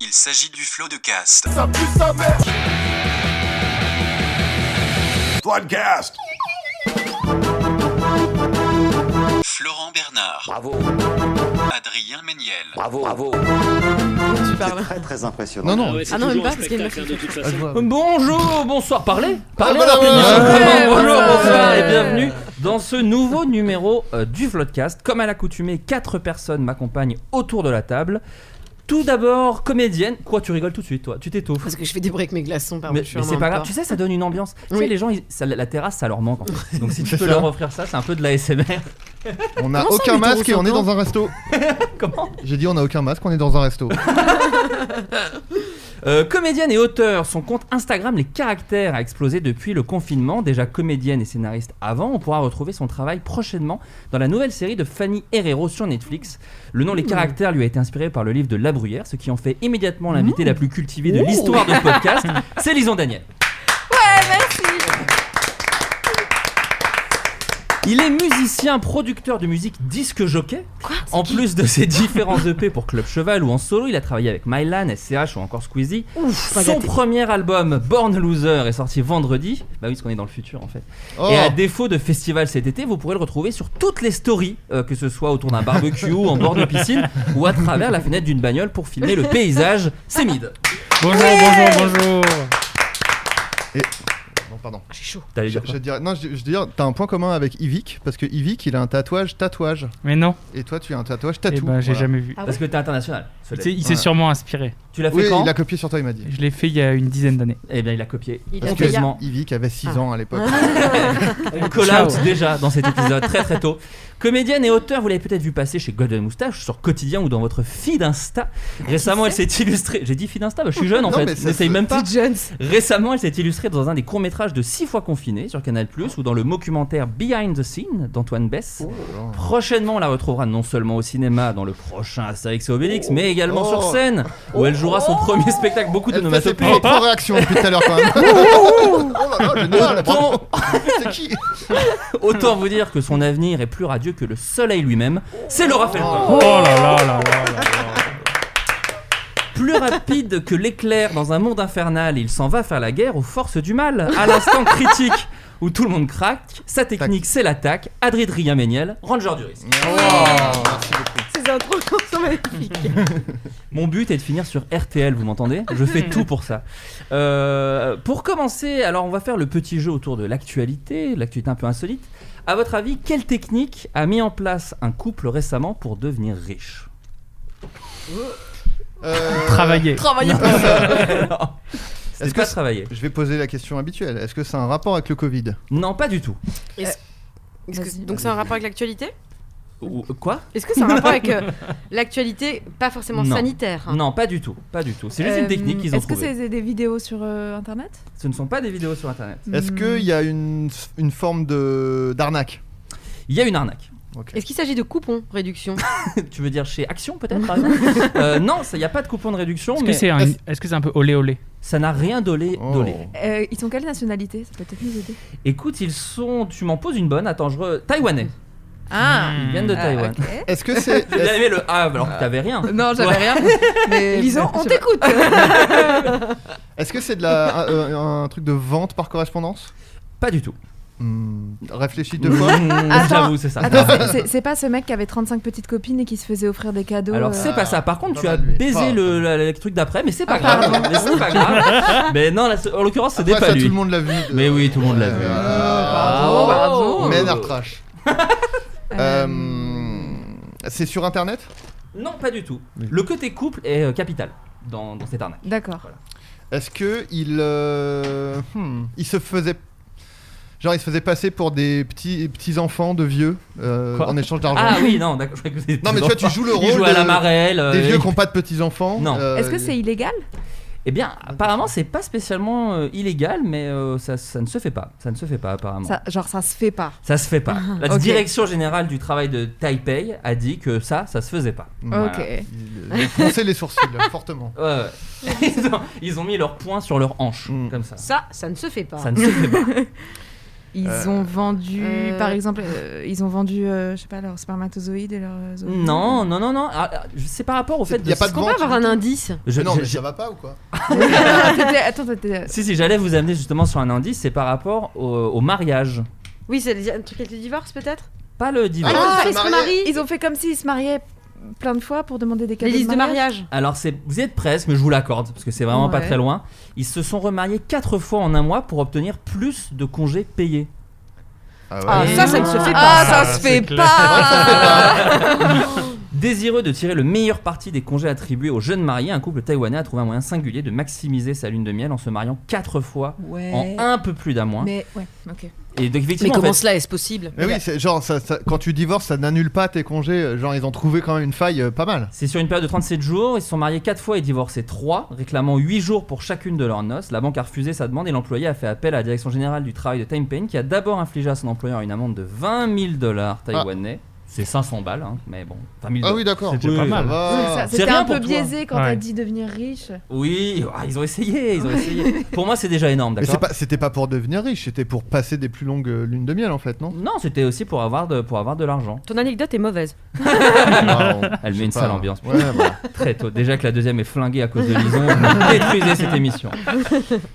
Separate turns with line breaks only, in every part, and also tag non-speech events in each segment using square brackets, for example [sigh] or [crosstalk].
Il s'agit du flot de cast.
Floodcast.
Florent Bernard,
Bravo,
Adrien Méniel,
bravo, bravo.
Tu parles.
Très très impressionnant.
Non, non.
Ah non, même pas, parce qu'il y a une
de toute façon.
Bonjour, bonsoir, parlez Parlez
Ah,
alors,
voilà,
voilà.
bienvenue. Bonjour,
Ouais,
bonsoir,
bonsoir.
et bienvenue dans ce nouveau numéro euh, du Vlogcast. Comme à l'accoutumée, quatre personnes m'accompagnent autour de la table. Tout d'abord, comédienne. Quoi, tu rigoles tout de suite, toi Tu t'étouffes
Parce que je fais des breaks avec mes glaçons, pardon.
mais,
je suis
mais c'est
vraiment
pas grave,
pas-
tu sais, ça donne une ambiance. Tu sais,
Oui.
les gens, ils- ça- la terrasse, ça leur manque en fait. Donc si tu
C'est
peux
ça.
leur offrir ça, c'est un peu de l'ASMR.
On n'a
Comment ça,
aucun
les taureaux
masque et on est
sanglants
dans un resto.
[laughs] Comment
J'ai dit on n'a aucun masque, on est dans un resto.
Euh, comédienne et auteur, son compte Instagram Les Caractères a explosé depuis le confinement. Déjà comédienne et scénariste avant, on pourra retrouver son travail prochainement dans la nouvelle série de Fanny Herrero sur Netflix. Le nom Les Caractères lui a été inspiré par le livre de La Bruyère, ce qui en fait immédiatement l'invitée la plus cultivée de l'histoire de podcast. C'est Lison Daniel. Il est musicien, producteur de musique disque jockey. en plus de ses différents EP pour Club Cheval ou en solo, il a travaillé avec Mylan, SCH ou encore Squeezie.
Ouf, pas
Son
gâté.
premier album, Born Loser, est sorti vendredi. Bah oui, parce qu'on est dans le futur en fait.
Oh,
Et à défaut de festival cet été, vous pourrez le retrouver sur toutes les stories, euh, que ce soit autour d'un barbecue, [laughs] en bord de piscine ou à travers la fenêtre d'une bagnole pour filmer le paysage. C'est mid.
Ah
Bonjour, bonjour, bonjour.
non, pardon.
J'ai chaud.
T'allais
Je,
dire
je
quoi
te dirais- non, je, je veux dire, t'as un point commun avec Ivic parce que Ivic il a un tatouage tatouage
Mais non,
et toi tu as un tatouage
eh
tatou.
ben, j'ai
Voilà.
jamais vu.
Ah
Parce que t'es international.
Il
Soleil.
s'est- il s'est
Ouais.
sûrement inspiré.
Tu l'as fait
Oui,
quand
il a copié sur toi, il m'a dit.
Je l'ai fait il y a une dizaine d'années.
Eh bien, il a copié.
Il
Parce
a
que
fait il y a-
Excuse-moi.
Ivic avait 6
Ah.
ans à l'époque.
Le call-out
Ciao.
déjà dans cet épisode, très très tôt. Comédienne et auteur, vous l'avez peut-être vu passer chez Golden Moustache, sur Quotidien ou dans votre feed Insta. Récemment, elle s'est illustrée. J'ai dit feed Insta, bah, je suis jeune en
Non,
fait,
mais ça
n'essaye
se-
même pas.
Petite Jones.
Récemment, elle s'est illustrée dans un des courts-métrages de 6 fois confiné sur Canal ou dans le documentaire Behind the Scene d'Antoine Bess.
Oh
Prochainement, on la retrouvera non seulement au cinéma dans le prochain Astérix et Obélix, mais également
Oh.
sur scène où elle jouera son premier spectacle. Beaucoup de
Elle fait ses
nomatopées.
propres réactions depuis tout à l'heure quand même. oh là là, génial, bravo.
Autant,
C'est qui
[laughs] autant vous dire que son avenir est plus radieux que le soleil lui-même. C'est Laura Felton.
Oh là là là là là.
Plus rapide que l'éclair dans un monde infernal, il s'en va faire la guerre aux forces du mal. À l'instant critique où tout le monde craque, sa technique c'est l'attaque. Adrien Méniel, Ranger du risque.
Oh,
Oh.
Merci beaucoup.
Ces intros sont magnifiques.
[laughs] Mon but est de finir sur RTL, vous m'entendez Je fais tout pour ça. Euh, pour commencer, alors on va faire le petit jeu autour de l'actualité, l'actualité un peu insolite. À votre avis, quelle technique a mis en place un couple récemment pour devenir riche
[laughs]
Euh,
Travailler.
[laughs] Travailler
Non. Non. C'est
Est-ce
pas
que-
travailler
Je vais poser la question habituelle. Est-ce que c'est un rapport avec le Covid
Non, pas du tout.
Est-ce que- Donc c'est un rapport avec l'actualité
Ou- euh, Quoi
Est-ce que c'est un rapport avec
[laughs]
euh, l'actualité, pas forcément
Non.
sanitaire hein
Non, pas du tout, pas du tout. C'est juste
Euh,
une technique qu'ils ont
Est-ce que
trouvée.
c'est des vidéos sur euh, internet
Ce ne sont pas des vidéos sur internet.
Est-ce
Hmm.
qu'il y a une, une forme de d'arnaque
Il y a une arnaque. [laughs]
Est-ce qu'il s'agit de coupons réduction
tu veux dire chez Action peut-être par exemple
[laughs]
Euh, Non, ça- il n'y a pas de coupon de réduction,
Est-ce
mais
que c'est un, est-ce que c'est un peu olé olé
ça n'a rien dolé.
Oh.
dolé.
Euh, Ils sont quelle nationalité Ça peut peut-être nous aider.
Écoute, ils sont. Tu m'en poses une bonne. Attends, je. re- Taïwanais.
Ah
Ils viennent de Hmm. Taïwan.
[laughs]
Est-ce que
[laughs]
c'est
J'ai bien aimé le A alors que t'avais rien.
Non, j'avais [laughs]
Ouais.
rien. Mais disons, on t'écoute.
[laughs]
Est-ce que c'est de la un, euh, un truc de vente par correspondance
Pas du tout.
Hmm, Réfléchis deux
[laughs]
fois.
Mmh,
Attends,
J'avoue, c'est ça.
Attends, c'est- c'est- c'est pas ce mec qui avait 35 petites copines et qui se faisait offrir des cadeaux.
Alors
euh,
c'est pas ça. Par contre,
pas
tu as
mal, lui.
baisé
Pas-
le, la- la- le truc d'après, mais c'est pas grave. Mais
[laughs]
c'est pas grave. Mais non, là, c'est- en l'occurrence, c'était
Après,
pas
ça,
lui.
tout le monde Oh, l'a vu. de-
Mais oui, tout le monde l'a vu.
Euh, Ben
Ah, bravo.
Men
[laughs]
are trash.
euh,
Euh, C'est sur internet
Non, pas du tout.
Oui.
Le côté couple est euh, capital dans, dans cette arnaque.
D'accord.
Est-ce que il, euh, hmm, il se faisait genre il se faisait passer pour des petits petits enfants de vieux euh,
Quoi
en échange d'argent
Ah oui, non, d'accord. je croyais que c'était
Non mais tu vois tu joues le rôle
Il joue à
de-
la marelle. euh,
des vieux
il-
qui n'ont pas de Euh, petits enfants.
Non.
Est-ce que c'est illégal
Eh bien, apparemment, c'est pas spécialement euh, illégal, mais euh, ça, ça ne se fait pas. Ça ne se fait pas, apparemment. Ça,
Ça- Genre, ça se fait pas.
se fait pas. La
Ok.
direction générale du travail de Taipei a dit que ça, ça se faisait pas.
Ok.
Voilà.
Ok.
Foncer les sourcils fortement.
Ouais, ouais. [laughs] ils, ont, ils ont mis leur poing sur leur hanche,
Mm.
comme ça.
Ça, ça ne se fait pas.
Ça ne se fait pas.
Ils
Euh,
ont vendu,
euh,
par exemple, euh, ils ont vendu, euh, je sais pas, leurs spermatozoïdes et leurs. euh, ovules.
non, non, non, non. Ah, ah, C'est par rapport au fait
C'est-
de.
y a pas
Est-ce
de
qu'on peut
vente
avoir un indice
Je-
non
je-
mais
je-
ça va pas ou quoi
T'étais- Attends, t'étais-
Si, si, j'allais vous amener justement sur un indice, c'est par rapport au, au mariage.
Oui, c'est le- un truc avec le divorce peut-être
Pas le divorce.
Ah,
Ah,
ils
ils
se
se
marient.
marient
ils ont fait comme s'ils se mariaient plein de fois pour demander des
Les
cadeaux.
listes de mariage.
Alors, c'est, vous y êtes presque, mais je vous l'accorde, parce que c'est vraiment pas
Ouais.
très loin. Ils se sont remariés quatre fois en un mois pour obtenir plus de congés payés.
Ah,
ouais.
ça, ça ne se fait pas.
Ah, ça se fait pas
Désireux de tirer le meilleur parti des congés attribués aux jeunes mariés, un couple taïwanais a trouvé un moyen singulier de maximiser sa lune de miel en se mariant quatre fois
Ouais.
en un peu plus d'un mois.
Mais ouais, ok.
Et donc, effectivement, en fait,
cela est-ce possible
Mais oui, c'est genre ça- ça- quand tu divorces, ça n'annule pas tes congés. euh, Genre ils ont trouvé quand même une faille euh, pas mal.
C'est sur une période de 37 jours, ils se sont mariés 4 fois et divorcés 3, réclamant 8 jours pour chacune de leurs noces. La banque a refusé sa demande et l'employé a fait appel à la direction générale du travail de Time Pain qui a d'abord infligé à son employeur une amende de 20 000 dollars taïwanais. C'est 500 balles, hein, mais bon, 20 000
Ah oui d'accord.
C'est déjà pas
Oui,
mal.
ça va.
Ça,
C'est
C'était
rien
un peu
pour toi.
biaisé quand
Ouais.
t'as dit devenir riche.
Oui, ah, ils ont essayé, ils
[laughs]
ont essayé. Pour moi, c'est déjà énorme,
Mais c'est
d'accord
pas- c'était pas pour devenir riche, c'était pour passer des plus longues euh, lunes de miel en fait, non
Non, c'était aussi pour avoir de, pour avoir de l'argent.
Ton anecdote est mauvaise.
Non,
Ah, Elle
je
met
sais
une
pas.
sale ambiance.
Ouais, bah.
Très tôt. Déjà que la deuxième est flinguée à cause de Lison, vous détruisez cette émission.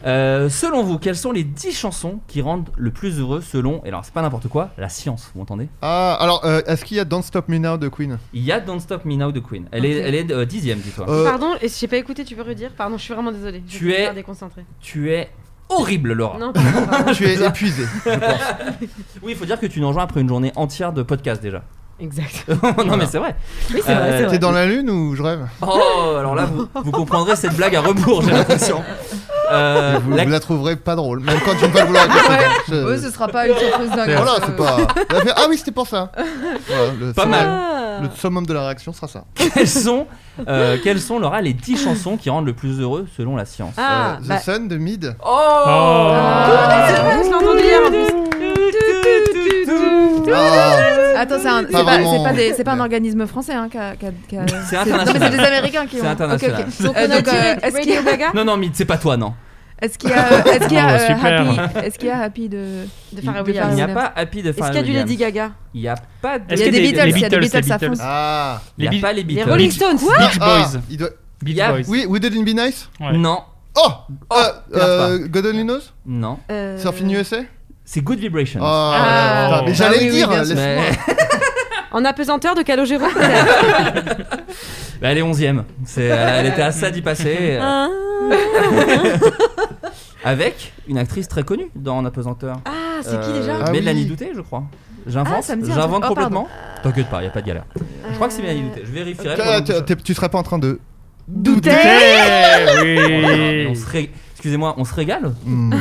Euh, selon vous, quelles sont les 10 chansons qui rendent le plus heureux selon, et alors c'est pas n'importe quoi, la science, vous entendez
Ah, alors, euh, est-ce qu'il y a Don't Stop Me Now de Queen
Il y a Don't Stop Me Now de Queen. Elle est,
Ok.
elle est euh, dixième, dis-toi.
Euh,
Pardon, et si j'ai pas écouté, tu peux redire Pardon, je suis vraiment désolée. je
Tu
suis
es-
hyper déconcentrée.
Tu es horrible, Laura.
Non, pardon, pardon.
Tu es épuisé.
Oui, il faut dire que tu nous rejoins après une journée entière de podcast déjà. [laughs]
Exact.
non, mais c'est vrai.
Oui, c'est
Euh,
vrai, c'est
T'es
vrai.
dans la lune ou je rêve
Oh, alors là, vous, vous comprendrez cette blague à rebours, j'ai l'impression. Euh,
vous,
la-
vous la trouverez pas drôle, même quand tu ne vas pas vouloir écouter. Je-
Ouais, ce sera pas une surprise dingue.
Voilà, c'est pas. Elle a fait, Ah oui, c'était pour ça. Voilà, le,
Pas
summum-
mal.
Le summum de la réaction sera ça.
quelles, sont, euh, quelles sont, Laura, les 10 chansons qui rendent le plus heureux selon la science
Ah,
Euh, The
bah,
Sun de Mid.
Oh. c'est
Oh.
vrai, je l'ai entendu hier en plus.
Ah,
Attends, c'est un- c'est
Pas
pas,
vraiment.
c'est pas des- c'est pas un organisme français hein, qui a. qui a- qui a-
C'est
Non, mais c'est
international.
des Américains qui
C'est
ont. Ok, ok.
international.
Donc,
Euh,
on a
donc, euh,
tiré
est-ce qu'il y a-
Radio Gaga
Non, non, mais c'est pas toi, non.
Est-ce qu'il y
[laughs]
a, est-ce qu'il y a,
Oh,
euh,
super.
Happy, est-ce qu'il y a Happy de
de
Il
Pharrell
de
il
Williams.
n'y a
Williams.
pas Happy de
Est-ce
Pharrell
qu'il y a du
Williams.
Lady Gaga
Il n'y a pas de.
Est-ce
Il y a des
qu'il
Beatles,
les
il y a des Beatles, ça
les
fonce.
ah,
Il n'y a
Beatles.
pas les
Les
Beatles.
Rolling Stones
Beach
ah,
Boys.
il doit-
Beach
y a-
Boys.
Oui, Would It Be Nice
Ouais.
Non,
Oh,
Oh,
euh,
merde,
euh, God Only Knows
non.
Euh,
Surfing USA
C'est Good Vibration.
Oh.
Ah, putain, mais j'allais
Ah oui,
le
oui,
dire.
bien
laisse-
Mais...
En apesanteur de Calogero peut-être
Bah, elle est 11ème. Elle était à ça d'y passer. euh,
Ah,
[laughs] Avec une actrice très connue dans En Apesanteur.
[laughs] Ah, c'est qui
Euh,
déjà
Ah oui.
Mélanie Douté, je crois. J'invente,
Ah, ça me dit un
j'invente
truc. Oh,
complètement. T'inquiète pas, il n'y a pas de galère. Je crois que c'est Mélanie Douté. Je vérifierai.
Ah,
pendant que je-
t'es- Tu serais pas en train de.
[laughs]
Mais on
Eh Oui.
se ré- Excusez-moi, on se régale
Hmm.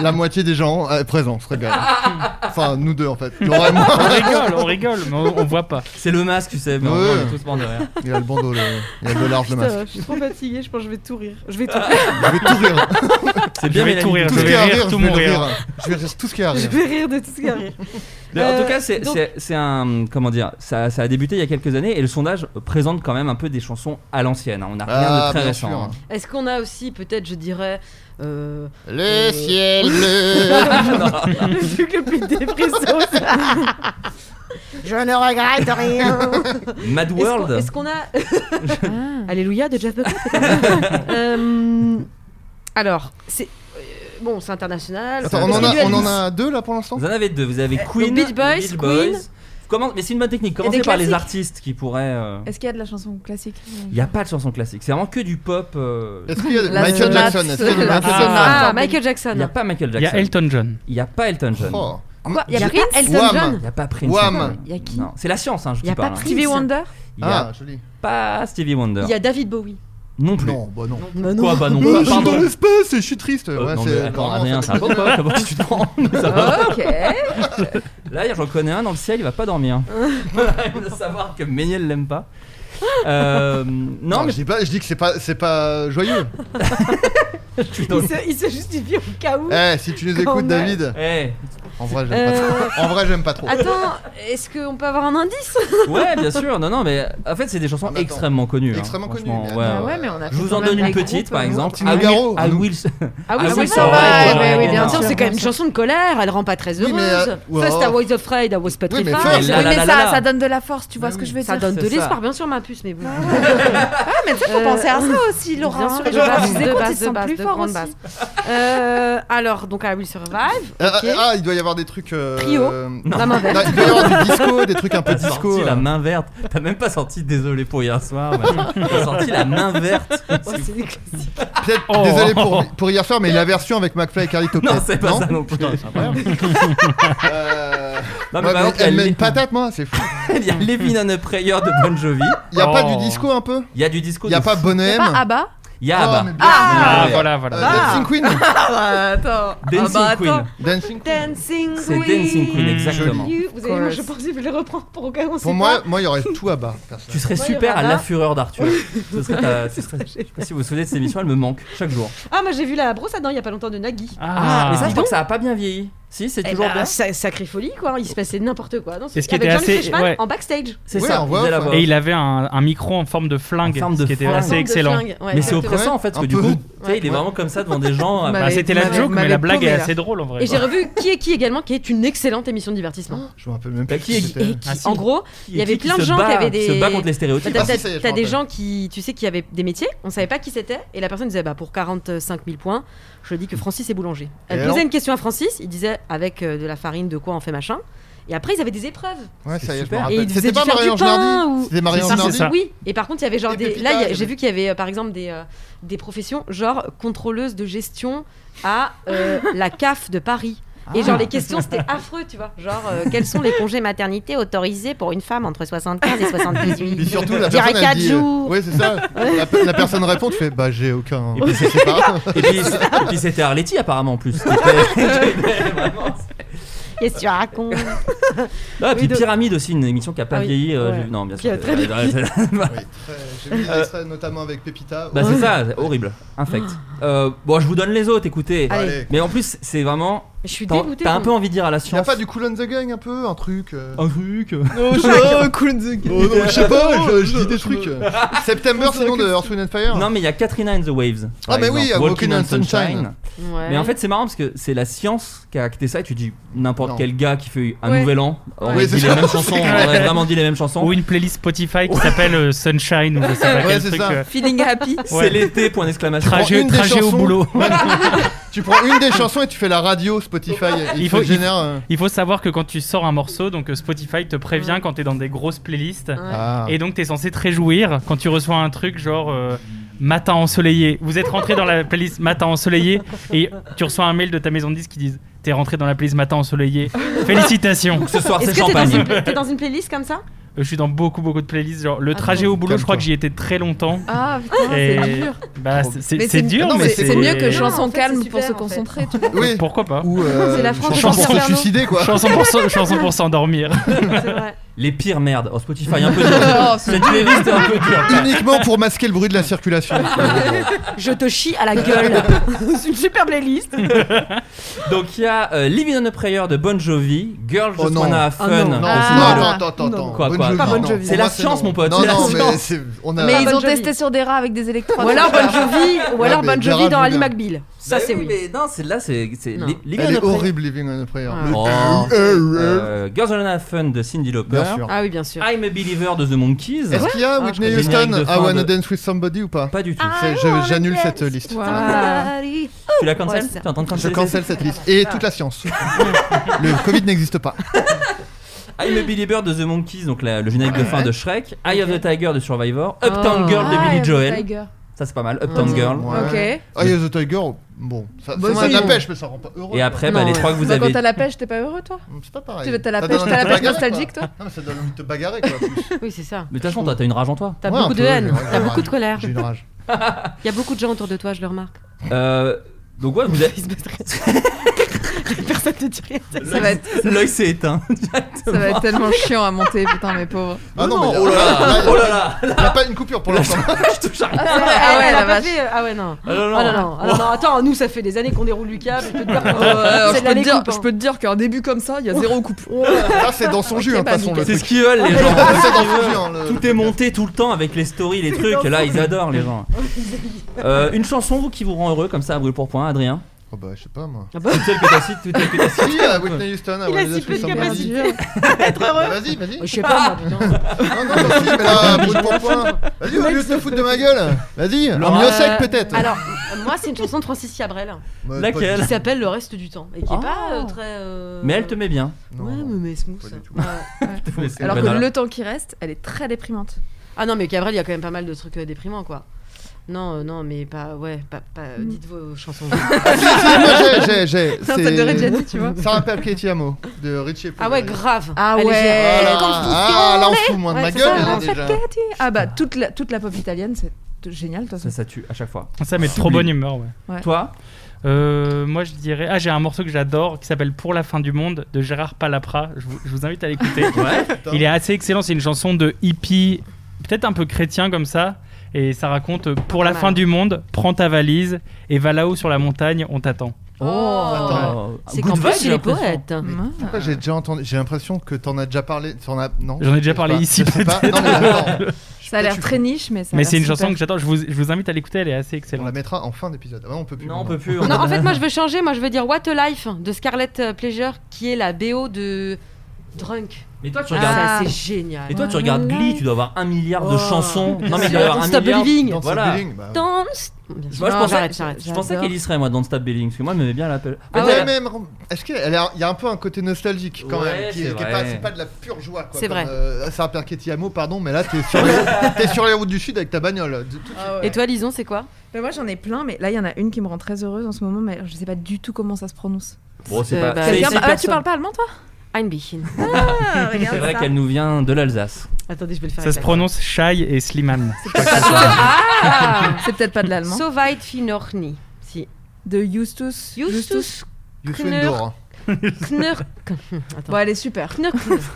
La moitié des gens euh, présents se régalent. enfin, nous deux en fait. Laura et moi.
On rigole, on rigole, mais on, on voit pas.
C'est le masque, tu sais, mais
Ouais.
on est tous morts de rire.
Il a le bandeau, le- il a le large, le masque. Ah,
Putain, je suis trop fatiguée, je pense que je vais tout rire. Je vais tout
Je vais tout rire.
C'est
Je
bien
vais
Mélanie
tout rire,
Tout
je
ce qui
vais
est à
rire,
rire, je
tout
vais
mon
le
rire.
rire. Je vais rire tout ce qui est à
Je
rire.
vais rire de tout ce qui arrive.
Mais en
Euh,
tout cas, c'est
donc-
c'est- c'est un. Comment dire ça, ça a débuté il y a quelques années et le sondage présente quand même un peu des chansons à l'ancienne. hein. On n'a rien
Ah,
de très
bien
récent.
sûr.
hein.
Est-ce qu'on a aussi, peut-être, je dirais, [laughs] euh,
Le ciel
le truc le plus dépressif Je ne regrette rien.
Mad
Est-ce qu'on-
World
Est-ce qu'on [laughs] a
Ah.
[laughs] Alléluia de Jeff Buckley peut-être Euh, Alors, c'est euh, bon, c'est international.
Attends, on
Parce
en,
que
a,
lui,
on en
dit-
a deux là pour l'instant
Vous en avez deux. Vous avez
Euh,
Queen,
donc Beach Boys,
Beach
Queen.
Boys. Comment... Mais c'est une bonne technique. Commencez
des
par les
classiques.
artistes qui pourraient. euh,
Est-ce qu'il y a de la chanson classique
Il n'y a pas de chanson classique. C'est vraiment que du pop. euh,
Est-ce qu'il y a
La
Michael
sonate-
Jackson Est-ce qu'il y a
la
Michael
sonate.
Jackson
Ah,
Ah,
Michael Jackson.
Il n'y a pas Michael
Il y a
Jackson.
Elton John.
Il n'y a pas Elton John.
Oh.
Quoi Il y a
J'ai-
pas Elton
Wham.
Il
John
n'y a pas Prince.
Wham.
Il y a qui
Non, c'est la science, hein, je
Il y a
qui
pas
parle. hein.
Stevie Wonder
Il n'y a
Ah, joli.
pas Stevie Wonder.
Il y a David Bowie.
Non plus.
Non, bah non.
Quoi, bah non,
Euh, je suis
pardon.
dans l'espace et je suis triste.
Euh,
Ouais,
non,
c'est-
mais
[laughs]
attends,
non,
Adrien,
ça-
c'est un pop, comment tu te prends Ça va.
Ok.
Là, j'en connais un dans le ciel, il va pas dormir. il va savoir que Méniel l'aime pas. Euh, non,
Non,
mais
je dis pas, je dis que c'est pas, c'est
[laughs]
pas joyeux.
tu
Il se, il se justifie au cas où.
Eh, si tu nous
Quand
écoutes,
même. Euh. Ah,
David.
Eh,
En vrai, j'aime pas trop. En vrai, j'aime pas trop.
Attends, est-ce qu'on peut avoir un indice
ouais, bien sûr. Non, non, mais en fait, c'est des chansons
Ah, mais attends.
extrêmement connues. hein,
Extrêmement connues, Ah
franchement,
mais
ouais,
Bah
ouais.
ouais, mais on a
Je
fait
vous
quand
en
même
donne une
des
petite,
groupes,
par
euh,
exemple.
Petit
I
Nougaro,
will, I
nous.
will,
Ah
Ah
oui,
oui,
c'est
ça
ça.
va,
ouais,
ouais,
ouais, ouais,
ouais,
bien
non.
sûr, c'est quand même une chanson de colère, elle rend pas très heureuse.
Oui, mais, euh, ouais.
First I was afraid, I was
Oui, mais
petrified.
first-
Oui,
Là, là,
mais
là,
ça,
là.
ça donne de la force, tu vois ce que je veux
ça
dire.
donne de
c'est ça.
l'espoir, bien sûr, ma puce, mais bon.
Ah, mais ça, faut
Euh,
penser à ça aussi, Laurent.
Bien sûr,
Je
de base,
vous
de
écoute,
base,
ils
de
sont
base,
plus
de
forts
grande
aussi.
base. Euh, alors, donc, I Will Survive.
Ah,
ok.
ah, il doit y avoir des trucs. euh,
Trio.
euh,
La main verte.
non, il doit y avoir du disco, des trucs un peu
T'as sorti
disco.
la
euh.
main verte. T'as même pas sorti désolé pour hier soir. machin. T'as sorti la main verte.
Ouais, c'est des classiques.
Peut-être,
Oh.
désolé pour, pour hier soir, mais la version avec McFly et Carlito.
Non,
peut-être,
c'est pas ça non plus. Non,
Euh,
Ah, mais bah,
ouais,
par
mais
exemple, il y a
elle met
Lé-
une patate, moi, c'est fou.
il y a Levin and a Prayer de Bon Jovi.
Il y a pas
Oh.
du disco un peu
Il y a du disco.
Il y a
de
pas
fou.
C'est
Bonnet M
pas Abba
Il y a
Ah,
Abba.
mais bien.
Ah,
Ouais.
voilà,
Euh,
voilà.
Ah.
Dancing Queen
Ah, bah, attends.
Dancing
Ah, bah,
Queen.
attends.
Dancing
Dancing
C'est
Queen.
Dancing Queen,
Mmh.
exactement.
You- Vous avez, moi, je
Chorus.
pensais que je vais le reprendre pour au cas où on sait
Pour moi, moi, il y aurait tout à bas.
Tu serais
Moi,
super à
Nirvana.
la fureur d'Arthur. Ce serait ta- ce serait-
pas.
Je sais pas si vous vous souvenez de cette émission, elle me manque chaque jour.
Ah, moi, j'ai vu la brosse à dents il y a pas longtemps de Nagui.
Ah, mais ça, je
donc.
pense que ça a pas bien vieilli. Si, c'est
Eh
toujours
ben,
bien.
sa- sacrée folie quoi, il se passait n'importe quoi. Dans ce...
Et ce qui
Avec
était
Johnny
assez-
Freshman
ouais.
en backstage.
C'est
Oui,
ça,
en
il
voix
faisait la
off,
voix.
Et il avait un, un micro en forme de flingue,
En forme de
ce qui était
flingue.
assez
Bande de
excellent.
flingue, ouais,
Mais c'est
exactement.
oppressant en fait, parce que
Un
du
peu.
coup, tu sais, il est
Ouais.
vraiment comme ça devant des gens. euh,
Bah,
Bah,
m'avait-
c'était la
m'avait-
joke, mais la
m'avait
blague est
paumé, là.
assez drôle en vrai.
Et j'ai revu Qui est qui également, qui est une excellente émission de divertissement.
Je me rappelle même
Bah,
plus.
qui est-
qui c'était.
Qui,
Ah, si.
En gros, il y avait plein de gens qui avaient des-
se bat contre les
t'as
stéréotypes.
[laughs]
Ah, si,
t'as-
ça y est, je
t'as
me
des
rappelle.
gens qui, tu sais, qui avaient des métiers, on savait pas qui c'était, et la personne disait, bah pour 45 000 points, je dis que Francis est boulanger. Elle
Et
posait
alors
une question à Francis, il disait avec euh, de la farine, de quoi on fait machin. Et après, ils avaient des épreuves.
Ouais, ça y est, je me
super.
Et
rappelle.
ils faisaient
C'était
du
pas
faire du
Marie-Ange
pain
Nardi
ou.
C'était Marie-Ange
C'est ça, c'est
Nardi
ça.
Oui, et par contre, il y avait genre
Des
des.
pépitas,
là, il y a-
il y avait-
j'ai vu qu'il y avait euh, par exemple des, euh, des professions, genre contrôleuse de gestion à euh, la CAF de Paris. Et genre les questions c'était affreux tu vois genre euh, quels sont les congés maternité autorisés pour une femme entre 75 et
Et [laughs]
78
surtout, la
Dirait
personne. elle
quatre
dit, euh,
jours.
Ouais, c'est ça. La pe- La personne répond, tu fais Bah, j'ai aucun.
Et puis,
Je [laughs] sais pas.
Et puis, c'est- et puis c'était Arletty apparemment en
[laughs]
plus. [laughs] C'était- Vraiment.
Qu'est-ce que tu racontes
Ah, puis
donc-
Pyramide aussi, une émission qui a pas
Ah oui,
vieilli. euh,
ouais.
j'ai- Non, bien
Qui
sûr.
a très vieilli.
[laughs]
Oui,
Bah,
très- J'ai vu des
Euh,
extraits, notamment avec Pépita.
bah, c'est ça, c'est horrible, infect. Euh, bon, je vous donne les autres, écoutez.
Ah. Allez.
Allez.
Mais en plus, c'est vraiment.
je suis
T'as
dégoûtée
t'as un peu envie de dire à la
Y a
science.
pas du Cool and the Gang un peu Un truc euh, [laughs]
Un truc.
Oh, non, je sais pas, je, je dis des trucs. September, sinon de Earth, Wind and Fire.
Non, mais il y a Katrina and the Waves. par
Ah, mais oui,
exemple.
euh, Walking on Sunshine.
Ouais.
Mais en fait, c'est marrant parce que c'est la science qui a acté ça. Et tu dis n'importe
Non.
quel gars qui fait un
Ouais.
nouvel an aurait
Oui,
dit
c'est
les
ça.
mêmes
[laughs]
chansons, aurait vraiment dit les mêmes chansons.
Ou une playlist Spotify qui s'appelle euh, Sunshine ou je sais pas
Ouais,
quel
c'est
truc.
ça.
euh,
Feeling happy.
C'est
Ouais.
l'été, point d'exclamation.
Prends
Trajet,
une des
trajet au
chansons.
boulot.
tu prends une des chansons et tu fais la radio Spotify. et
Il
Il
faut-
faut
il faut-
génère. euh,
Il faut savoir que quand tu sors un morceau, donc euh, Spotify te prévient quand t'es dans des grosses playlists.
Ah.
Et donc t'es censé te réjouir quand tu reçois un truc genre euh, matin ensoleillé. Vous êtes rentré dans la playlist matin ensoleillé et tu reçois un mail de ta maison de disques qui disent t'es rentré dans la playlist matin ensoleillé. Félicitations.
[laughs]
Ce soir,
Est-ce
c'est
que t'es dans,
champagne.
une... t'es dans une playlist comme ça
Euh, Je suis dans beaucoup beaucoup de playlists genre le trajet au boulot. Je crois
Calme-toi.
que j'y étais très longtemps.
Ah putain,
Et-
c'est dur.
Bah, c'est- c'est
Mais
c'est
c'est-
dur,
Non,
mais
mais
C'est
c'est-
mieux que
je-
chanson
en fait,
calme
c'est
pour
super,
se
en fait.
concentrer. tu vois.
Oui,
Pourquoi pas
ou euh,
C'est la France
chanson
de
pour se
Concerno.
suicider quoi.
Chanson pour, se- chanson
[laughs]
pour s'endormir.
C'est vrai.
Les pires merdes. Oh,
[laughs]
Spotify, un peu dur.
Oh,
Cette playlist est un peu dure.
Uniquement pour masquer le bruit de la
Ah.
circulation.
Je te chie à la gueule. c'est une super playlist.
Donc, il y a euh, Living on a Prayer de Bon Jovi, Girl Just
Oh non.
Wanna Have
Ah non.
Fun.
Non,
de
Ah.
non,
Small.
attends, attends, attends,
Non.
attends.
Quoi,
Bonne
quoi
Jovi,
Pas
non,
Bonne Jovi.
pour
C'est la
moi,
science,
non.
mon pote,
Non,
c'est la
non, mais
science.
c'est- on a.
Mais
Bon
ils ont
Jovi.
testé sur des rats avec des électrodes.
Ou alors Bon Jovi, ou
Ouais,
alors
mais
Bon Jovi
Gérard
dans Ali
Joubert.
McBeal. Ça,
Bah
c'est oui.
Mais non, celle-là, c'est. c'est
Non.
li- Living
Elle
on a
est
Prayer.
horrible, Living on a Prayer.
Ouais.
Oh.
Euh, euh,
Euh, Girls on a Fun de Cindy Lauper.
Bien sûr.
Ah oui, bien sûr.
I'm a Believer de The Monkeys.
Est-ce qu'il y a
Ah,
Whitney
je connais.
Houston
Générique de
I
fin
Wanna
de-
Dance With Somebody ou pas
Pas du tout.
C'est- je- J'annule cette liste.
Waouh.
Tu la cancel
Ouais, c'est ça.
T'es en train de
Je
canceler
cancelle cette liste. Et toute la science. Le Covid n'existe pas.
I'm a Believer de The Monkeys, donc la- le générique de fin de Shrek. Eye of the Tiger de Survivor. Uptown
Oh.
Girl de
Ah,
Billy
Eye of the
Joel.
Tiger.
Ça, c'est pas mal. Uptown Girl.
Ouais.
Ok.
Ah, il y a The Tiger, bon, ça,
Bah
ça, ça
si.
de la pêche, mais ça rend pas heureux. Hum,
Et après, bah,
Non,
les
ouais.
trois que vous
Bah, Quand
avez.
t'as la pêche, t'es pas heureux toi
C'est pas pareil.
Tu veux t'as la
Ça
pêche,
donne
t'as la
envie de
pêche
te bagarrer,
nostalgique
quoi.
toi
Non, mais ça donne envie de te bagarrer, quoi. plus.
[laughs] Oui, c'est ça.
Mais de toute façon, t'as t'as une rage en toi.
T'as
Ouais, un
beaucoup de
peu,
haine,
j'ai-
t'as
j'ai-
beaucoup de colère.
J'ai une rage.
Il y a beaucoup de gens autour de toi, je le remarque.
Euh, donc, ouais, vous avez.
Personne ne dit rien.
Ça va être,
L'œil s'est éteint.
ça va
[laughs]
être tellement chiant à monter, putain, mes pauvres.
Ah non, mais
oh là là, oh là là.
Il n'y a pas une coupure pour l'instant.
[laughs] Je touche à rien.
Ah,
Ah ouais,
ouais, elle
la
a pas
vache.
fait- Ah ouais, non.
Ah non, non.
Ah non, non, ah non, non, attends, nous ça fait des années qu'on déroule Lucas, je peux te dire qu'on- c'est
je,
de
peux
la
te dire,
découpe, hein.
je peux te dire qu'un début comme ça, il y a zéro coupe.
Là, c'est dans son jus, hein, de
bah,
toute façon, le
C'est ce
truc.
qu'ils veulent, les
C'est
gens.
dans son jus, hein, le-
Tout est monté tout le temps avec les stories, les trucs. Là, ils adorent les gens. Euh, une chanson vous qui vous rend heureux comme ça à brûle pour point, Adrien.
Oh bah, je sais pas, moi.
Ah bah,
Toute celle que t'as cite, toute celle
[laughs]
que t'as cite.
Si, euh, Whitney Houston, I
hein. Il a
Wanna
si
Dance
peu
With
de
Somebody.
capacité. [laughs]
Bah, Vas-y, vas-y.
[laughs]
Je sais pas, moi, putain.
Non, non, non, si, mais là, brûle pour point. Vas-y, au lieu de te foutre de ma gueule, vas-y, en mieux sec peut-être.
Euh, Alors, moi c'est une chanson de Francis Cabrel
Bah,
Laquelle
qui s'appelle Le reste du temps et qui est
Oh.
pas euh, très. euh,
Mais elle te met bien.
pas du- non,
Ouais,
non.
mais mais smooth.
Pas du tout. [laughs]
Ouais.
Alors que
Voilà.
le temps qui reste, elle est très déprimante.
Ah non, mais Cabrel, il y a quand même pas mal de trucs euh, déprimants quoi. Non, euh, non, mais pas, ouais, pas, pas- euh, dites vos chansons.
Ah,
[laughs]
si, si, moi, j'ai, j'ai, j'ai.
C'est un set de Red Jenny, tu vois.
Ça rappelle Katie Amo de Richie.
ah ouais, grave.
Ah
Elle est
ouais.
Ah
Oh
géniale.
là, ah, là, on se fout moins de
Ouais,
ma
c'est
gueule,
ça,
là,
on fait
déjà.
Cathy. Ah bah toute la, toute la pop italienne, c'est t- génial toi.
Ça, ça tue à chaque fois.
Ça met de trop bonne humeur, ouais.
Toi
Euh, moi, je dirais. Ah, j'ai un morceau que j'adore qui s'appelle Pour la fin du monde de Gérard Palapra. Je vous, je vous invite à l'écouter. Il est assez excellent. C'est une chanson de hippie, peut-être un peu chrétien comme ça. Et ça raconte euh, Pour
Pas
la
mal.
fin du monde, prends ta valise et va là-haut sur la montagne, on t'attend.
Oh. C'est
Good
qu'en
vibe,
plus,
j'ai
il est
l'impression.
poète.
Pourquoi j'ai déjà entendu J'ai l'impression que t'en as déjà parlé. T'en as... Non
J'en ai déjà
je sais
parlé
pas,
ici,
Je sais pas.
[laughs]
Non, mais attends, je-
Ça a l'air
peut-être
très niche, mais ça. a
Mais
l'air
c'est une
super.
chanson que j'adore. Je vous, je vous invite à l'écouter. Elle est assez
On la
excellente.
mettra en fin d'épisode. Ah, non, on peut plus.
Non, on
maintenant.
peut plus. on
Non,
a-
en fait, moi je veux changer. Moi je veux dire What a Life de Scarlett euh, Pleasure qui est la BO de Drunk.
Mais toi, tu
Ah,
regardes.
ça, c'est génial.
Mais toi, tu regardes Glee, tu dois avoir un milliard de
Oh.
chansons. Non, mais il doit y
Don't
avoir un
Stop
milliard.
Believing.
Dans ce
Voilà.
building, bah,
Dans-
Moi, je
Non,
pensais,
j'arrête, j'arrête,
je pensais
j'adore.
qu'elle y serait, moi, dans Stop Bailing. Parce que moi, elle m'aimait bien l'appel.
Ah
mais
ouais.
elle même, est-ce qu'il elle a- il y a un peu un côté nostalgique quand
Ouais,
même qui,
c'est
qui est
vrai.
pas, c'est pas de la pure joie quoi.
C'est
comme,
vrai.
euh, ça rappelle Katie Amo, pardon, mais là t'es sur,
[laughs]
les, t'es sur les routes du sud avec ta bagnole. De- tout-
Ah ouais.
Et toi, Lison, c'est quoi
Mais moi j'en ai plein, mais là il y en a une qui me rend très heureuse en ce moment, mais je sais pas du tout comment ça se prononce.
Bon, c'est
Euh,
pas.
bah,
c'est-
Quelqu'un-
c'est
Ah, tu
personne.
parles pas allemand toi
Einbichin.
[laughs]
Ah, regarde
C'est vrai
ça.
qu'elle nous vient de l'Alsace.
Attendez, je vais le faire.
Ça se prononce Shai et Slimane.
Ah, c'est peut-être pas de l'allemand.
Soweit Finorni. Si.
De Justus.
Justus
Youssou
Knurr.
N'Dour.
Knur. [laughs]
Bon, elle est super.
Knur.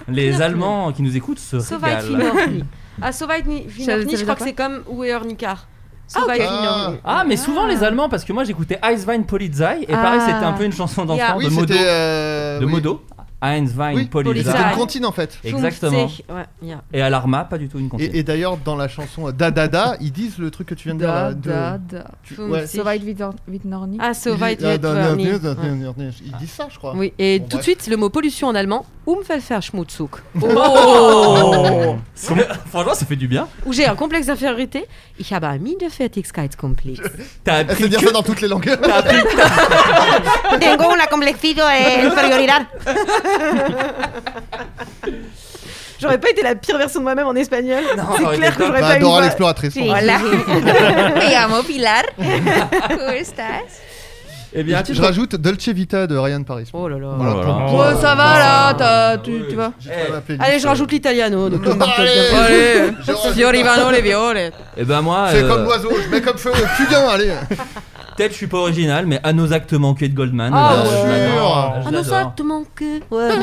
Les
Knurr.
Allemands qui nous écoutent se
Soweit
régalent.
Finorni. Ah, Soweit Ni-
Ça veut
Finorni, je
dire
crois que
quoi
c'est comme Uwe Ornikar.
Ah,
Soweit
ok.
Finorni.
Ah, mais souvent les Allemands, parce que moi j'écoutais Eiswein Polizei, et pareil,
Ah.
c'était un peu une chanson d'enfant
Yeah.
de
Oui,
Modo.
c'était. euh,
de
oui.
Modo. Einswein
Oui,
Polizei.
C'était
Polizei.
une comptine en fait.
Exactement.
Schumtze. Ouais, yeah.
Et Alarma, pas du tout une comptine.
Et, et d'ailleurs, dans la chanson euh, Da Da Da, ils disent le truc que tu viens de dire
Da,
là. de-
da, da.
Ouais.
Schumtze.
Soweit Vitnorni.
Ah,
Ils disent-
Soweit
Ah, da, da,
Finorni.
da,
Ouais.
da, da, da, da. Ils disent ça, je crois.
Oui, et
Bon,
tout de
bref.
suite, le mot pollution en allemand, Umweltverschmutzung,
Oh Franchement, ça fait du bien.
où j'ai un complexe d'infériorité. Ich habe ein Minderfertigkeitskomplex.
T'as
Elle sait
appris
dire ça dans toutes les langues. [laughs]
t'as appris-
Tengo una complexito de inferioridad. J'aurais pas été la pire version de moi-même en espagnol.
Non, ça
C'est
aurait
clair
été
que
top.
j'aurais
Bah,
pas eu.
Dora l'exploratrice. on va dire.
Me llamo Pilar. ¿Cómo estás?
Eh bien,
Je
tu
je rajoute Dolce Vita de Ryan Paris.
Oh là là.
Oh là là.
Oh, ça va là, t'as-
Ah,
tu,
oui.
tu vois.
J'ai trouvé
Eh.
ma playlist. euh,
Allez, je rajoute l'italiano. donc le marteau de
Allez.
Gabon.
Allez,
Je rajoute-
Fiorivano les violettes.
Eh ben moi,
C'est
euh,
comme l'oiseau, je mets
[laughs]
comme feu, plus bien, allez.
peut-être je suis pas original, mais à nos actes manqués de Goldman.
Ah
euh,
ouais.
je l'adore,
Ah,
je
Ah non, ça
l'adore.
te manque. bah,
Ah,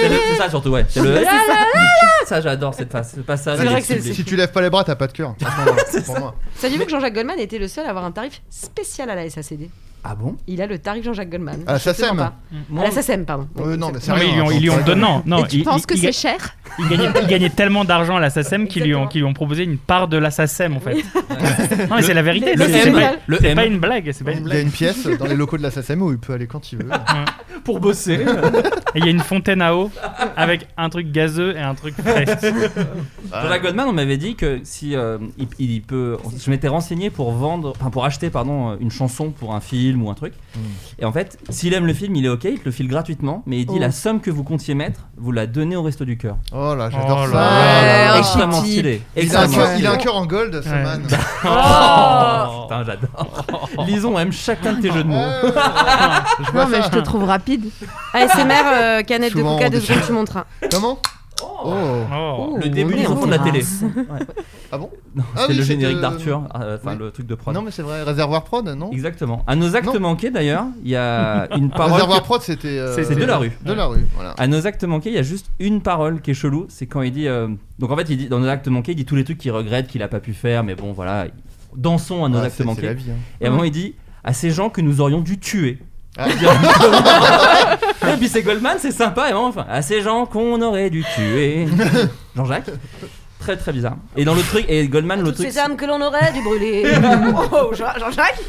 C'est le- c'est ça surtout, ouais. C'est le. Ah, Ça, j'adore cette phase, ce passage.
C'est vrai que c'est-
sublime.
Si tu lèves pas
[laughs]
les bras, t'as pas de cœur. À ce moment-là, pour moi.
Saviez-vous que Jean-Jacques Goldman était le seul à avoir un tarif spécial à la SACD
Ah bon
Il a le tarif Jean-Jacques Goldman.
Ah,
Je te
SACEM.
mens pas.
Moi,
Ah,
À la SACEM, pardon.
Euh, non, mais c'est
Non, mais
rien.
ils lui ont,
hein,
ils lui ont
c'est-
donné. Non, non,
Et tu
il-
penses
il-
que
il-
c'est cher
Il gagnait, il gagnait tellement d'argent à la SACEM qu'ils lui, ont-
Exactement.
qu'ils lui ont proposé une part de la SACEM en fait. [laughs] non mais c'est la vérité.
Le
c'est- c'est
M.
pas-
le
C'est
M.
pas une blague, c'est pas une
Il y a
blague.
[laughs]
une pièce dans les locaux de la SACEM où il peut aller quand il veut.
[laughs]
pour bosser.
Et Il y a une fontaine à eau avec un truc gazeux et un truc [laughs] frais. Ah.
Jean-Jacques Goldman, on m'avait dit que si euh, il, il peut, je m'étais renseigné pour vendre, enfin pour acheter pardon euh, une chanson pour un film ou un truc. Et en fait, s'il aime le film, il est ok, il te le file gratuitement, mais il dit
Oh.
la somme que vous comptiez mettre, vous la donnez au resto du cœur.
Oh là, j'adore
Oh
ça.
là là.
extrêmement
petit.
stylé.
Il a un
Extrêmement
cœur-
stylé.
il a un cœur en gold, ce
Ouais.
man.
Oh Putain, j'adore. Lison aime chacun de tes jeux de mots.
Ouais, ouais, ouais. [laughs] Je vois
Non, mais
ça.
je te trouve
[laughs]
rapide.
ASMR, euh, canette
Souvent,
de coca,
on
deux
déchire.
secondes, tu montres.
Comment Oh
Oh.
Le début
on est
des enfants de la
en
télé.
France.
Ah bon
Non,
Ah
c'est
oui,
le
c'est
générique
de-
d'Arthur, euh, enfin
Oui.
le truc de prod.
Non, mais c'est vrai, Réservoir Prod, non
Exactement. À nos actes
Non.
manqués d'ailleurs, il y a une
[laughs]
parole.
Réservoir
que-
Prod, c'était. euh,
C'était
de la rue.
De la rue, voilà.
À nos actes manqués, il y a juste une parole qui est chelou. C'est quand il dit. euh, Donc en fait, il dit dans nos actes manqués, il dit tous les trucs qu'il regrette, qu'il a pas pu faire, mais bon, voilà. Dansons à nos
Ah,
actes
c'est- C'est la
manqués.
vie. hein. [laughs]
Et à un moment, il dit à ces gens que nous aurions dû tuer. [laughs]
Ah.
et puis c'est Goldman, c'est sympa. Et vraiment, enfin, à ces gens qu'on aurait dû
[laughs]
tuer. Jean-Jacques. Très très bizarre. Et dans le truc, et
Ah,
Goldman, le
Toutes
truc.
ces âmes que l'on aurait dû [laughs] brûler. oh, Jean- Jean-Jacques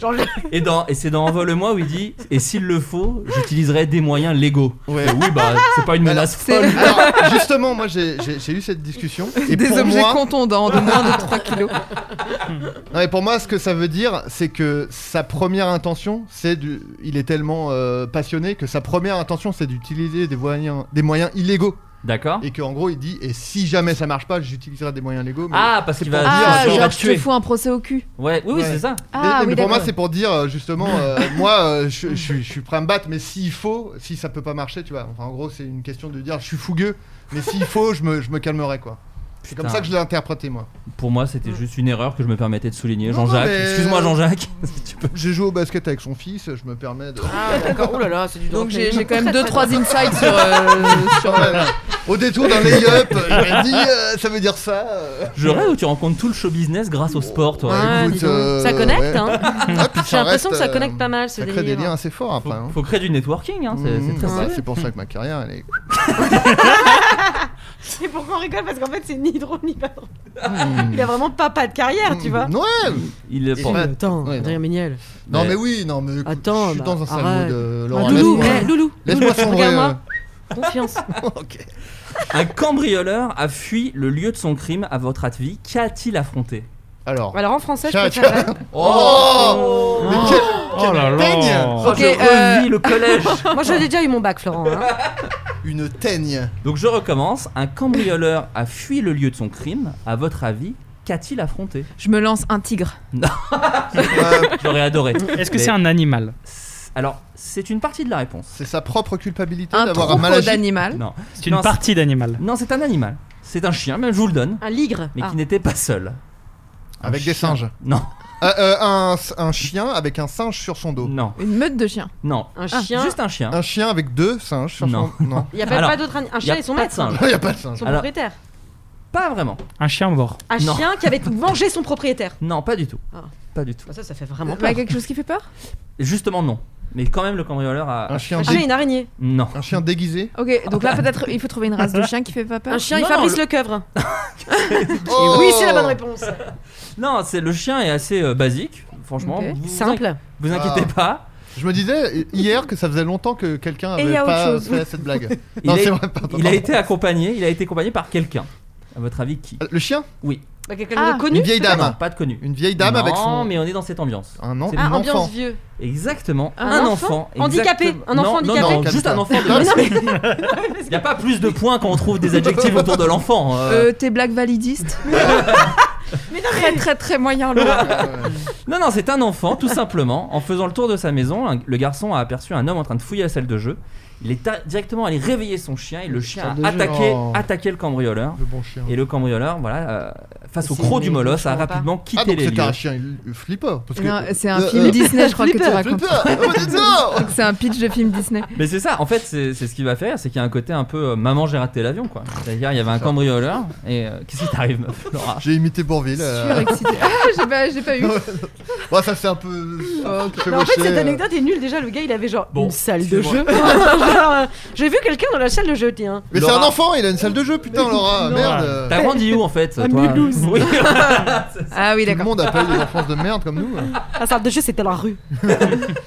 Jean-Jacques
Et, dans, et c'est dans Envole-moi où il dit Et s'il le faut, j'utiliserai des moyens légaux.
Ouais.
Et oui, bah, c'est pas une menace folle.
Alors, justement, moi j'ai- j'ai j'ai eu cette discussion. Et
Des
pour
objets
moi,
contondants de moins de 3 kilos.
non, mais pour moi, ce que ça veut dire, c'est que sa première intention, c'est du. Il est tellement euh, passionné que sa première intention, c'est d'utiliser des moyens, des moyens illégaux.
D'accord
Et qu'en gros, il dit Et si jamais ça marche pas, j'utiliserai des moyens légaux. mais-
Ah, parce qu'il va
pour
dire
Ah,
dire,
on va
genre,
te
je te
tuer.
fous un procès au cul.
Ouais, oui, oui,
Ouais.
c'est ça.
Ah,
mais, mais
oui,
pour moi,
d'accord.
c'est pour dire euh, justement,
[laughs]
euh, moi, euh, je, je suis- je suis prêt à me battre, mais s'il faut, si ça peut pas marcher, tu vois. Enfin, en gros, c'est une question de dire, je suis fougueux,
[laughs]
mais s'il faut, je me, je me calmerai, quoi. C'est comme
Putain.
ça que je l'ai interprété, moi.
Pour moi, c'était juste une erreur que je me permettais de souligner.
Non, non,
Jean-Jacques,
mais-
excuse-moi, Jean-Jacques. [laughs] Tu peux-
J'ai joué au basket avec son fils, je me permets de.
Ah, d'accord, oh là là, c'est du
Donc j'ai j'ai
j'ai
quand même 2-3 insights sur.
Ah.
[laughs]
euh, sur-
Voilà. Au détour d'un
[laughs]
lay-up, il m'a dit, euh, ça veut dire ça. euh.
Je rêve où tu rencontres tout le show business grâce au sport, toi.
Ouais. écoute, euh,
ça connecte,
ouais.
hein.
Ah, puis
J'ai
ça
l'impression que
reste,
ça
euh,
connecte pas mal ce
Ça crée des
délire.
liens assez forts après. hein.
Faut créer du networking, hein, c'est c'est
Mmh,
très
bah,
sérieux.
c'est pour ça que ma carrière, elle est.
[laughs] C'est pourquoi on rigole parce qu'en fait c'est ni drôle ni pas drôle.
Hmm.
Il a vraiment pas pas de carrière, tu vois.
Ouais.
Il
Et
pour-
pas-
Attends,
Ouais, non.
Adrien Méniel.
Non
Ouais.
mais oui, non mais. écoute,
Attends,
je suis
bah,
dans un salon
arrête.
de Laurent.
Ah, Loulou,
laisse-moi-
eh, Loulou,
Laisse-moi
Loulou,
sombrer.
regarde-moi.
euh.
Confiance.
Ok.
Un cambrioleur a fui le lieu de son crime à votre avis. Qu'a-t-il affronté
Alors.
Alors en français, je
Tiens,
préfère.
Oh, Mais quel-
Oh là là.
Oh,
Ok,
je
euh,
revis le collège
[laughs]
Moi j'ai déjà eu mon bac, Florent. hein.
Une teigne.
Donc je recommence. Un cambrioleur a fui le lieu de son crime. À votre avis, qu'a-t-il affronté
Je me lance un tigre.
Euh,
J'aurais adoré.
[laughs] Est-ce que c'est un animal
Alors, c'est une partie de la réponse.
c'est sa propre culpabilité
Un
d'avoir un
troupeau
mal agi.
d'animal.
Non.
C'est une
Non,
partie d'animal.
c'est- Non, c'est un animal. C'est un chien, mais je vous le donne.
Un ligre.
Mais
Ah.
qui n'était pas seul. Un
Avec des
chien.
singes.
Non,
Euh, euh, un, un chien avec un singe sur son dos.
non,
Une meute de chiens.
non.
Un
Ah,
chien.
Juste un chien.
Un chien avec deux singes sur
Non.
son Non.
Il n'y a pas,
Alors,
pas d'autre. ani- Un
y a
chien et son
pas de
maître. hein.
singe.
Il n'y a pas de singe.
Son
Alors-
propriétaire.
Pas vraiment.
Un chien mort.
Un
Non.
chien qui avait mangé son propriétaire.
Non, pas du tout.
Ah.
Pas du tout.
Bah, ça, ça fait vraiment
Bah,
peur.
quelque chose qui fait peur
Justement, non. Mais quand même, le cambrioleur a.
Un chien,
Un
dé-
chien et une araignée.
Ah, Non.
un chien déguisé.
Ok, donc là peut-être il faut trouver une race de chien qui fait pas peur.
Un chien, il
Non,
Fabrice
le-
Lecoeuvre.
Oh.
Et oui, c'est la bonne réponse.
Eh, Non, c'est le chien est assez euh, basique. Franchement,
Ok.
vous, vous inqui-
Simple.
Vous
Ah.
inquiétez pas.
Je me disais hier que ça faisait longtemps que quelqu'un
Et
avait
il y a autre
pas
chose.
fait cette blague.
Il,
non,
a,
c'est vrai, pas,
il a été accompagné. Il a été accompagné par quelqu'un. À votre avis, qui
Euh, Le chien
Oui.
Bah, Quelqu'un
Ah.
de connu.
Une vieille
peut-être
dame.
Non, pas de connu.
Une vieille dame
non,
avec son.
mais on est dans cette ambiance.
Un, an-
C'est-
un
Ah, ambiance
enfant.
vieux.
Exactement.
Un
enfant.
handicapé,
exactement.
un enfant
non,
handicapé.
Non, non, juste un enfant. De... [laughs] Il n'y a pas plus de points quand on trouve des adjectifs autour de l'enfant. euh.
Euh, T'es blagues [laughs] validistes Très très très moyen Laura.
Euh,
Non, non, c'est un enfant, tout simplement. En faisant le tour de sa maison, un- le garçon a aperçu un homme en train de fouiller la salle de jeu. Il est ta- directement allé réveiller son chien et le chien
Ça
a
dégénère.
attaqué,
Oh.
attaqué le cambrioleur.
Le bon chien. Ah,
Et le cambrioleur, voilà, euh, face au
C'est
croc du
une
molosse, a
émotion, pas.
rapidement
Ah,
quitté
donc
les
c'était
lieux.
un chien il- flippeur. Parce que...
Non, c'est un
Euh,
film
euh,
Disney, je crois que tu
flipper,
racontes.
flipper. Oh, dis donc.
[laughs] Donc c'est un pitch de film Disney.
Mais c'est ça, en fait, c'est c'est ce qui va faire, c'est qu'il y a un côté un peu euh, maman, j'ai raté l'avion, quoi. C'est-à-dire, il y avait un cambrioleur, et euh, qu'est-ce qui t'arrive, meuf, Laura
J'ai imité Bourville. euh.
Surexcité. Ah, j'ai pas, j'ai pas eu.
Bon, ça c'est un peu.
Mais en fait,
chevauché,
cette
euh.
anecdote est nulle. Déjà, le gars, il avait genre
Bon,
une salle de jeu.
excuse-moi.
Genre, euh, J'ai vu quelqu'un dans la salle de jeu, tiens.
Mais c'est
Laura.
un enfant, il a une salle de jeu, putain, Laura. Merde. euh.
T'as grandi où, en fait
À
toi
Mulhouse.
Oui.
Ah oui,
Tout le
d'accord.
monde a pas eu des enfances de merde comme nous. euh.
La Ah, salle de jeu, c'était la rue.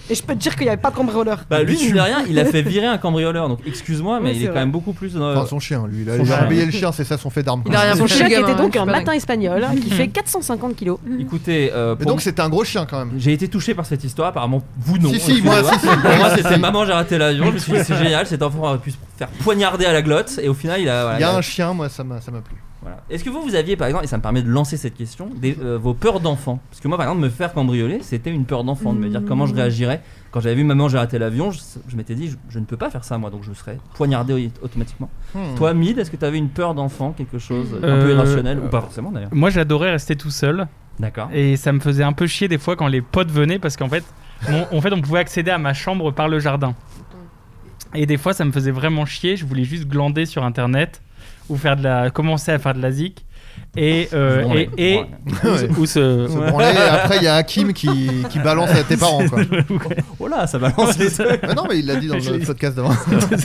Et je peux te dire qu'il n'y avait pas de cambrioleur.
Bah, lui, mine de rien,
[laughs]
il a fait virer un cambrioleur, donc excuse-moi, mais
Oui,
il
c'est
est quand
vrai.
même beaucoup plus. euh,
Enfin, son chien, lui. Il a,
Son
il a
chien.
réveillé le chien, c'est ça son fait d'arme.
Il a rien
Son
Parce que
chien
le
qui
gamin,
était donc
je suis
un
pas
matin espagnol hein, [laughs] qui fait 450 kilos.
Écoutez, euh,
Et
pour
donc c'était un gros chien quand même.
J'ai été touché par cette histoire, apparemment vous non.
Si, si, moi,
excusez-moi.
si, si.
Pour moi, c'était
Si.
maman, j'ai raté l'avion. Je me suis dit, c'est génial, cet enfant aurait pu se faire poignarder à la glotte. Et au final, il a. voilà,
Il y a
il a-
un chien, moi ça m'a ça m'a plu.
voilà. Est-ce que vous, vous aviez, par exemple, et ça me permet de lancer cette question, des, euh, vos peurs d'enfant Parce que moi, par exemple, me faire cambrioler, c'était une peur d'enfant, de me dire comment je réagirais. Quand j'avais vu maman, j'ai raté l'avion, je, je m'étais dit, je, je ne peux pas faire ça, moi, donc je serais poignardé au- automatiquement.
Hmm.
Toi, Mid, est-ce que tu avais une peur d'enfant, quelque chose d'un peu
Euh,
irrationnel Ou pas forcément, d'ailleurs.
Moi, j'adorais rester tout seul.
D'accord.
Et ça me faisait un peu chier des fois quand les potes venaient parce qu'en fait, mon- en fait, on pouvait accéder à ma chambre par le jardin. Et des fois, ça me faisait vraiment chier. Je voulais juste glander sur internet ou faire de la, commencer à faire de la zik. Et, euh,
Bon,
et,
mais-
et-
bon,
[laughs] ou-
Ouais.
ou se-
Se branler, et après il y a Hakim qui, qui balance à tes parents quoi.
Oh là, ça
[laughs]
balance les trucs.
Ah non mais il l'a dit dans
Je
le
l'ai-
podcast d'avant.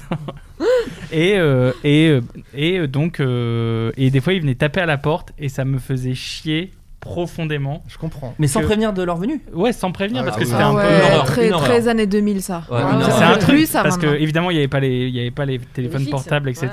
[laughs] et, euh, et, euh, et, euh, donc, euh, et des fois, ils venaient taper à la porte et ça me faisait chier profondément.
Je comprends.
Mais sans
Que-
prévenir de leur venue.
Ouais, sans prévenir
Ah
parce
oui.
que c'était
Ah
un
ouais,
peu.
une horreur,
très,
une horreur.
très années 2000 ça. Ah
Ouais, une
ouais.
horreur.
C'est un
Plus
truc
ça,
parce que
hein.
maintenant.
évidemment il n'y avait pas les il y avait pas les téléphones
fixes,
portables etc.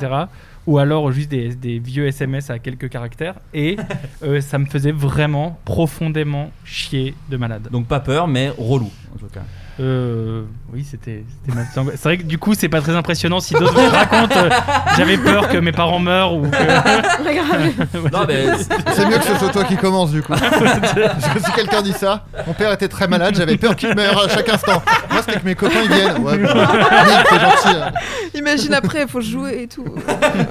Ou alors juste des, des vieux SMS à quelques caractères
[laughs]
et euh, ça me faisait vraiment profondément chier de malade.
Donc pas peur, mais relou en tout cas.
Euh, oui c'était c'était ma petite angoisse. c'est vrai que du coup c'est pas très impressionnant si d'autres me racontent euh, j'avais peur que mes parents meurent ou que
[laughs] Non mais
[laughs]
C'est mieux que ce soit toi qui commence du coup. Parce que si quelqu'un dit ça, mon père était très malade, j'avais peur qu'il meure à chaque instant. Moi c'était que mes copains ils viennent. Ouais, bah, merde, c'est gentil. hein.
Imagine après, faut jouer et [laughs] tout.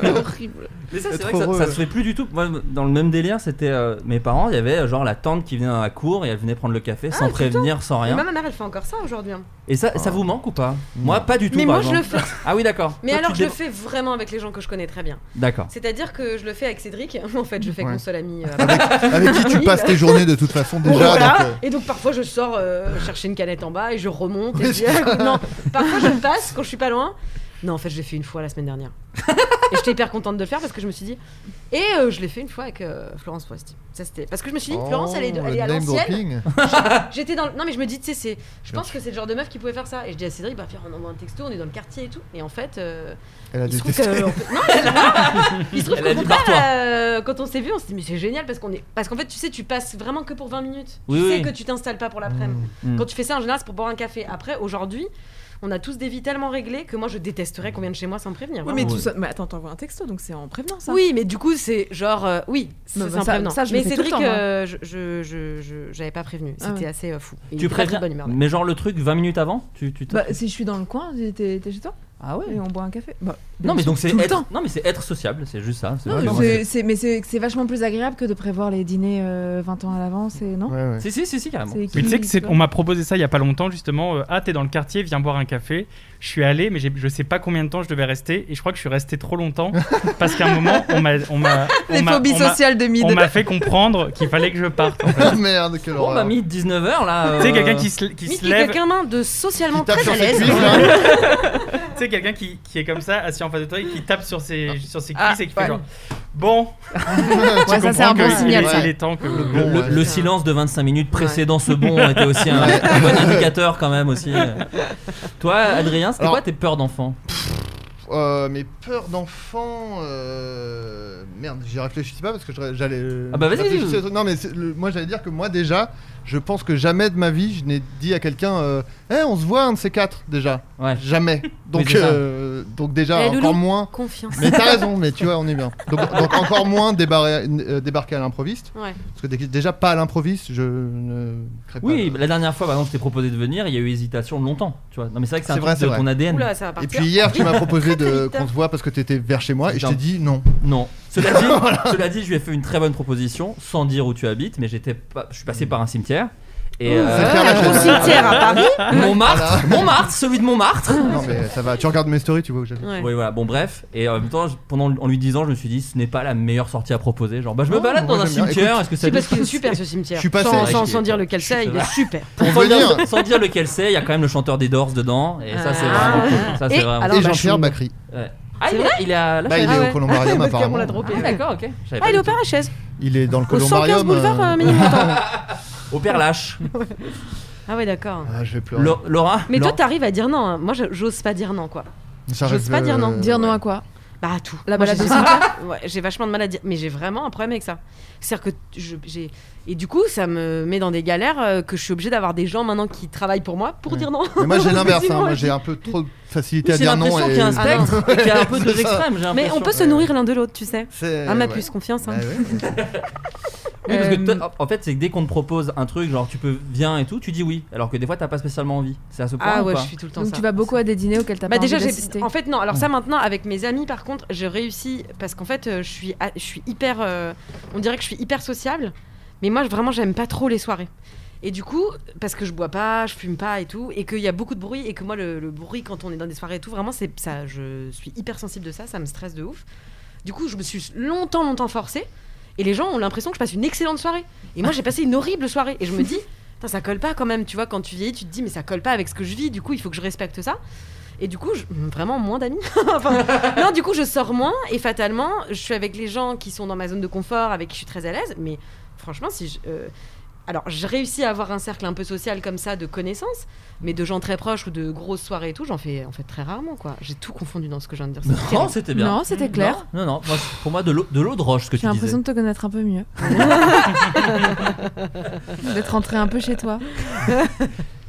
Euh, horrible.
mais ça c'est
Être
vrai que ça,
heureux,
ça
ouais.
se fait plus du tout. Moi dans le même délire c'était euh, mes parents, il y avait euh, genre la tante qui venait dans la cour et elle venait prendre le café sans
putain.
prévenir, sans
Ah, Mais
rien.
ma mère, elle fait encore ça aujourd'hui. hein.
Et ça,
Oh.
ça vous manque ou pas Moi pas du tout.
Mais
par
moi, je le
exemple.
fais.
Ah oui d'accord.
Mais
Toi,
alors,
tu
je le
dé-
fais vraiment avec les gens que je connais très bien.
D'accord.
C'est-à-dire que je le fais avec Cédric. [laughs] En fait, je le fais
Ouais.
avec mon seul ami. euh,
Ah,
Avec qui tu
Oui.
passes tes journées de toute façon déjà.
Voilà.
donc, euh,
Et donc parfois je sors euh, chercher une canette en bas et je remonte et
Oui,
je dis, Ah, écoute, non, parfois je passe quand je suis pas loin. Non, en fait, je l'ai fait une fois la semaine
[laughs]
dernière. et j'étais hyper contente de le faire parce que je me suis dit et euh, je l'ai fait une fois avec euh, Florence Foresti. Ça c'était parce que je me suis dit Florence elle est,
Oh,
elle est
le
à
name
l'ancienne.
dropping.
J'étais dans le- non mais je me dis tu sais c'est je pense que c'est le genre de meuf qui pouvait faire ça et je dis à Cédric bah viens on envoie un texto, on est dans le quartier et tout et en fait euh,
Elle a
il se trouve
détesté.
que en fait- non, mais c'est vrai. il se
[laughs]
trouve
Elle
qu'au
a dit,
contraire,
barre-toi.
euh, quand on s'est vu, on s'est dit mais c'est génial parce qu'on est parce qu'en fait tu sais tu passes vraiment que pour 20 minutes.
Oui,
tu
oui.
sais que tu t'installes pas pour l'après-midi.
Mm.
Quand tu fais ça en général c'est pour boire un café. Après aujourd'hui on a tous des vies tellement réglées que moi je détesterais qu'on vienne chez moi sans me prévenir.
Oui,
vraiment.
Ah
mais tout ça. Mais attends, t'envoies un texto, donc c'est en prévenant ça.
Oui, mais du coup, c'est genre. euh, oui, c'est
Non, bah,
c'est un
ça-
prévenant.
ça, je le
mais
fais tout le
Cédric,
temps, moi.
euh, je je- je- je- j'avais pas prévenu.
Ah ouais.
C'était assez euh, fou. Et il
Tu
était pas de
préviens.
bonne humeur,
Mais genre le truc 20 minutes avant, tu tu te-
Bah, si je suis dans le coin, t'es- t'es t'es chez toi
Ah ouais.
et on boit un café. Bah,
Non mais donc c'est
tout le
être-
temps.
non mais c'est être sociable, c'est juste ça. c'est-
Non,
Ouais,
mais
moi,
c'est- c'est- mais c'est c'est vachement plus agréable que de prévoir les dîners euh, 20 ans à l'avance et non
Ouais, ouais.
[laughs] c'est- Si si si si carrément.
C'est
mais tu sais
qui-
que c'est on m'a proposé ça il y a pas longtemps justement euh, ah t'es dans le quartier viens boire un café je suis allé mais j'ai- je sais pas combien de temps je devais rester et je crois que je suis resté trop
[laughs]
longtemps parce qu'à un moment on m'a on m'a on
Les
m'a-
phobies
on m'a-
sociales de
on
mid.
m'a fait comprendre qu'il fallait que je parte en fait.
Ah, merde, quelle
Bon bah
horreur.
mis 19h là.
Tu sais,
euh,
quelqu'un qui se, qui
Mais
se
qui est
lève, tu
quelqu'un main de socialement
Il tape
très
sur
à
ses
l'aise.
cuisses là.
sais, quelqu'un qui, qui est comme ça, assis en face de toi et qui tape sur ses, sur ses cuisses
Ah,
et qui
ouais.
fait genre Bon, tu
Ouais, ça, c'est
comprends
un bon
que
signal,
Il, est-
ça.
il est temps que.
Le, le-
Ouais.
le silence de 25 minutes précédant ce bon était aussi un,
[laughs]
un bon indicateur quand même aussi. Toi, Adrien, c'était
Alors-
quoi tes peurs d'enfant
euh, mes peurs d'enfant. euh, Merde, j'y réfléchissais pas parce que je- j'allais.
Ah bah vas-y,
je réfléchissais
vas-y.
au truc. Non, mais c'est le- moi j'allais dire que moi déjà, je pense que jamais de ma vie je n'ai dit à quelqu'un euh, Eh, on se voit un de ces quatre déjà.
Ouais. [laughs]
Jamais. Donc,
c'est ça.
euh, donc déjà,
Eh,
encore
Loulou.
moins.
Confiance.
Mais t'as raison, mais tu vois, on est bien. Donc, donc encore moins débarrer- euh, débarquer à l'improviste.
Ouais.
Parce que dé- déjà, pas à l'improviste, je ne crée pas.
Oui,
de-
la dernière fois, par exemple, je t'ai proposé de venir, il y a eu hésitation longtemps, tu vois. Non, mais c'est vrai que c'est un
C'est vrai,
truc de
c'est
ton ADN.
Oula, ça va
Et
partir.
puis hier, tu m'as
Très,
proposé
très
de
vite.
qu'on se voit parce que t'étais vers chez moi et je t'ai
Non.
dit non.
Non. Cela dit, cela dit, je lui ai fait une très bonne proposition, sans dire où tu habites, mais j'étais pas, je suis passé par un cimetière. Et euh,
Ça ferme la
gros
chaîne.
Ah, cimetière à Paris.
Montmartre, [laughs] Montmartre, celui de Montmartre.
Non mais ça va, tu regardes mes stories, tu vois où j'habite.
Ouais.
Oui, voilà. Bon, bref. Et euh, en même temps, je- pendant, en lui disant, je me suis dit, ce n'est pas la meilleure sortie à proposer. Genre, bah, je me
Non,
balade
moi,
dans un
j'aime bien.
cimetière. Est-ce que ça
C'est parce
dit-
qu'il est super ce cimetière.
Je suis passé.
sans,
Ouais,
sans,
je-
sans dire lequel c'est, il est super.
Pour
sans,
venir.
dire, sans dire lequel c'est, il y a quand même le chanteur des Doors dedans. Et ça, c'est
Ah.
vraiment cool. Ça, c'est
Et
vraiment.
alors- bah,
Et
Bachung.
Jean-Pierre Bacry.
Ah, il,
C'est
est- il a. là,
Bah,
je-
il
Ah
est
ouais.
au
[laughs]
Columbarium
Parce qu'on
apparemment.
l'a dropé.
ah, d'accord, ok. J'avais pas
Ah, il est
du
au Père Lachaise.
Il est dans le
Au 115
Columbarium.
boulevard
euh,
euh, Ménilmontant.
tout. Au Père Lâche.
Ah ouais, d'accord.
Ah, je vais pleurer.
Lo- Laura
Mais toi,
Laura-
t'arrives à dire non. hein. Moi, je- j'ose pas dire non, quoi.
Ça
j'ose
reste,
pas dire non.
euh,
Dire non
ouais.
à quoi
Bah, à tout.
La
Moi,
balade
j'ai-
au cimetière
[laughs] Ouais, j'ai vachement de mal à dire. Mais j'ai vraiment un problème avec ça. C'est-à-dire que je- j'ai. Et du coup, ça me met dans des galères euh, que je suis obligée d'avoir des gens maintenant qui travaillent pour moi pour
Ouais.
dire non.
Mais moi j'ai l'inverse, hein.
Effectivement, [laughs]
moi j'ai un peu trop de facilité
Oui,
à
J'ai
dire non.
l'impression
et- [laughs]
qu'il y a un
Ah, non.
spectre et qu'il y a un peu
C'est
[laughs] deux
ça.
extrêmes. j'ai
Mais on
l'impression.
peut se nourrir l'un de l'autre, tu sais.
C'est-
Ah, ma
ouais.
puce, confiance.
Bah
hein.
ouais.
Oui, parce que
Euh,
toi, en fait, c'est que dès qu'on te propose un truc, genre tu peux viens et tout, tu dis oui. Alors que des fois, t'as pas spécialement envie. C'est à ce point
Ah
ou
ouais,
pas
je suis tout le temps
Donc
ça.
tu vas beaucoup à des dîners auxquels t'as
Bah
pas
déjà,
envie Mm.
j'ai.
d'assister.
En fait, non. Alors ça, maintenant, avec mes amis, par contre, je réussis parce qu'en fait, euh, je suis, ah, je suis hyper. euh, on dirait que je suis hyper sociable, mais moi, je- vraiment, j'aime pas trop les soirées. Et du coup, parce que je bois pas, je fume pas et tout, et qu'il y a beaucoup de bruit, et que moi, le, le bruit quand on est dans des soirées et tout, vraiment, c'est ça. Je suis hyper sensible de ça, ça me stresse de ouf. Du coup, je me suis longtemps, longtemps forcée, et les gens ont l'impression que je passe une excellente soirée. Et moi, j'ai passé une horrible soirée, et je me dis. Putain, ça colle pas quand même, tu vois, quand tu vieillis, tu te dis mais ça colle pas avec ce que je vis, du coup il faut que je respecte ça. Et du coup, je- vraiment moins d'amis. [laughs] Enfin, non, du coup, je sors moins et fatalement, je suis avec les gens qui sont dans ma zone de confort, avec qui je suis très à l'aise. Mais franchement, si je. euh, alors, je réussis à avoir un cercle un peu social comme ça de connaissances, mais de gens très proches ou de grosses soirées et tout, j'en fais en fait très rarement quoi. J'ai tout confondu dans ce que je viens de dire. c'est
Non,
terrible.
c'était bien.
Non, c'était clair.
Non, non, moi, c'est- pour moi, de l'eau de, l'eau de roche, ce que
J'ai
tu disais.
l'impression de te connaître un peu
[laughs]
mieux. D'être rentré un peu chez toi.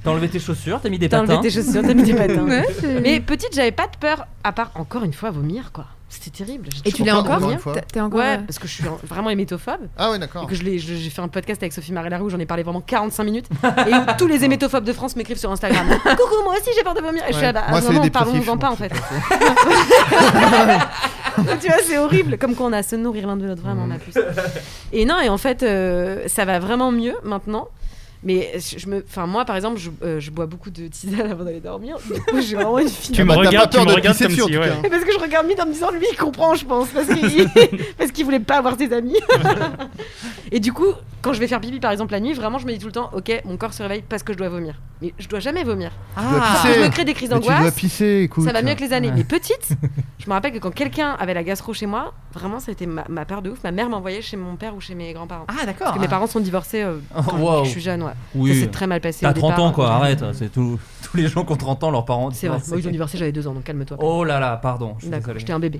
T'as enlevé tes chaussures, t'as mis des
T'as
patins.
enlevé tes chaussures, t'as mis des patins.
Ouais, c'est-
Mais petite, j'avais pas de peur, à part encore une fois vomir quoi. C'était terrible. J'ai
Et
toujours
tu l'as
peur de
encore
Encore
vomir.
une fois.
T'es- T'es encore.
Ouais,
euh,
parce que je suis en- vraiment hémétophobe.
Ah ouais,
Et
d'accord.
que je l'ai- je- j'ai fait un podcast avec Sophie Marie Laroux, j'en ai parlé vraiment 45 minutes, et où tous les hémétophobes de France m'écrivent sur Instagram. [laughs] Coucou, moi aussi j'ai peur de vomir. Et je suis là,
Ouais.
bah,
Moi,
ah,
c'est
non,
les
non, parlons-en
dépressifs,
pas en
donc,
fait. [laughs]
c'est
tu vois, c'est horrible. Comme quoi on a à se nourrir l'un de l'autre, vraiment,
Mhm.
ma puce. Et non, et en fait, euh, ça va vraiment mieux maintenant. Mais je je me, enfin moi par exemple, je, euh, je bois beaucoup de tisane [laughs] avant d'aller dormir. Du coup, j'ai vraiment une fille.
Tu
Ah
me
bah, t'as pas
regardes, tu
peur
me
de
regardes
pisser
comme
dessus, en
si.
tout
ouais.
cas.
Mais parce que je regarde Mid en me disant lui il comprend je pense parce qu'il parce qu'il voulait pas avoir ses amis. [laughs] et du coup quand je vais faire pipi par exemple la nuit vraiment je me dis tout le temps ok mon corps se réveille parce que je dois vomir. Mais je dois jamais vomir.
Ah.
Parce que je me crée des crises
Mais tu dois
d'angoisse.
pisser, écoute.
Ça va mieux avec les années.
hein. Ouais.
Mais petite, je me rappelle que quand quelqu'un avait la gastro chez moi, vraiment ça a été ma, ma peur de ouf. Ma mère m'envoyait chez mon père ou chez mes grands-parents.
Ah, d'accord.
Parce que mes parents sont divorcés euh,
Oh,
quand
wow.
je suis jeune. Ouais. Ça
Oui.
s'est très mal passé.
T'as
au
30
départ.
ans, quoi, hein. arrête. C'est tout- [laughs] tous les gens qui ont 30 ans, leurs parents.
C'est vrai.
Ouais,
Moi, ils ont divorcé, j'avais deux ans, donc calme-toi.
[laughs] Oh là là, pardon. Je suis
D'accord,
désolé.
j'étais un bébé.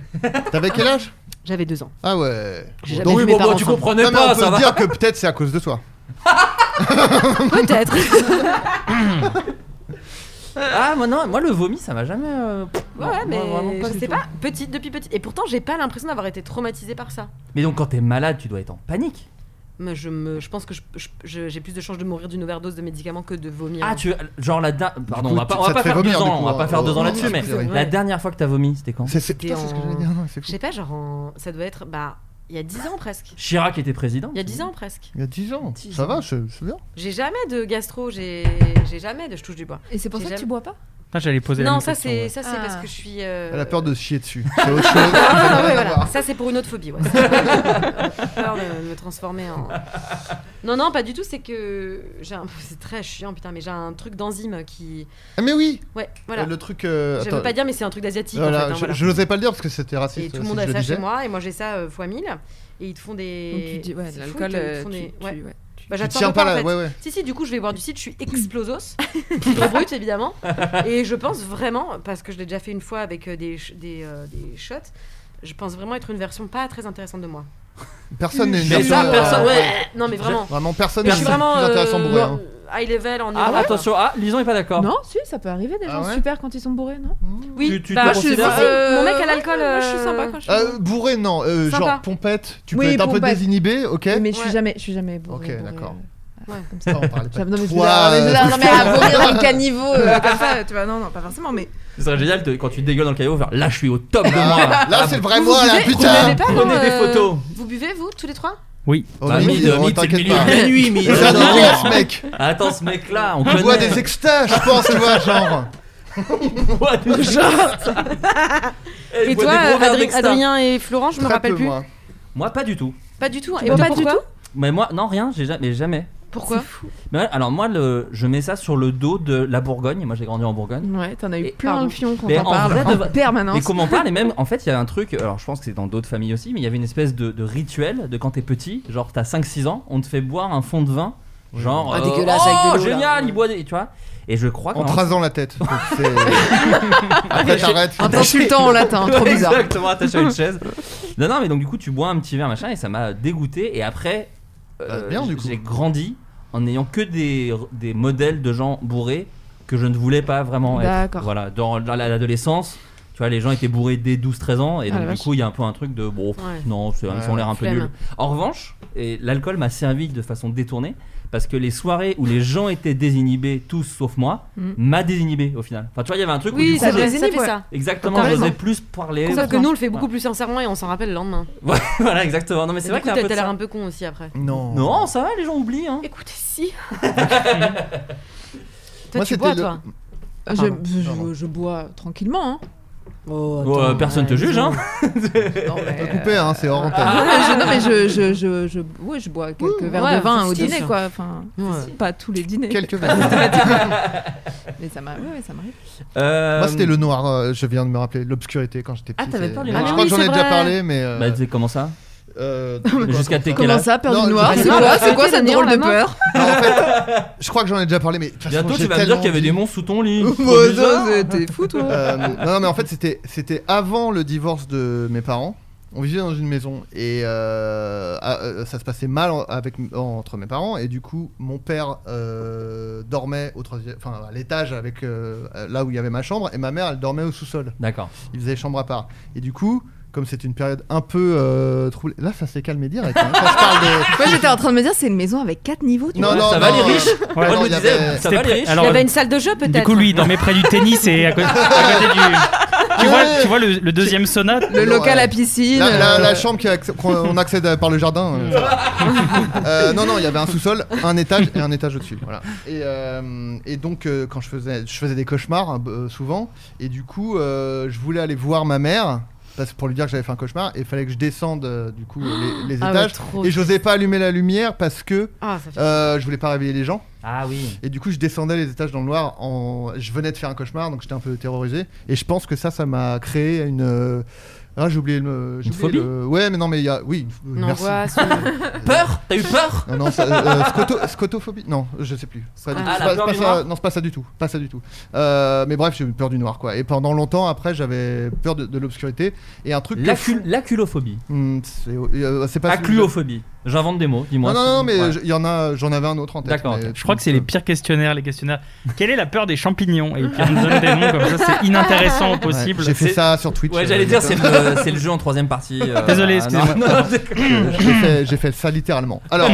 T'avais quel âge
J'avais deux ans.
Ah ouais.
J'ai jamais
Donc,
vu
Oh, Oui,
mes
bon, bon,
parents
tu
ensemble.
comprenais
non, mais
pas,
on
ça
peut
va.
dire que peut-être c'est à cause de toi.
[laughs]
Peut-être.
Ah, moi, non, moi, le vomi, ça m'a jamais. euh, pff,
Ouais,
non,
ouais, mais
moi, vraiment
je
du
sais
tout.
pas, petite, depuis petite. Et pourtant, j'ai pas l'impression d'avoir été traumatisée par ça.
Mais donc, quand t'es malade, tu dois être en panique.
Mais je, me, je pense que je- je- je- j'ai plus de chances de mourir d'une overdose de médicaments que de vomir.
Ah, tu. Genre, la. da- Pardon,
coup,
on va pas,
tu-
on
ça
va
te
pas
fait
faire deux
vomir, du
ans, on va
coup,
pas faire
euh,
deux ans
ouais,
là-dessus, mais
c'est vrai.
la dernière fois que t'as vomi, c'était quand
C'est c'est- putain,
C'était
c'est ce que
en-
j'allais dire. Non, c'est
Je
fou.
sais pas, genre, en- ça doit être bah, il y a 10 ans presque.
Chirac était président.
Il y a 10 ans presque.
Il y a 10 ans.
Dix
Ça
ans.
va, je- c'est bien.
J'ai jamais de gastro, j'ai j'ai jamais de je touche du bois.
Et c'est pour
J'ai
ça que tu
jamais-
bois pas
Ah, J'allais poser la
Non,
même
ça
question,
c'est
ouais.
ça c'est
Ah.
parce que je suis. euh,
Elle a peur de se chier dessus. C'est autre chose.
[laughs] Ah,
[laughs]
ouais, voilà. Ça, c'est pour une autre phobie. Ouais. C'est peur de me transformer en. Non, non, pas du tout. C'est que. j'ai un- [laughs] C'est très chiant, putain, mais j'ai un truc d'enzyme qui.
Ah, mais oui
Ouais, voilà.
Euh, Le truc. euh,
Je
attends.
veux pas dire, mais c'est un truc d'asiatique. en
Voilà,
fait, hein,
je-
voilà.
Je n'osais pas le dire parce que c'était
Et
raciste.
tout le
si
monde
je
a
le
ça
disais.
chez moi, et moi j'ai ça euh, fois 1000. Et ils te font des.
Donc tu dis, ouais,
C'est fou
l'alcool,
qu'ils te
euh,
font
tu,
des-
tu-
ouais.
ouais,
Bah,
Tu
j'attends
tiens
le
pas
pain, en
là,
fait.
ouais, ouais.
Si, si, du coup, je vais boire du cidre,
[laughs]
je suis explosos. Trop brut, évidemment. Et je pense vraiment, parce que je l'ai déjà fait une fois avec euh, des, sh- des, euh, des shots, je pense vraiment être une version pas très intéressante de moi.
Personne n'est une
Mais ça,
version,
personne-
euh,
ouais. Non, mais vraiment.
Vraiment, personne
Mais
n'est
je suis vraiment
plus intéressant
euh,
bourré. hein.
high level en
Ah,
Europe.
attention, ah, Lison est pas d'accord.
Non, Oh, si, ça peut arriver des
Ah
gens
ouais Mmh.
super quand ils sont bourrés, non
Oui,
Tu- tu te
bah,
considères-
je suis-
Moi,
euh, mon mec
ouais,
à l'alcool.
ouais, moi, je
euh,
suis sympa quand je suis
Euh, bourré, non. euh,
Sympa.
genre pompette, tu peux
Oui,
être un peu
pompette.
désinhibé, ok
bourrée. Mais je suis
Ouais.
jamais, je suis jamais bourrée.
Ok,
bourrée,
d'accord.
euh, ouais, comme ça.
Ça, on parlait pas
Ça-
de
Non mais je veux
toi,
dire- mais je veux dire,
euh,
non, mais à bourrer dans le caniveau euh, comme ça, tu vois, non, non, pas forcément, mais
Ce serait génial de- quand tu dégueules dans le caillou, faire là, je suis au top de
Là,
moi.
[laughs] là,
Ah,
c'est le vrai moi, là,
buvez-
Putain,
Vous
Bah putain
buvez pas,
prenez
non,
des
euh,
photos.
Vous buvez, vous, tous les trois
Oh,
Bah,
mais
mid,
oh,
mid, c'est le
t'inquiète
milieu [laughs]
pas.
de la nuit, mid.
[laughs] C'est un
Attends,
angoisse, mec
Attends, ce mec-là, on
On
connaît.
boit
[laughs]
des extas, je pense, tu vois, genre
On boit des extas. Eh,
Et
il boit
toi,
des gros
euh,
verres
Adrien-
d'extas.
Adrien et Florent, je me
Très
rappelle
peu,
plus.
moi.
Moi, pas du tout.
Pas du tout. Et
bois
toi,
pas du
pourquoi
Mais moi, non, rien, j'ai jamais. jamais.
Pourquoi
Mais ouais, alors, moi, le, je mets ça sur le dos de la Bourgogne. Moi, j'ai grandi en Bourgogne.
ouais, t'en as eu
Et
plein
pardon.
le fion quand
Mais
t'en
en vrai,
parles
de-
en permanence.
Mais comment on parle, et même en fait, il y a un truc, alors je pense que c'est dans d'autres familles aussi, mais il y avait une espèce de, de rituel de quand t'es petit, genre t'as 5-6 ans, on te fait boire un fond de vin, genre.
Ah,
euh,
dégueulasse,
oh,
avec de l'eau, là.
génial, il boit des. Tu vois Et je crois
En
qu'en-
te rasant la tête. Donc, c'est- Après, t'arrêtes.
En t'insultant en latin, trop
Ouais,
bizarre.
Exactement, attaché à une
[laughs]
chaise. Non, non, mais donc du coup, tu bois un petit verre, machin, et ça m'a dégoûté. Et après, euh,
Bah, bien, du coup.
j'ai grandi en n'ayant que des, des modèles de gens bourrés que je ne voulais pas vraiment être.
D'accord.
Voilà, dans, dans l'adolescence. Tu vois, les gens étaient bourrés dès 12-13 ans, et
Ah,
donc
la
du
vache.
coup, il y a un peu un truc de bon, pff,
Ouais.
non, c'est- ils ont
Ouais.
l'air un peu
Flemme.
nuls. En revanche, et l'alcool m'a servi de façon détournée, parce que les soirées où les gens étaient désinhibés, tous sauf moi,
Mm.
m'a désinhibé au final. Enfin, tu vois, il y avait un truc où du
Oui,
coup,
ça
je-
fait ça.
Désinhibe,
fait
ouais.
ça.
Exactement,
T'as
j'osais
raison.
plus parler.
Sauf que nous, on le fait
Voilà.
beaucoup plus sincèrement et on s'en rappelle le lendemain.
[laughs] voilà, exactement. Non, mais c'est
Du
vrai
coup,
qu'il y
t'as
a un peu de
t'as l'air
ça.
un peu con aussi après.
Non.
Non, ça va, les gens oublient. Hein.
Écoutez, si. [laughs] toi,
Moi,
tu
c'était
bois,
le-
toi
Ah, Je, je,
pardon.
je- je bois tranquillement. Hein.
Oh, euh, personne te juge, hein.
Non, mais, euh,
Coupé, hein, c'est hors antenne.
Ah.
non,
euh,
mais je, non, mais je, je, je, je, ouais, je bois quelques verres
ouais,
de vin au
festif.
dîner, quoi. Enfin,
Ouais.
pas tous les dîners.
Quelques verres.
Mais ça m'arrive. Ouais, ouais, ça m'arrive.
Euh,
Moi, c'était le noir, euh, je viens de me rappeler, l'obscurité quand j'étais
Ah,
petit.
t'avais
c'est-
peur du
Je
noir.
crois
Ah oui,
que j'en
c'est
ai déjà
vrai.
parlé, mais. euh,
Bah, tu sais comment ça
euh,
[laughs] Jusqu'à tes quel
Comment
âge
ça, peur
Non,
du noir
je-
C'est quoi,
Arrêtez
c'est quoi cette
d'amener
drôle de
la
peur
Non, en fait, [laughs] je crois que j'en ai déjà parlé, mais. de toute façon,
Bientôt,
j'ai
tu vas me dire
tellement
qu'il y avait des
envie.
monstres sous
[laughs]
ton lit.
Oh,
Trop bizarre.
ça, T'es fou, toi
[laughs]
Euh, non, non, mais en fait, c'était, c'était avant le divorce de mes parents. On vivait dans une maison et euh, ah, euh, ça se passait mal en- avec, en- entre mes parents. Et du coup, mon père euh, dormait au troisième, enfin, à l'étage avec euh, là où il y avait ma chambre et ma mère, elle dormait au sous-sol.
D'accord.
Ils faisaient chambre à part. Et du coup, comme c'était une période un peu euh, troublée, là, ça s'est calmé direct. hein. Quand je parle de-
[laughs] Moi, j'étais en train de me dire, c'est une maison avec 4 niveaux, tu
Non,
vois.
Ouais,
non,
ça va
non,
les
euh,
riches
Ouais,
Moi,
non,
je me
il y
disais,
avait-
ça va les riches
Alors, euh,
Il y avait une salle de jeu peut-être.
Du coup, lui, il dormait près du tennis et à côté, à côté du. Tu vois, tu vois le, le deuxième sonate
Le local
Ouais.
à piscine.
La, la-
euh,
la chambre qui acc- qu'on accède euh, par le jardin.
[laughs]
euh, euh, non, non, il y avait un sous-sol, un étage et un étage au-dessus. Voilà. Et, euh, et donc, euh, quand je faisais, je faisais des cauchemars euh, souvent, et du coup, euh, je voulais aller voir ma mère. Parce, pour lui dire que j'avais fait un cauchemar, et il fallait que je descende euh, du coup les, les
Ah ouais,
étages.
trop
et j'osais pas allumer la lumière parce que
Ah, ça fait.
euh, je voulais pas réveiller les gens.
Ah oui.
Et du coup, je descendais les étages dans le noir. En... Je venais de faire un cauchemar, donc j'étais un peu terrorisé. Et je pense que ça, ça m'a créé une. euh, Ah, j'ai oublié le. j'ai
Une
oublié
phobie
le- Ouais, mais non, mais il y a. Oui, une-
Une
merci. [laughs]
angoisse. une-
Peur T'as eu peur
Non, non, ça- euh, scoto- scotophobie Non, je sais plus. Pas
Ah,
du tout.
la
C'est pas-
peur
pas
du
ça-
noir
Non, c'est pas ça du tout. Pas ça du tout. Euh, mais bref, j'ai eu peur du noir, quoi. Et pendant longtemps, après, j'avais peur de, de l'obscurité. Et un truc. que-
L'acu- L'aculophobie.
Hmm, c'est euh, c'est pas.
Accluophobie. J'invente des mots, dis-moi.
Non, non, non, mais
Ouais.
je- il y en a. J'en avais un autre en tête.
D'accord,
mais
ok.
Je crois que c'est les pires questionnaires, les questionnaires. Quelle est la peur des champignons Et puis on me donne des noms comme ça, c'est inintéressant au
euh, Ouais,
possible.
J'ai fait
C'est-
ça sur Twitch.
Ouais,
euh,
j'allais dire, c'est le, c'est le jeu en troisième partie. euh,
Désolé,
non,
excusez-moi.
[laughs] non, c'est-
j'ai fait, j'ai fait ça littéralement. Alors, euh,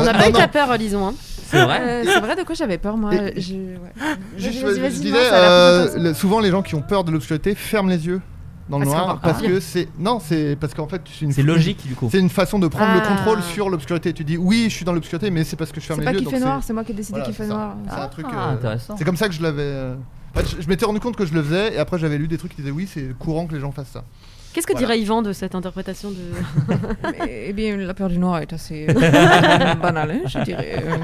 On n'a
non,
pas eu
non,
ta peur, disons. hein.
c'est vrai.
euh, c'est vrai de quoi j'avais peur, moi.
Et-
Je- ouais.
juste,
Vas-y,
je
vas-y,
disais,
dis-moi, ça a l'air
euh,
plus intéressant.
le- souvent les gens qui ont peur de l'obscurité ferment les yeux dans le
Parce qu'on
noir
va-
parce
ah.
que c'est non, c'est parce qu'en fait c'est une
C'est logique, du coup.
C'est une façon de prendre le
Ah.
contrôle sur l'obscurité. Tu dis oui, je suis dans l'obscurité, mais c'est parce que je ferme
C'est
les
pas
yeux.
qu'il
donc
fait
c'est-
noir, c'est moi qui ai décidé
voilà,
qu'il fait
c'est ça.
noir.
C'est un truc.
Ah,
euh,
intéressant.
C'est comme ça que je l'avais. euh, en fait, je, je m'étais rendu compte que je le faisais et après j'avais lu des trucs qui disaient oui, c'est courant que les gens fassent ça.
Qu'est-ce que
Voilà.
dirait Yvan de cette interprétation de.
[laughs] Mais, Eh bien, la peur du noir est assez euh, banale, hein, je dirais. Euh,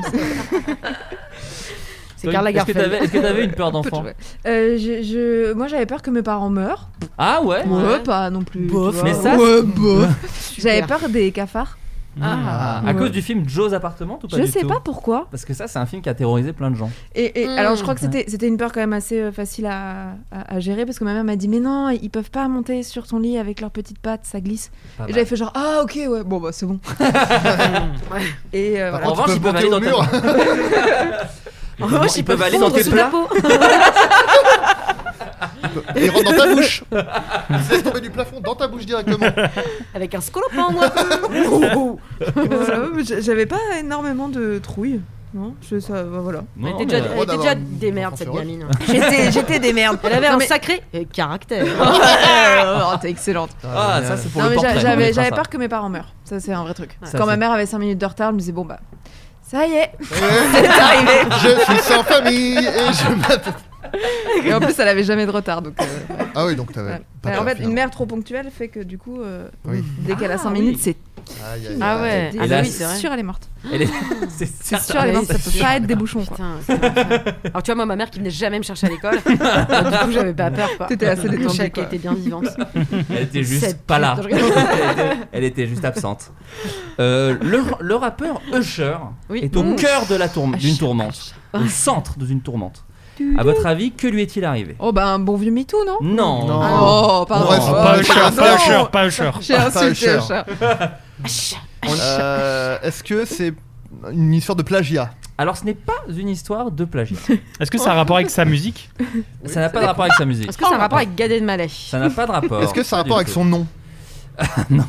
C'est
Toi,
Karl
Est-ce que
Lagerfeld.
t'avais- est-ce que t'avais
[laughs]
une peur
c'est-
d'enfant
Euh, je, je- Moi, j'avais peur que mes parents meurent.
Ah ouais
Ouais,
Ouais.
pas non plus. tu
Bof.
vois.
Mais ça,
Ouais, bof.
Super.
J'avais peur des cafards. Ah.
À
Ouais.
cause du film Joe's Appartement ou pas
Je
du
sais
tout
pas pourquoi.
Parce que ça, c'est un film qui a terrorisé plein de gens.
Et, et-
Mm.
alors, je crois que c'était c'était une peur quand même assez euh, facile à, à- à gérer parce que ma mère m'a dit Mais non, ils peuvent pas monter sur ton lit avec leurs petites pattes, ça glisse.
Pas
Et
mal.
j'avais fait genre Ah, ok, ouais, bon, bah c'est bon. Et euh, voilà.
Par
En
contre,
revanche,
ils
ils peuvent
peuvent
aller dans
monter au
ta-
En revanche,
ils peuvent aller dans
fondre
tes
sous ta
plats.
peau.
[laughs] Et il rentre dans ta bouche. [laughs] Il se laisse tomber du plafond dans ta bouche directement.
Avec un scolopin, moi.
Oh, Voilà, mais j'a- J'avais pas énormément de trouille. Non, je, ça, bah, voilà.
Elle
Non,
était
mais,
déjà,
euh,
elle était
Bon,
déjà
d'abord,
des merdes,
on
cette
fait autre.
gamine.
J'étais j'étais des merdes.
Elle avait
Non,
un
mais-
sacré euh, caractère.
Oh, t'es excellente.
Ah, ça, c'est pour
Non,
le
mais
portrait.
j'a-
on
j'avais
mettra
j'avais
ça.
peur que mes parents meurent. Ça, c'est un vrai truc.
Ça,
Quand ma
c'est-
mère avait 5 minutes de retard, je me disais Bon, bah, ça y est,
Et
c'est arrivé.
je suis sans famille et je m'appelle.
[laughs] Et en plus, elle avait jamais de retard. Donc, euh, ouais.
Ah oui, donc t'avais.
Ouais.
pas
en
peur,
fait,
finalement.
une mère trop ponctuelle fait que du coup, euh,
Oui.
dès qu'elle a 5
oui.
minutes, c'est.
Aïe, aïe,
Ah
aïe.
ouais.
dit,
Et là,
oui,
c'est vrai.
sûr, elle est morte.
Elle est- [laughs] C'est
[laughs] C'est sûr,
certain.
elle est
Ah oui,
morte. Ça
c'est
peut
sûr.
pas être des bouchons, quoi.
Putain,
[laughs]
c'est l'enfer. Alors tu vois, moi, ma mère qui venait jamais me chercher à l'école, [laughs] euh, du coup, j'avais pas peur, quoi.
T'étais assez détendue,
Chaque
quoi.
était bien vivante.
[laughs] Elle était juste
Cette
pas là.
pute
[laughs] elle, était, elle était juste absente. Euh, le, le rappeur Usher
Oui.
est au
Mm.
Mmh.
cœur de la
Ah,
tourme- d'une
Usher,
tourmente, au centre d'une tourmente. À votre avis, que lui est-il arrivé
Oh, bah, un bon vieux MeToo, non
Non.
Non.
Oh, pardon.
Bref,
Oh,
Pas Usher, pas
pardon.
Usher, pas Usher.
J'ai
Pas
insulté
Usher.
le chat.
Euh, Est-ce que c'est une histoire de plagiat
Alors, ce n'est pas une histoire de plagiat.
Est-ce que ça a un rapport avec sa musique
ça n'a pas de rapport avec sa musique.
Est-ce que ça a un rapport avec Gad Elmaleh Est-ce
Ça n'a pas de rapport.
Est-ce que ça a
Pas du
rapport avec
tout.
son nom
Non.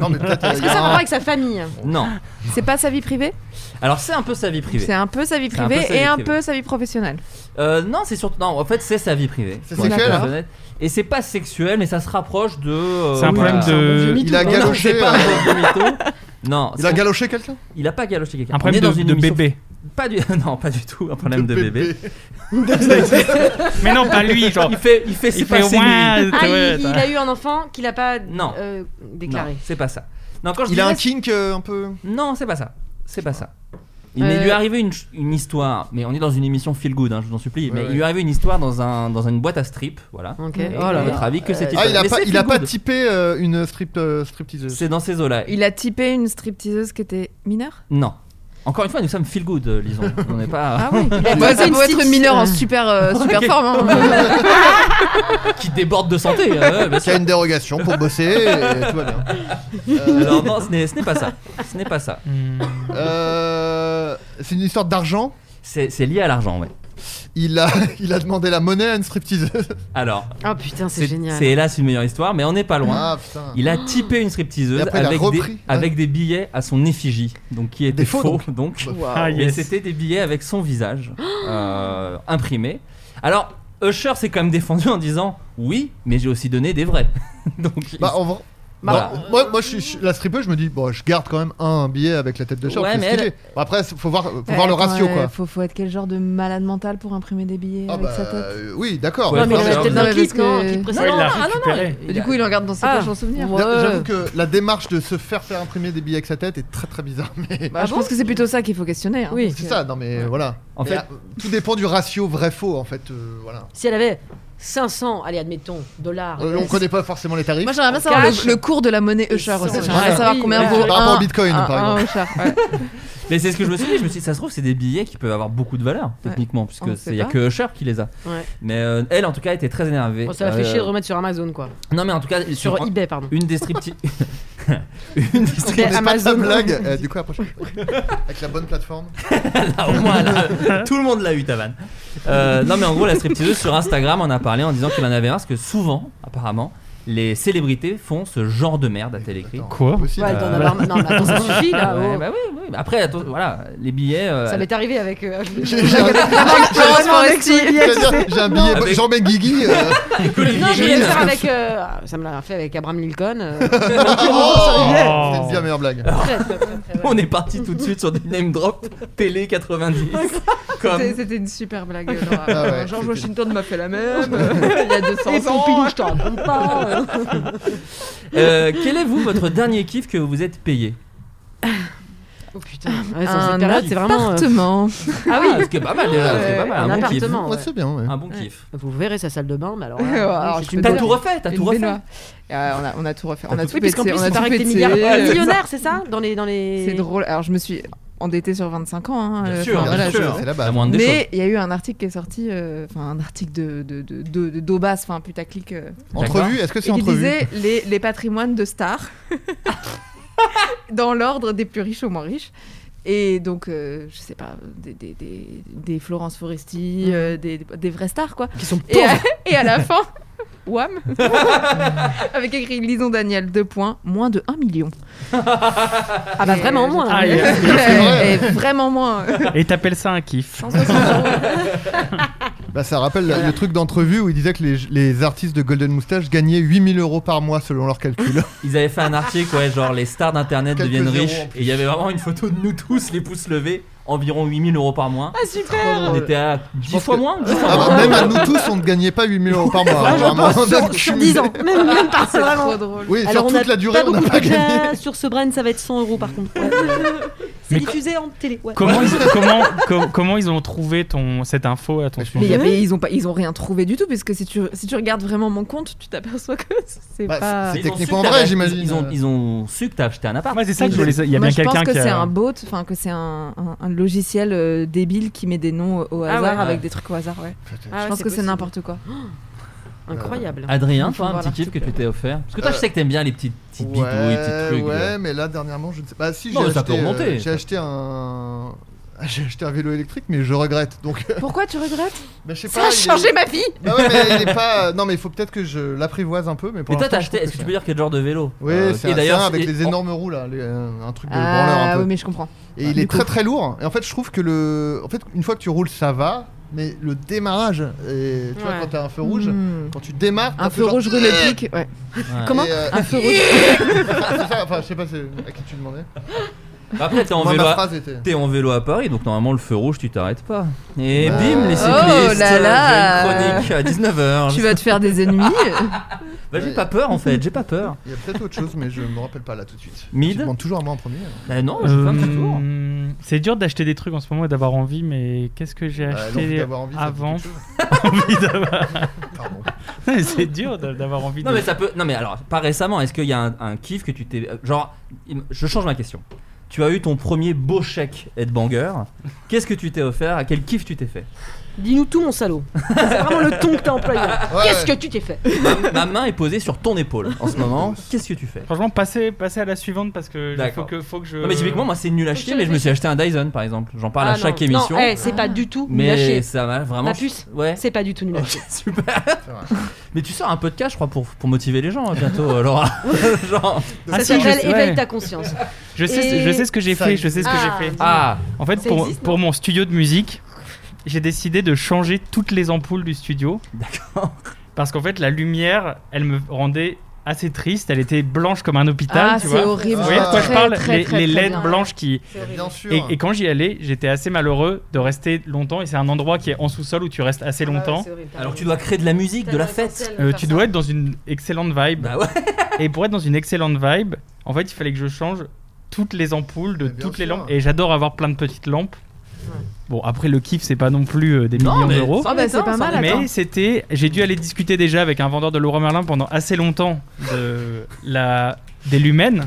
Non, mais peut-être.
que ça a un rapport avec sa famille
[laughs] Non.
C'est pas sa vie privée
Alors, c'est un peu sa vie privée.
C'est un peu sa vie
C'est un peu
privée
sa vie
et un
privée.
peu sa vie professionnelle.
Euh, non, c'est surtout. Non, en fait, c'est sa vie privée.
C'est
Voilà,
sexuel,
pour
hein
être honnête. Et c'est pas sexuel, mais ça se rapproche de. euh,
C'est un problème
voilà.
de.
Il a
Non,
galoché.
c'est pas un
euh,
problème de mytho. Non,
Il a
c'est-
galoché quelqu'un
il a pas galoché quelqu'un.
Un
On est
problème
dans
de,
une
de
émission-
bébé.
Pas du, [laughs] non, pas du tout. Un problème de, bébé. [laughs]
Mais non, pas lui, genre.
Il fait, il fait,
Il
c'est
fait
pas
au
ses nuits.
moins.
Ah,
ouais,
il, il a eu un enfant qu'il a pas
Non.
euh,
Non,
déclaré.
c'est pas ça. Non, quand je
Il a un
disais-
kink euh, un peu.
Non, c'est pas ça. C'est pas ça. Il
Euh,
mais il lui est arrivé une, ch- une histoire, mais on est dans une émission feel good, hein, je vous en supplie. mais
ouais.
il lui est arrivé une histoire dans, un, dans une boîte à strip, voilà.
Ok.
Et
Oh
à
là
votre
là.
avis, que c'était
Ah, il a
Mais
pas,
c'est
il a
feel
pas
good.
typé euh, une strip, euh, stripteaseuse.
C'est dans ces eaux-là.
Il a typé une stripteaseuse qui était mineure
Non. Encore une fois, nous sommes feel good, euh, [laughs] lisons. On n'est pas.
Ah oui
Bah,
Ça
une
peut être
strip-
une mineure en
euh,
super, euh, super
Ok.
forme. hein.
qui déborde de santé. euh, ouais, bien
Qui
sûr.
a une dérogation pour bosser et tout va bien.
Alors, non, ce n'est ce n'est pas ça. Ce n'est pas ça.
Hmm.
Euh, c'est une histoire d'argent.
C'est c'est lié à l'argent, ouais.
Il a, [laughs] il a demandé la monnaie à une stripteaseuse.
Alors,
Oh putain, c'est
c'est
génial.
c'est hélas une meilleure histoire, mais on n'est pas loin.
Ah putain.
Il a typé une stripteaseuse
Et après, il a
avec, des,
repris, ouais.
avec des billets à son effigie, donc qui étaient
Des faux,
faux,
donc. Bah,
donc.
Ah,
Mais
yes.
c'était des billets avec son visage euh, imprimé. Alors, Usher s'est quand même défendu en disant Oui, mais j'ai aussi donné des vrais. [laughs] donc, il-
Bah, en vrai-
Bah,
Bah, moi, moi je, suis- je suis la stripper, je me dis, bon, je garde quand même un billet avec la tête de chat.
Ouais,
c'est
mais
stylé.
elle-
Bon, après, c'est- faut voir, faut voir le
Attends,
ratio,
euh,
quoi.
Faut, faut être quel genre de malade mental pour imprimer des billets
Ah,
avec
bah,
sa tête
euh, oui, d'accord.
Ouais,
Non, mais il
Non,
avait
mais
peut-être
non,
dans
mais
le
parce
clip, non
que-
Un
Non,
clip
Non,
Ouais, il
précédent.
l'a
non, ah, non, non,
récupéré.
il-
Et Du coup, il en garde dans ses
Ah.
poches en souvenir.
Ouais.
J'avoue que la démarche de se faire faire imprimer des billets avec sa tête est très très bizarre. [laughs] Mais
Bah, je pense que c'est plutôt ça qu'il faut questionner. hein,
Oui.
parce
c'est
que-
ça, non mais voilà.
En
Mais,
fait-
euh, tout dépend du ratio vrai-faux en fait. euh, voilà.
Si elle avait 500, allez, admettons, dollars.
Euh, on connaît pas forcément les tarifs.
Moi j'aimerais bien
En
savoir
cash.
Ah, le, le cours de la monnaie
Et
Usher
sans-
aussi.
Ouais.
J'aimerais savoir
Oui,
combien
ouais.
vaut
Par rapport
un-
au Bitcoin,
un-
par
un Usher, ouais.
Mais c'est ce que je me suis dit. Je me suis dit, ça se trouve, c'est des billets qui peuvent avoir beaucoup de valeur, techniquement,
On
puisque
sait
il n'y a
pas.
que Usher qui les a.
Ouais.
Mais euh, elle, en tout cas, était très énervée.
Bon, ça l'a fait
Euh,
chier de remettre sur Amazon, quoi.
Non, mais en tout cas,
Sur
une-
eBay, pardon.
une des striptease. [laughs] une des
C'est
striptease.
pas
Amazon.
ta blague. Euh, du coup, la prochaine. Avec la bonne plateforme.
[laughs] Ah, au moins, là, tout le monde l'a eu ta vanne. Euh, non, mais en gros, la stripteaseuse sur Instagram en a parlé en disant qu'il en avait un parce que souvent, apparemment, les célébrités font ce genre de merde, a-t-elle écrit.
Attends,
Quoi
possible.
Ouais, t'en as marre- Non, mais attends, ça suffit, là.
Ouais,
oh.
bah oui, oui. Après, attends, voilà, les billets. euh, [laughs]
Ça m'est arrivé avec. euh, [laughs]
J'ai- j'ai-
Florence Foresti.
J'allais dire, J'ai un billet.
Avec-
Jean Benguigui. euh,
Non, je voulais le faire avec. euh, ah, Ça me l'a fait avec Abraham Lincoln. euh, [laughs] Oh.
C'était une bien meilleure blague.
très, très, très, très, ouais.
on est parti tout de suite sur des name drop télé 90. comme
C'était- C'était une super blague. euh, Laura.
Ah ouais,
George
c'était-
Washington m'a fait la même euh, il y a 200
Et
ans.
Pompidou, je t'en raconte pas. euh.
Euh, quel est vous votre dernier kiff que vous vous êtes payé
Oh putain, ouais, dans cette
un
période, c'est vraiment. euh,
appartement.
Ah oui,
ce qui est pas mal déjà, ce qui est pas mal,
un
un bon kiff.
appartement.
Ouais,
ouais.
c'est bien, ouais.
Un bon kiff.
hein. Vous verrez sa salle de bain, mais alors.
Ouais,
euh,
alors,
oui,
je
c'est une
peux
T'as
bonne-
dire-
tout refait, t'as
Une
tout refait.
baignoire. Euh, on, a, on a tout refait. On a tout
Oui, parce
pété.
qu'en plus,
on a
il
tout
paraît que t'es
pété.
milliardaire-
Euh,
millionnaire, c'est ça Dans les. Dans les...
C'est drôle. Alors, je me suis endettée sur 25 ans. hein,
Bien
euh,
sûr,
enfin,
Bien
voilà,
sûr,
je-
je- Ah,
c'est la
La
base.
moindre des choses.
Mais il y a eu un article qui est sorti, euh, enfin un article de de de de, de d'Aubas, enfin putaclic, euh,
Entrevue, est-ce que c'est
et qui
entrevue
disait les, les patrimoines de stars dans l'ordre des plus riches aux moins riches. Et donc, euh, je sais pas, des, des, des, des Florence Foresti, euh, des, des vraies stars, quoi.
Mm. Qui sont
Et
pauvres.
à, et à la fin, [laughs] wham Avec écrit Lison Daniel, deux points, moins de 1 million.
Ah bah vraiment moins.
Ah, et-
Et vraiment moins.
Et t'appelles ça un kiff
Bah, ça rappelle le truc d'entrevue où il disait que les, les artistes de Golden Moustache gagnaient 8000 euros par mois selon leurs calculs.
Ils avaient fait un article, ouais, genre les stars d'internet
Quelques
deviennent
zéros
riches.
en plus.
Et il y avait vraiment une photo de nous tous, les pouces levés, environ 8000 euros par mois.
Ah, super
On était à 10 fois
que-
moins 10 fois
Ah
moins.
bah, même à nous tous, on ne gagnait pas 8000 euros par mois.
Ah, je
Vraiment, [laughs]
pense,
on a
sur, sur 10 ans. Même, même pas,
[laughs] C'est
vraiment.
trop drôle.
Oui,
Alors,
sur
on a
toute la durée,
pas
on n'a
beaucoup
pas
de
gagné.
cas. Sur ce brand, ça va être 100 euros par contre. Ouais. C'est
Mais
diffusé en télé. ouais.
Comment ils, comment, co- comment ils ont trouvé ton, cette info à ton
Mais,
sujet
y avait- ils ont pas, ils ont rien trouvé du tout, parce que si tu, si tu regardes vraiment mon compte, tu t'aperçois que c'est
Bah,
pas.
c'est
Ils ont
techniquement
su que
vrai,
t'avais-
j'imagine. Euh,
Ils ont, ils ont su que t'as acheté un appart.
Moi, c'est ça que je voulais savoir. Il y a
Moi,
bien
je pense
quelqu'un
que
qui
c'est un
a.
bot, enfin que c'est un, un- un logiciel euh, débile qui met des noms euh, au
Ah
hasard
ouais, ouais.
avec des trucs au hasard. Ouais.
Ah ouais,
je pense que c'est
possible.
n'importe quoi.
Incroyable.
Adrien, toi, un
Voilà.
petit kiff que tu t'es offert Parce que toi, je sais que t'aimes bien les petites, petites bidouilles, petits trucs.
Euh,
euh.
ouais, mais là dernièrement, je ne sais pas. Bah, si j'ai
Non, mais ça
acheté,
peut remonter.
euh, j'ai acheté un. [laughs] J'ai acheté un vélo électrique, mais je regrette. Donc, [laughs]
Pourquoi tu regrettes Ah,
bah, je sais
Ça
pas.
a
il est-
changé ma vie
Bah ouais, mais il est pas. Non, mais il faut peut-être que je l'apprivoise un peu. Mais pour
Et toi, t'as
l'instant, je
acheté,
trouve
est-ce que tu
c'est-
peux dire quel genre de vélo
Oui,
Euh,
c'est
et
un
d'ailleurs,
terrain avec
c'est-
les
oh,
énormes roues là, les- euh, un truc de branleur un
Ah
peu.
oui, mais je comprends.
Et
Ouais,
il est
du
très
coup.
très lourd. Et en fait, je trouve que le. En fait, une fois que tu roules, ça va. Mais le démarrage, et tu vois,
Ouais.
quand t'as un feu rouge,
Mmh.
quand tu démarres. t'as
Un
fait
feu
genre- [laughs]
rouge relépique, ouais.
ouais.
Comment
Et, euh,
Un
[laughs]
feu rouge.
c'est ça, enfin, je sais pas c'est à qui tu demandais.
Après, t'es en
Moi,
vélo.
ma
à-
phrase était.
T'es en vélo à Paris, donc normalement le feu rouge tu t'arrêtes pas. Et
Bah.
bim, les cyclistes,
Oh
euh,
là là.
j'ai une chronique à 19h.
tu vas te faire des ennemis.
Bah, j'ai pas peur en fait, j'ai pas peur.
Il y a peut-être autre chose, mais je me rappelle pas là tout de suite.
Mid
Tu demandes toujours à moi en premier. euh,
[laughs] Bah non, je fais un petit tour.
Euh, C'est dur d'acheter des trucs en ce moment et d'avoir envie, mais qu'est-ce que j'ai
Euh, l'envie
acheté
d'avoir Ah, envie, ça fait
avant
quelque chose.
[laughs] Envie d'avoir-
Pardon.
Non, mais [laughs] C'est dur d'a- d'avoir envie.
Non
de...
mais ça peut. Non mais alors, pas récemment, est-ce qu'il y a un, un kiff que tu t'es. Genre, im- je change ma question. Tu as eu ton premier beau chèque headbanger. Qu'est-ce que tu t'es offert À quel kiff tu t'es fait
[laughs] Dis-nous tout, mon salaud. C'est vraiment le ton que t'as employé. Qu'est-ce que tu t'es fait
ma, ma main est posée sur ton épaule en ce moment. Qu'est-ce que tu fais
Franchement, passer, passer à la suivante parce que je- faut
D'accord.
que, faut que je.
Non mais typiquement, moi c'est nul à
Faut que
chier,
tu
mais je me suis acheté un Dyson par exemple. J'en parle à
Ah,
chaque
non.
émission.
Non, eh, c'est pas du tout nul à
mais
chier.
ça m'a vraiment.
La puce.
Ouais.
C'est pas du tout nul à
Ok,
chier.
[laughs] super.
vrai.
Mais tu sors un podcast, je crois, pour, pour motiver les gens hein, bientôt, euh, Laura. [laughs] Genre.
Ah,
Ça
si, je,
s'appelle
sais-
éveille
ouais.
ta conscience.
Je sais, ce-
Et-
je sais ce que j'ai
Ça
fait. Je sais ce que
Ah.
j'ai fait.
Ah,
En fait,
Ça
pour,
existe, non
pour mon studio de musique, j'ai décidé de changer toutes les ampoules du studio.
D'accord.
Parce qu'en fait, la lumière, elle me rendait assez triste. Elle était blanche comme un hôpital,
Ah,
tu
c'est
vois.
horrible.
Vous voyez de quoi je
Très,
parle
très,
Les,
très,
les
très
LED
bien.
blanches qui.
Bien sûr.
Et, et quand j'y allais, j'étais assez malheureux de rester longtemps. Et c'est un endroit qui est en sous-sol où tu restes
Ah bah
assez longtemps.
alors tu dois créer de la musique, de la fête.
Euh, tu dois être dans une excellente vibe.
Bah ouais.
Et pour être dans une excellente vibe, en fait, il fallait que je change toutes les ampoules de
Mais bien
toutes les
sûr.
lampes. Et j'adore avoir plein de petites lampes. Bon, après, le kiff, c'est pas non plus euh, des
Non,
millions
mais
d'euros.
ça
Ah bah, c'est
m'étonne,
pas
ça
mal,
m'étonne.
attends.
Mais c'était. J'ai dû aller discuter déjà avec un vendeur de Leroy Merlin pendant assez longtemps de la, des lumens,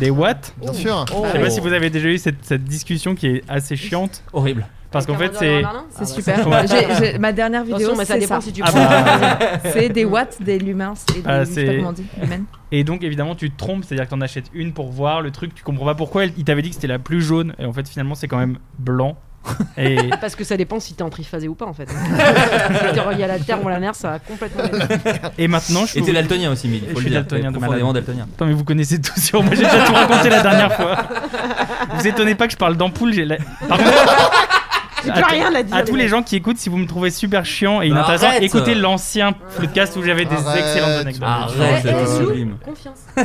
des watts.
Bien sûr.
Oh.
Je sais pas si vous avez déjà eu cette, cette discussion qui est assez chiante.
Horrible.
Parce qu'en fait, c'est.
Ah
C'est super.
[laughs] Ouais.
J'ai- j'ai- ma dernière vidéo,
Attention, mais ça
c'est ça.
dépend si tu
Ah
prends.
bah,
C'est des watts, des lumens et des,
Ah,
je sais pas
c'est-
comment on dit, lumens.
[laughs] Et donc, évidemment, tu te trompes, c'est-à-dire que t'en achètes une pour voir le truc, tu comprends pas pourquoi elle- il t'avait dit que c'était la plus jaune, et en fait, finalement, c'est quand même
[laughs]
blanc. Et
Parce que ça dépend si t'es en triphasé ou pas
[laughs]
en fait. si t'es relié à la terre ou à la mer, ça a complètement.
Et maintenant, je
Et
vous...
t'es daltonien aussi, Mid.
Je
Faut le
suis
dire.
daltonien
t'es
de
profondément daltonien.
Attends, mais vous connaissez tout sur moi, j'ai déjà tout raconté la dernière fois. Vous étonnez pas que je parle d'ampoule, j'ai la- Par contre,
J'ai plus rien à dire.
à tous les gens qui écoute, si vous me trouvez super chiant et
Bah,
inintéressant,
arrête.
écoutez l'ancien podcast où j'avais des
Arrête.
excellentes anecdotes.
Arrête,
Eh, eh,
c'est
Lou.
sublime.
Confiance.
Ouais.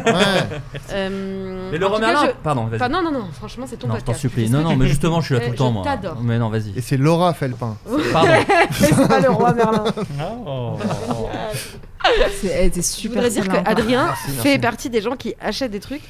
Euh,
Mais le
en tout cas,
Romerlin,
je-
pardon, vas-y.
Enfin, non, non, non, franchement, c'est ton
Non, je t'en
podcast.
supplie. Non, non, mais justement, je suis là
[laughs] Eh,
tout le temps,
je
moi.
t'adore.
Mais non,
Et
vas-y.
c'est Laura Felpin.
Pardon.
[laughs] c'est pas le roi Merlin.
Oh.
C'est elle était
Je
super.
voudrais dire
celle-là, encore.
qu'Adrien
Merci, merci.
fait partie des gens qui achètent des trucs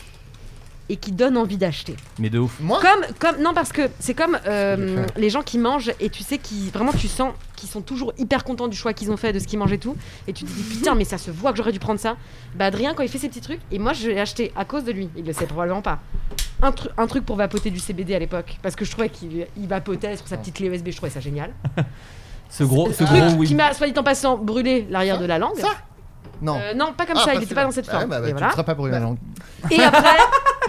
et qui donne envie d'acheter.
Mais de ouf.
Moi
Comme, comme, non, parce que c'est comme euh,
C'est ce que j'ai fait.
les gens qui mangent et tu sais, qui vraiment tu sens qu'ils sont toujours hyper contents du choix qu'ils ont fait, de ce qu'ils mangent et tout. Et tu te dis putain, mais ça se voit que j'aurais dû prendre ça. Bah, Adrien, quand il fait ses petits trucs, et moi je l'ai acheté à cause de lui, il le sait probablement pas. Un, tru- un truc pour vapoter du CBD à l'époque, parce que je trouvais qu'il il vapotait sur sa petite clé USB, je trouvais ça génial.
Ce gros, ce
Un truc
gros oui.
qui m'a, soit dit en passant, brûlé l'arrière de la langue.
Ça Non.
Euh, non, pas comme
Ah,
ça,
pas
il était pas
celui-là.
dans cette
Ah,
forme.
bah, bah,
et,
tu
voilà.
seras pas brûlé la langue.
et après,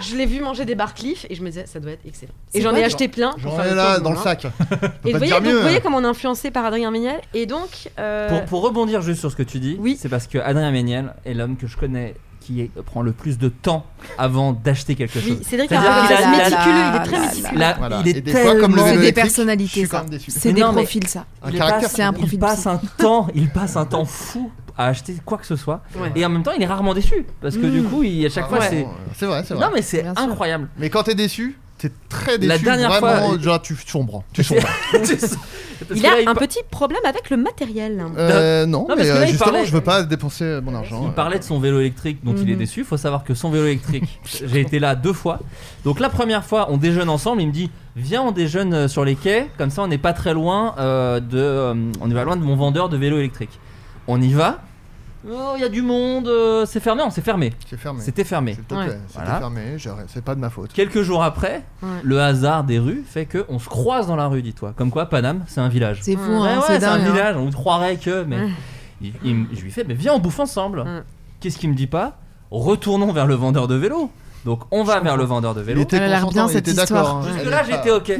je l'ai vu manger des Barcliff et je me disais, ça doit être excellent. Et
C'est
j'en
quoi,
ai
genre
acheté plein. pour
J'en
faire
ai
le tour
là
du
dans le
monde, hein. [laughs]
sac.
Et
Pas
vous voyez,
dire
donc,
mieux.
vous voyez comme on est influencé par Adrien Méniel. Et donc, euh,
Pour, pour rebondir juste sur ce que tu dis,
Oui.
c'est parce que Adrien Méniel est l'homme que je connais qui est- prend le plus de temps avant d'acheter quelque
oui,
chose.
Cédric
C'est-à-dire
a-
qu'il a-
c'est
il a-
méticuleux,
il
il est très
a-
méticuleux.
Là,
Voilà.
il est
Et des fois, comme le
tellement-
C'est
vélo
des
électrique,
personnalités,
je suis quand
ça.
même déçu.
C'est
Mais
des
non, mais-
profils, ça.
Un
il
caractère.
passe,
c'est un
il
profil
passe un temps, il passe un temps fou à acheter quoi que ce soit,
Ouais.
et en même temps, il est rarement déçu parce que du coup, il, à chaque
Ah,
fois,
non,
c'est
C'est vrai, c'est vrai.
non mais c'est
Bien sûr.
incroyable.
Mais quand t'es déçu, t'es très déçu.
La dernière
vraiment,
fois-
genre, tu sombres. Tu sombres.
Tu sais, parce
Il
que
a
là, il
un
pa-
petit problème avec le matériel.
Euh, non,
Non, parce
mais
que là,
euh,
il
justement,
parlait-
je veux pas dépenser euh, mon argent.
Il
euh.
parlait de son vélo électrique dont il est
Mhm.
déçu. Faut savoir que son vélo électrique, j'ai été là deux fois. Donc la première fois, on déjeune ensemble. Il me dit Viens, on déjeune euh, sur les quais. Comme ça, on n'est pas très loin euh, de. euh, on est pas loin de mon vendeur de vélo électrique. On y va. Oh, il y a du monde. euh, c'est fermé. Non, c'est fermé.
C'est fermé.
C'était fermé.
C'était
Ouais.
c'était
Voilà.
fermé, j'arrête, c'est pas de ma faute.
Quelques jours après,
Ouais.
le hasard des rues fait que on se croise dans la rue, dis-toi. Comme quoi, Paname, c'est un village.
C'est fou,
Ouais,
hein,
ouais,
c'est
c'est un
dingue. hein.
village, on croirait que. Mais
Ouais.
il- il me- je lui fais, mais viens, on bouffe ensemble.
Ouais.
Qu'est-ce qu'il me dit pas Retournons vers le vendeur de vélo. Donc on va vers le vendeur de
Il
vélo.
était
Elle a l'air
consentant,
bien,
il
cette
était d'accord.
histoire.
hein.
Jusque
Elle
là,
est pas-
j'étais ok.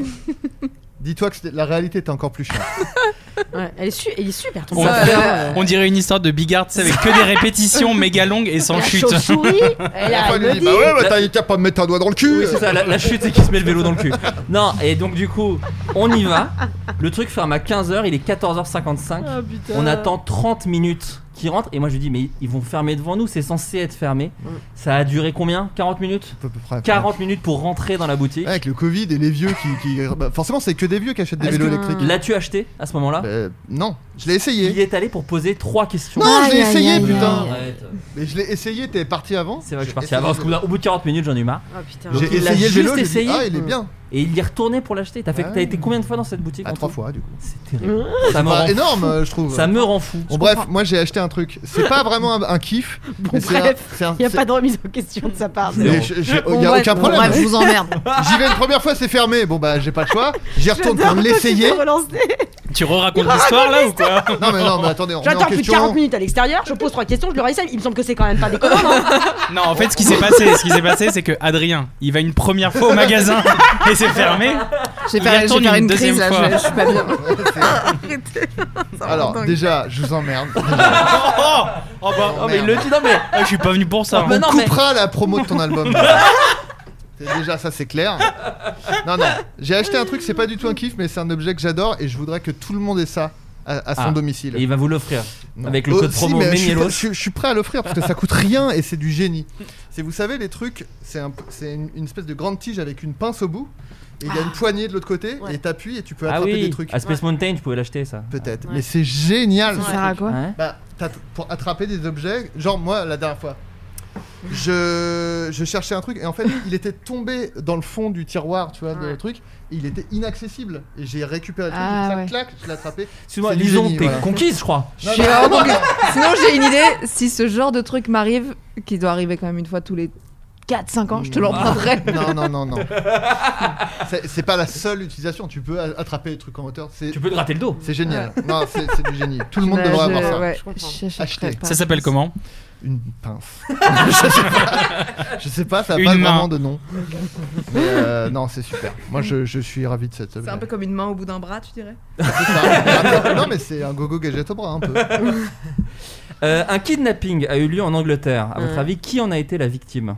Dis-toi que c'était- la réalité était encore plus
Ah,
chère.
Ouais, elle est su- il est super ton
On,
père.
dirait-
Euh,
on dirait une histoire de Bigard tu sais, avec que des répétitions méga longues et sans
la
chute.
chauve-souris, elle
La
a
fois,
elle
il lui
me
dit
dit.
Bah ouais, bah t'as- t'as pas de mettre un doigt dans le cul.
Oui, c'est ça, la, la chute, c'est qu'il se met le vélo dans le cul. Non, et donc du coup, on y va. Le truc ferme à 15h, il est 14h55.
Ah, putain.
On attend 30 minutes qu'ils rentrent. Et moi, je lui dis, mais ils vont fermer devant nous, c'est censé être fermé. Ça a duré combien 40 minutes
À peu près.
40 minutes pour rentrer dans la boutique.
Avec le Covid et les vieux qui. qui- bah, forcément, c'est que des vieux qui achètent des
Est-ce
vélos
que
électriques.
L'as-tu acheté à ce moment-là
Bah, non, je l'ai
Il y
essayé.
est allé pour poser trois questions.
Non, je l'ai
Aïe, aïe,
essayé,
aïe,
putain.
aïe.
Arrête.
Mais je l'ai essayé, t'es parti avant.
C'est vrai que je suis parti
J'ai
avant.
essayé-
Au bout de 40 minutes, j'en ai eu marre.
Ah, putain.
Donc,
J'ai
il l'a
essayé le vélo,
juste
j'ai dit,
essayé.
ah il est bien.
Et il y est retourné pour l'acheter. T'as fait,
Ah
t'as
oui.
été combien de fois dans cette boutique
À
en
Ah, trois
tout
fois du coup.
C'est terrible. Ça me
Bah,
rend fou.
énorme, euh, je trouve.
Ça me rend fou.
Bon, bref, moi j'ai acheté un truc. C'est
[laughs]
pas vraiment un, un kiff.
Bon,
mais c'est un-
bref,
c'est un-
Il n'y a
c'est-
pas de remise en question de sa part.
Non.
mais je- je-
Bon,
y a
bref,
aucun
bon,
problème.
bref, je vous emmerde.
J'y vais une première fois, c'est fermé. Bon bah j'ai pas le choix. J'y retourne pour
J'adore quand tu
l'essayer.
te relances des-
Tu re-racontes l'histoire là ou quoi
Non mais non mais attendez, on remet en
J'attends plus de
question.
40 minutes à l'extérieur, je pose trois questions, je leur essaye. Il me semble que c'est quand même pas déconnant. non
Non, en fait, ce qui s'est passé, ce qui s'est passé, c'est que Adrien, il va une première fois au magasin et c'est fermé.
J'ai
Il
fait,
retourne
j'ai fait
une
une
deuxième
crise, là,
fois.
je, je suis pas bien.
Alors déjà, je vous emmerde.
Oh, [laughs] oh, bah,
Non, mais il le dit, non, mais.
[laughs]
ah, je suis pas venu pour ça.
Ah, bah
hein.
On
non, mais-
coupera la promo de ton album. C'est Déjà ça c'est clair. Non non, j'ai acheté un truc, c'est pas du tout un kiff, mais c'est un objet que j'adore et je voudrais que tout le monde ait ça à, à son
Ah,
domicile.
Et il va vous l'offrir.
Non.
Avec le
Oh,
code
si,
promo
mais je suis,
Ménielos.
pas- je, suis- je suis prêt à l'offrir parce que ça coûte rien et c'est du génie. C'est vous savez les trucs, c'est un- c'est une, une espèce de grande tige avec une pince au bout et il y a
Ah.
une poignée de l'autre côté
Ouais.
et t'appuies et tu peux
Ah
attraper
oui,
des trucs.
à Space Mountain, je pouvais l'acheter ça.
Peut-être,
Ouais.
mais c'est génial.
Ça
ce
sert à
truc.
quoi
Ouais.
Bah, t'as- pour attraper des objets, genre moi la dernière fois, je, je cherchais un truc et en fait il était tombé dans le fond du tiroir, tu vois, de
Ouais.
le truc. et il était inaccessible et j'ai récupéré le truc,
Ah,
ça
ouais.
claque, je l'ai attrapé.
Excuse-moi,
C'est du
Lison,
génie,
t'es
voilà.
conquise, je crois.
Je suis vraiment conquise. Sinon, j'ai une idée. Si ce genre de truc m'arrive, qui doit arriver quand même une fois tous les 4-5 ans, je te
Mmh.
l'emprunterai.
[laughs] Non, non, non, non. C'est- C'est pas la seule utilisation. Tu peux a- attraper les trucs en hauteur. C'est
Tu peux te gratter le dos.
c'est génial. Non, c'est c'est du génie. Tout le
Bah,
monde devrait avoir ça.
Ouais,
Je comprends.
je- je- je-
Acheter.
pas.
Ça s'appelle comment
Une pince. [laughs] je, sais pas, je sais pas, ça a
Une
pas
main.
vraiment de nom. Mais euh, non, c'est super. Moi, je, je suis ravi de cette.
C'est un peu comme une main au bout d'un bras, tu dirais
C'est ça. Non, mais c'est un gogo gadget au bras un peu.
Euh, un kidnapping a eu lieu en Angleterre. À
Ouais.
votre avis, qui en a été la victime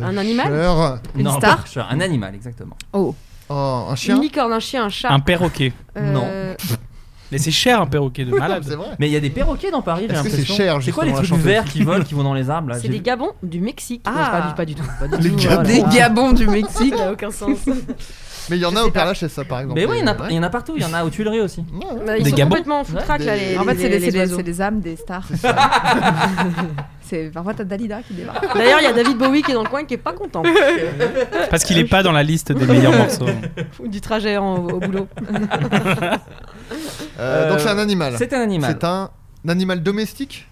Un animal
Sure.
Une
Non,
star
pas un chat, Un animal, exactement.
Euh, Oh, un
hein.
chien.
Une licorne, un chien, un chat.
Un perroquet.
euh,
Mais c'est cher un perroquet de
Non,
malade.
Ah, C'est vrai.
Mais il y a des perroquets dans Paris, j'ai
Est-ce que c'est
l'impression.
cher,
C'est quoi les
justement, la
trucs
chanteuse
verts
[laughs]
qui volent, qui vont dans les arbres là
C'est
Bah, J'ai
des
vu-
gabons du Mexique. Non,
Ah.
c'est pas, pas du tout. Pas du
Les
tout,
gabons.
voilà.
Des gabons du
Ça
Mexique.
n'a aucun sens.
Mais il y en
Je
a
sais
au Père
pas.
Lachaise, ça par exemple.
Mais oui, il y en a-
Ouais.
il y en a partout. Il y en a aux Tuileries aussi.
Ouais, ouais.
Bah, Ils
Des
sont
gabons
complètement foutraques
Ah, Ouais.
là, les,
Des-
En fait,
les-
c'est des-
les
c'est des-
oiseaux.
c'est des âmes des stars.
C'est ça.
c'est parfois t'as Dalida qui débarque.
D'ailleurs, il y a David Bowie qui est dans le coin qui est pas content
Parce qu'il est pas dans la liste des meilleurs morceaux.
du trajet en- au boulot.
Euh, donc c'est un animal.
C'est un animal.
C'est un animal domestique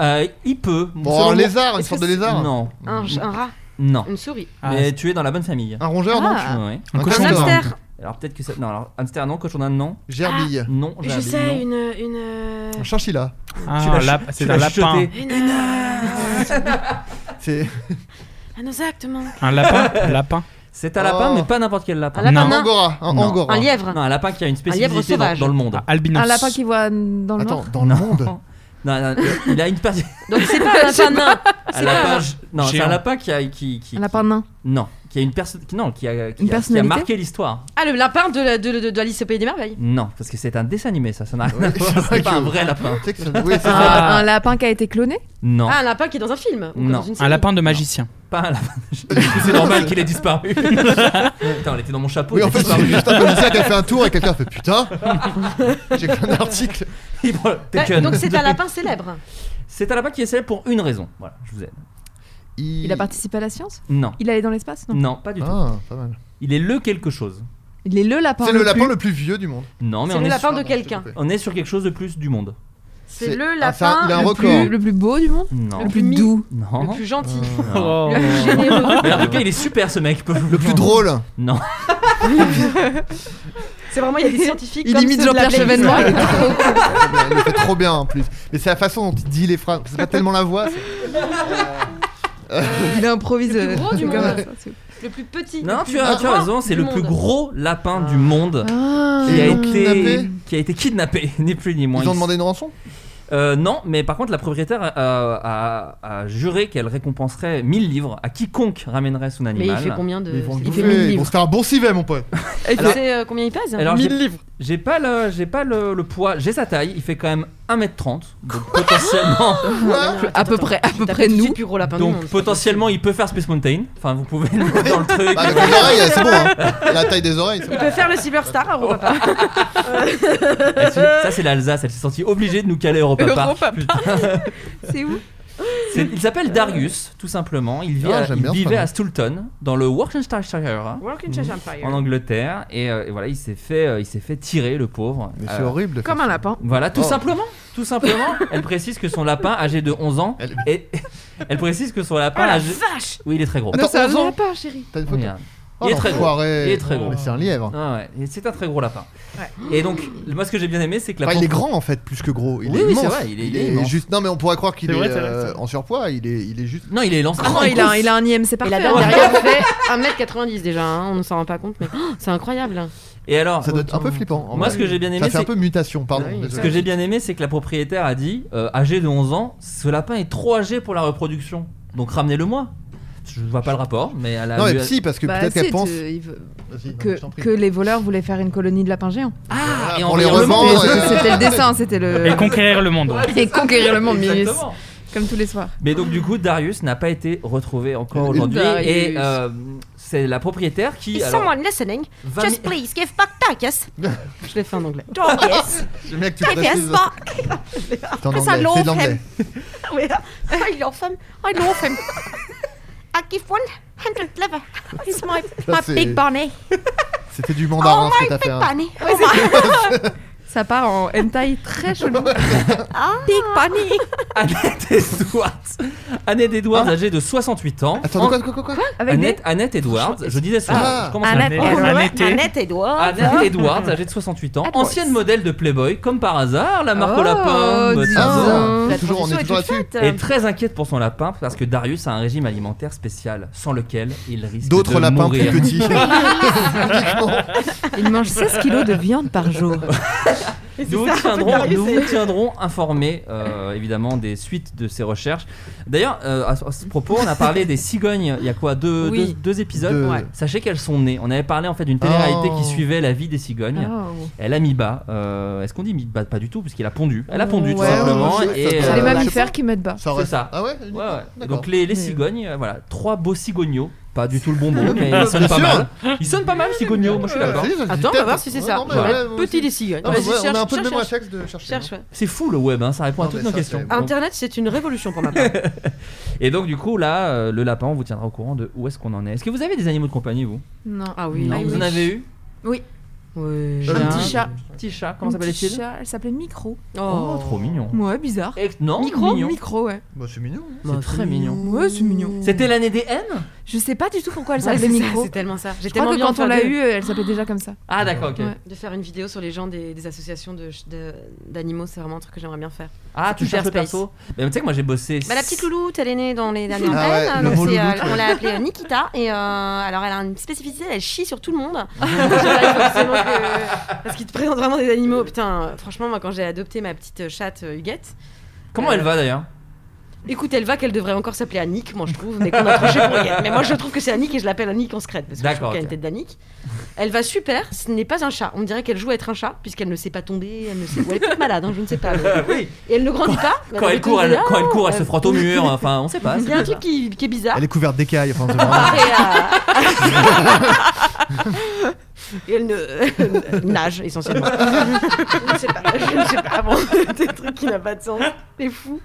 Euh, il peut.
Bon, un
selon-
lézard, une
Est-ce
sorte
que
de
c'est-
lézard
Non,
[laughs] Un, ch- un rat,
non.
une souris,
Ah,
Mais tu es dans la bonne famille.
Un rongeur,
Ah.
non
Ouais.
Un
cochon
un
hamster.
d'Inde.
hamster.
Alors peut-être que ça. Non, alors hamster non, cochon d'Inde non,
Gerbille.
non.
Je
j'ai un
sais,
bide, non.
une. une... euh,
Un chinchilla.
Ah,
Tu l'as
un lap-
ch-
C'est
tu
un
l'as
lapin.
chuchoté.
Une. euh,
C'est
Un exactement.
Un lapin Lapin.
C'est un lapin,
Oh.
mais pas n'importe quel lapin.
Un lapin
Non.
un
nain.
angora. Un
Non.
angora.
Un lièvre.
Non, un lapin qui a une spécificité dans,
sauvage. Ah.
dans le monde.
Albinos.
Un lapin qui voit dans le
Attends,
noir.
dans le
[laughs]
monde.
Non, non, il a une partie.
Donc [laughs] c'est pas un lapin nain.
un lapin. Non, c'est
Géant.
un lapin qui a qui qui.
Un lapin nain.
Non, qui a une personne. Non, qui a qui,
Une
a, qui a
personnalité
marqué l'histoire.
Ah, le lapin de, la- de, de, de Alice au Pays des Merveilles.
Non, parce que c'est un dessin animé, ça. Ça n'a rien
Ouais,
à
c'est [laughs]
voir.
vrai
C'est pas
que-
un vrai lapin.
Tu sais que ça- oui, c'est ça.
Ah.
Un lapin qui a été cloné.
Non,
Ah, un lapin qui est dans un film. ou
Non.
Dans une série.
Un lapin de magicien.
pas un lapin. c'est normal qu'il ait disparu. [laughs] Attends, il était dans mon chapeau.
Oui,
il
en
a
fait, c'est
disparu.
juste un policier qui a fait un tour et quelqu'un a fait putain. J'ai fait un article.
Il prend-
Ouais,
Taken.
donc
[laughs]
c'est un lapin célèbre.
C'est un lapin qui est célèbre pour une raison. Voilà, je vous aide.
Il a participé à la science
Non.
Il allait dans l'espace Non.
Non, pas du tout.
Ah, pas mal.
Il est le quelque chose.
Il est le lapin.
C'est le lapin
plus-
le plus vieux du monde.
Non, mais
C'est
on
le
est,
lapin
Pardon,
de
je t'ai
quelqu'un.
coupé.
on est sur quelque chose de plus du monde.
C'est le
Ah, ça,
lapin
il a un
le
record.
plus- le plus beau du monde
Non.
Le plus doux
Non.
le plus gentil.
Non.
Oh.
Le plus généreux.
Mais en tout cas, il est super ce mec.
Le plus drôle.
Non.
[laughs] C'est vraiment, il y a des scientifiques.
Il
comme
imite
ceux de la
Jean-Pierre
playlist.
Chevènement, il
Trop bien, Il le fait trop bien en plus. Mais c'est la façon dont il dit les phrases. C'est pas tellement la voix. c'est-
Il improvise.
Le plus gros du
euh,
monde.
comme ça, c'est-
Le plus petit.
Non,
Le plus
tu as, tu as
grand
raison, c'est
du
le plus
monde.
gros lapin du monde
Ah.
qui a,
Ils l'ont
été,
kidnappé
qui a été kidnappé, [laughs] ni plus ni moins.
Ils ont
Il-
demandé une rançon
Euh, non, mais par contre, la propriétaire a, a- a- a juré qu'elle récompenserait 1000 livres à quiconque ramènerait son
Mais
animal.
il fait combien de.
Ils vont le
Euh, Il fait
bouffer.
1000
Ils vont
livres.
se faire un bon civet, mon pote.
Et tu sais euh, combien il pèse
Alors, j'ai-
livres.
J'ai pas le, j'ai pas le, le poids, j'ai sa taille, il fait quand même 1m30, donc [laughs] potentiellement,
Ah,
À peu près, à peu près
Tout de
nous.
suite, plus gros lapin du
donc
monde.
potentiellement il peut faire Space Mountain, enfin vous pouvez
[laughs]
le mettre dans le truc.
Bah, avec les oreilles, c'est bon. hein. La taille des oreilles. c'est bon.
Il peut faire le cyberstar
[laughs]
à Europa Park.
Elle s'est- Ça c'est l'Alsace, elle s'est sentie obligée de nous caler Europa Park. Putain.
C'est où
C'est- il s'appelle Darius, tout simplement, il, vit
Ah,
à-
j'aime
il
bien ce
vivait
prénom.
à Stoulton, dans le Worcestershire. hein, En Angleterre et, euh, et voilà il s'est fait euh, il s'est fait tirer le pauvre
Mais
Euh,
c'est horrible. de faire
Comme un
ça.
lapin.
Voilà, tout
Oh.
simplement,
[laughs]
tout simplement. elle précise que son lapin âgé de 11 ans
Elle-
et [laughs] elle précise que son
Oh,
lapin âgé
Vache
Oui, il est très gros.
Non, c'est un
11 ans.
lapin, chérie.
T'as Ah une photo
Regarde.
Oh,
Il est très gros.
l'enfoiré.
Il est très gros.
Mais c'est un lièvre.
Ah ouais, et c'est un très gros lapin. Et donc, moi ce que j'ai bien aimé, c'est que la
Enfin, il est
propri-
grand en fait, plus que gros. Il
Oui,
est
oui, c'est
immense.
vrai, il est- il est immense.
juste. Non, mais on pourrait croire qu'il est,
C'est vrai, c'est vrai,
euh,
c'est vrai.
en surpoids. Il est, il est juste.
Non, il est lancé.
Ah
Oh,
Non, il a, un- il a un IM, c'est
Et
parfait.
la dame
hein.
derrière fait 1m90 déjà, hein, on ne s'en rend pas compte, mais Oh, c'est
Ah,
incroyable.
Et alors
Ça doit être un peu flippant. en
Moi,
vrai.
ce que j'ai bien aimé,
Ça fait un
c'est
peu mutation, pardon.
Ah oui.
désolé.
ce que j'ai bien aimé, c'est que la propriétaire a dit, euh, âgé de 11 ans, ce lapin est trop âgé pour la reproduction. Donc ramenez-le-moi. Je ne vois pas le rapport, mais elle a
Non,
eu-
mais si, parce que
Bah,
peut-être
si,
qu'elle
tu-
pense.
il veut-
Vas-y, non, je
que,
t'en prie.
que les voleurs voulaient faire une colonie de lapins géants.
Ah,
Voilà,
et
pour
en
les
voyant le
revendre,
monde.
euh,
C'était c'était le dessin, c'était le.
Et conquérir le monde.
Oh, [laughs]
[laughs]
Et conquérir le monde, Minus.
Exactement.
Comme tous les soirs.
Mais donc du coup, Darius n'a pas été retrouvé encore
Et-
aujourd'hui.
Darius.
Et euh, c'est la propriétaire qui... alors,
Someone listening,
20
just [laughs] please give back
[laughs]
Tarkus. Je l'ai fait en anglais. Tarkus,
J'aime bien que tu
Tarkus
précises.
back.
C'est en
Après, ça
anglais, c'est de l'anglais.
I love him, I love him. I give 100 lever. It's my, my
c'est-
big bunny.
C'était du mandarin ce que t'as fait. hein.
[laughs]
Bunny. Oh my
Ça part en hentai très chelou.
big bunny.
Annette Edwards. Annette Edwards, âgée de 68 ans.
Attends, quoi, quoi, quoi, quoi
Avec des.
Annette, Annette Edwards, je disais son
Ah.
âge, je commence à
Annette-
le
Oh,
faire.
Un été.
Annette Edouard.
Annette Edwards, âgée de 68 ans,
Edwards.
ancienne modèle de Playboy, comme par hasard, la marque au
Oh,
lapin.
dis
tiens.
donc.
Ah,
La
toujours, on est
transition
toujours
toute
là-dessus.
faite.
est très inquiète pour son lapin parce que Darius a un régime alimentaire spécial sans lequel il risque
D'autres
de
lapins
mourir.
plus petits.
Il mange 16 kilos de viande par jour.
Nous vous, tiendrons, nous vous tiendrons informés euh, évidemment des suites de ces recherches. D'ailleurs, euh, à, à ce propos, on a parlé des cigognes il y a quoi deux,
Oui.
deux, deux épisodes
Deux. Ouais.
Sachez qu'elles sont nées. On avait parlé en fait d'une télé-réalité
Oh.
qui suivait la vie des cigognes.
Oh.
Elle a mis bas. Euh, Est-ce qu'on dit mis bas Pas du tout, puisqu'il a pondu. Elle a pondu tout
Ouais,
simplement.
ouais, ouais,
et,
ça-
C'est
Euh,
les
je sais
mammifères
pas.
qui mettent bas.
aurait-
C'est ça.
Ah ouais
Ouais, ouais.
D'accord.
Donc les, les cigognes, euh, voilà, trois beaux cigognos Pas du tout le bon
[laughs]
mot, mais il sonne pas mal. Il sonne pas mal, Cigogno, moi je suis d'accord.
Attends, on va voir si c'est ça. Petit les cigognes.
Non, mais
Vas-y,
ouais, on
cherche,
a un peu
cherche,
le même
cherche.
réflexe de chercher.
Cherche, ouais.
C'est fou le web, hein, ça répond à
Non,
toutes
mais
nos
ça,
questions.
c'est-
Donc-
Internet, c'est une révolution pour ma part.
Et donc du coup là, euh, le lapin, on vous tiendra au courant de où est-ce qu'on en est. Est-ce que vous avez des animaux de compagnie vous
Non.
Ah oui.
Non,
I
Vous en
wish.
avez eu
Oui.
Un
Chien.
petit chat.
Petit chat, comment
Un petit
s'appelle-t-il
chat, Elle s'appelait Micro.
Oh, trop mignon.
Ouais, bizarre.
Et- non, mignon.
Micro, ouais.
Bah, c'est mignon. hein.
C'est très mignon.
Ouais, c'est mignon.
C'était l'année des haines
Je sais pas du tout pourquoi elle
Ouais,
s'appelait
c'est ça,
Micro.
C'est tellement ça. J'ai
Je crois
tellement
que
bien
quand on
entendu
l'a eu, euh, elle s'appelait déjà comme ça.
Ah d'accord, ok.
Ouais.
de faire une vidéo sur les gens des, des associations de ch- de- d'animaux, c'est vraiment un truc que j'aimerais bien faire.
Ah, tu
Super
cherches le
Space.
perso Mais tu sais que moi j'ai bossé.
Bah, la petite louloute, elle est née dans les dernières
Ah ouais,
semaines,
le
donc
mot
c'est, euh,
louloute, ouais.
on l'a appelée euh, Nikita. Et euh, alors, elle a une spécificité, elle chie sur tout le monde.
Ah.
[laughs] Donc, j'aimerais forcément que- parce qu'ils te présentent vraiment des animaux. Putain, euh, franchement, moi, quand j'ai adopté ma petite euh, chatte euh, Huguette,
Comment elle va d'ailleurs
écoute, elle va qu'elle devrait encore s'appeler Annick, moi, je trouve, mais qu'on a tranché pour Huguette. Mais moi, je trouve que c'est Annick et je l'appelle Annick en secrète, parce que je
D'accord,
trouve qu'elle a une
ok.
tête d'Annick. Elle va super, ce n'est pas un chat. On dirait qu'elle joue à être un chat, puisqu'elle ne sait pas tomber, elle ne sait. Ou elle est peut-être malade, hein, je ne sais pas. mais-
[laughs] Oui.
Et elle ne grandit pas. mais
Quand
elle
elle court,
grandit,
elle,
ah,
quand elle court, elle
euh,
se frotte au mur. Enfin, on sait pas.
Il y a un
c'est
truc qui, qui est bizarre.
Elle est couverte d'écailles. Enfin, c'est vraiment-
Et, euh, [laughs] et elle ne elle nage essentiellement. je ne sais pas, je ne sais pas. Bon, [laughs] des trucs qui n'ont pas de sens. C'est fou.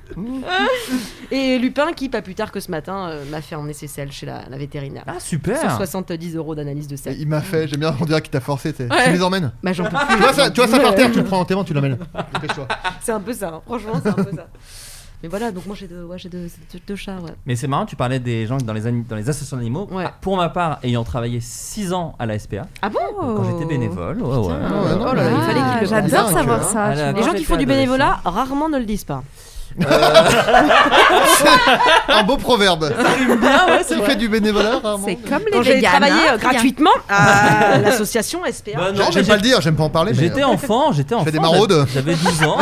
[laughs] Et Lupin qui, pas plus tard que ce matin, euh, m'a fait emmener ses selles chez la, la vétérinaire.
Ah super.
170 euros d'analyse de
Et
selles.
Il m'a fait, j'aime bien, on dirait qu'il t'a forcé. t'sais.
Ouais.
Tu les emmènes.
Bah, j'en peux
Tu vois ça, tu vois ça par terre, tu le prends en tes mains, tu l'emmènes. Dépêche-toi.
C'est un peu ça. hein. Franchement, c'est un peu ça. Mais voilà, donc moi j'ai deux, ouais, j'ai deux, deux- deux chats. Ouais.
Mais c'est marrant, tu parlais des gens dans les, ani- dans les associations d'animaux.
Ouais.
Ah, Pour ma part, ayant travaillé 6 ans à la SPA,
Ah bon
quand j'étais bénévole, ouais, ouais.
Putain.
Ouais, non,
Oh là là, il fallait qu'il
Ah,
le
J'adore
dise.
savoir
Ah,
ça.
là,
tu
Les
quand
vois.
gens qui font du
j'étais
bénévolat rarement ne le disent pas.
Un beau proverbe.
Ah ouais, c'est
Qui
vrai.
fait du bénévolat rarement
C'est comme les
Quand j'ai
véganes,
travaillé
hein,
euh,
rien.
gratuitement à l'association SPA.
Bah non,
Non,
mais
j'aime pas le dire, j'aime pas en parler. mais-
J'étais enfant, j'étais enfant.
fais des maraudes.
J'avais 12 ans. [laughs]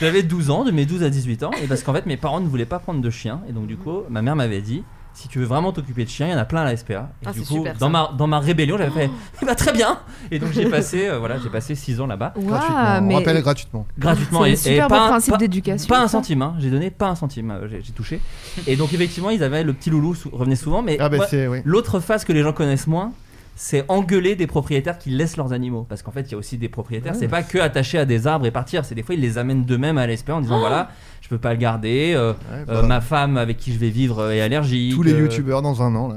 J'avais 12 ans, de mes 12 à 18 ans, et parce qu'en fait mes parents ne voulaient pas prendre de chien, et donc du coup ma mère m'avait dit si tu veux vraiment t'occuper de chien, il y en a plein à la SPA. Et
Ah,
du
c'est
coup,
super,
dans
ça. Oh.
ma, dans ma rébellion, j'avais fait [laughs] Eh bah, très bien Et donc j'ai passé, euh, voilà, j'ai passé 6 ans là-bas,
Waouh,
Gratuitement.
mais-
On rappelle gratuitement.
gratuitement.
C'est
et,
un
et
super
pas,
beau
un-
principe
pas-
d'éducation.
pas
ça.
un centime, hein. j'ai donné pas un centime, euh, j'ai j'ai touché. Et donc effectivement, ils avaient le petit loulou, sou- revenait souvent, mais
Ah, bah,
moi-
c'est, oui.
L'autre phase que les gens connaissent moins, c'est engueuler des propriétaires qui laissent leurs animaux. Parce qu'en fait, il y a aussi des propriétaires, c'est pas que attacher à des arbres et partir. C'est des fois, ils les amènent d'eux-mêmes à l'espère en
Ah.
disant voilà, je peux pas le garder, euh,
Ouais, bah,
euh, ma femme avec qui je vais vivre euh, est allergique.
Tous les
euh,
youtubeurs dans un
[laughs]
an, là.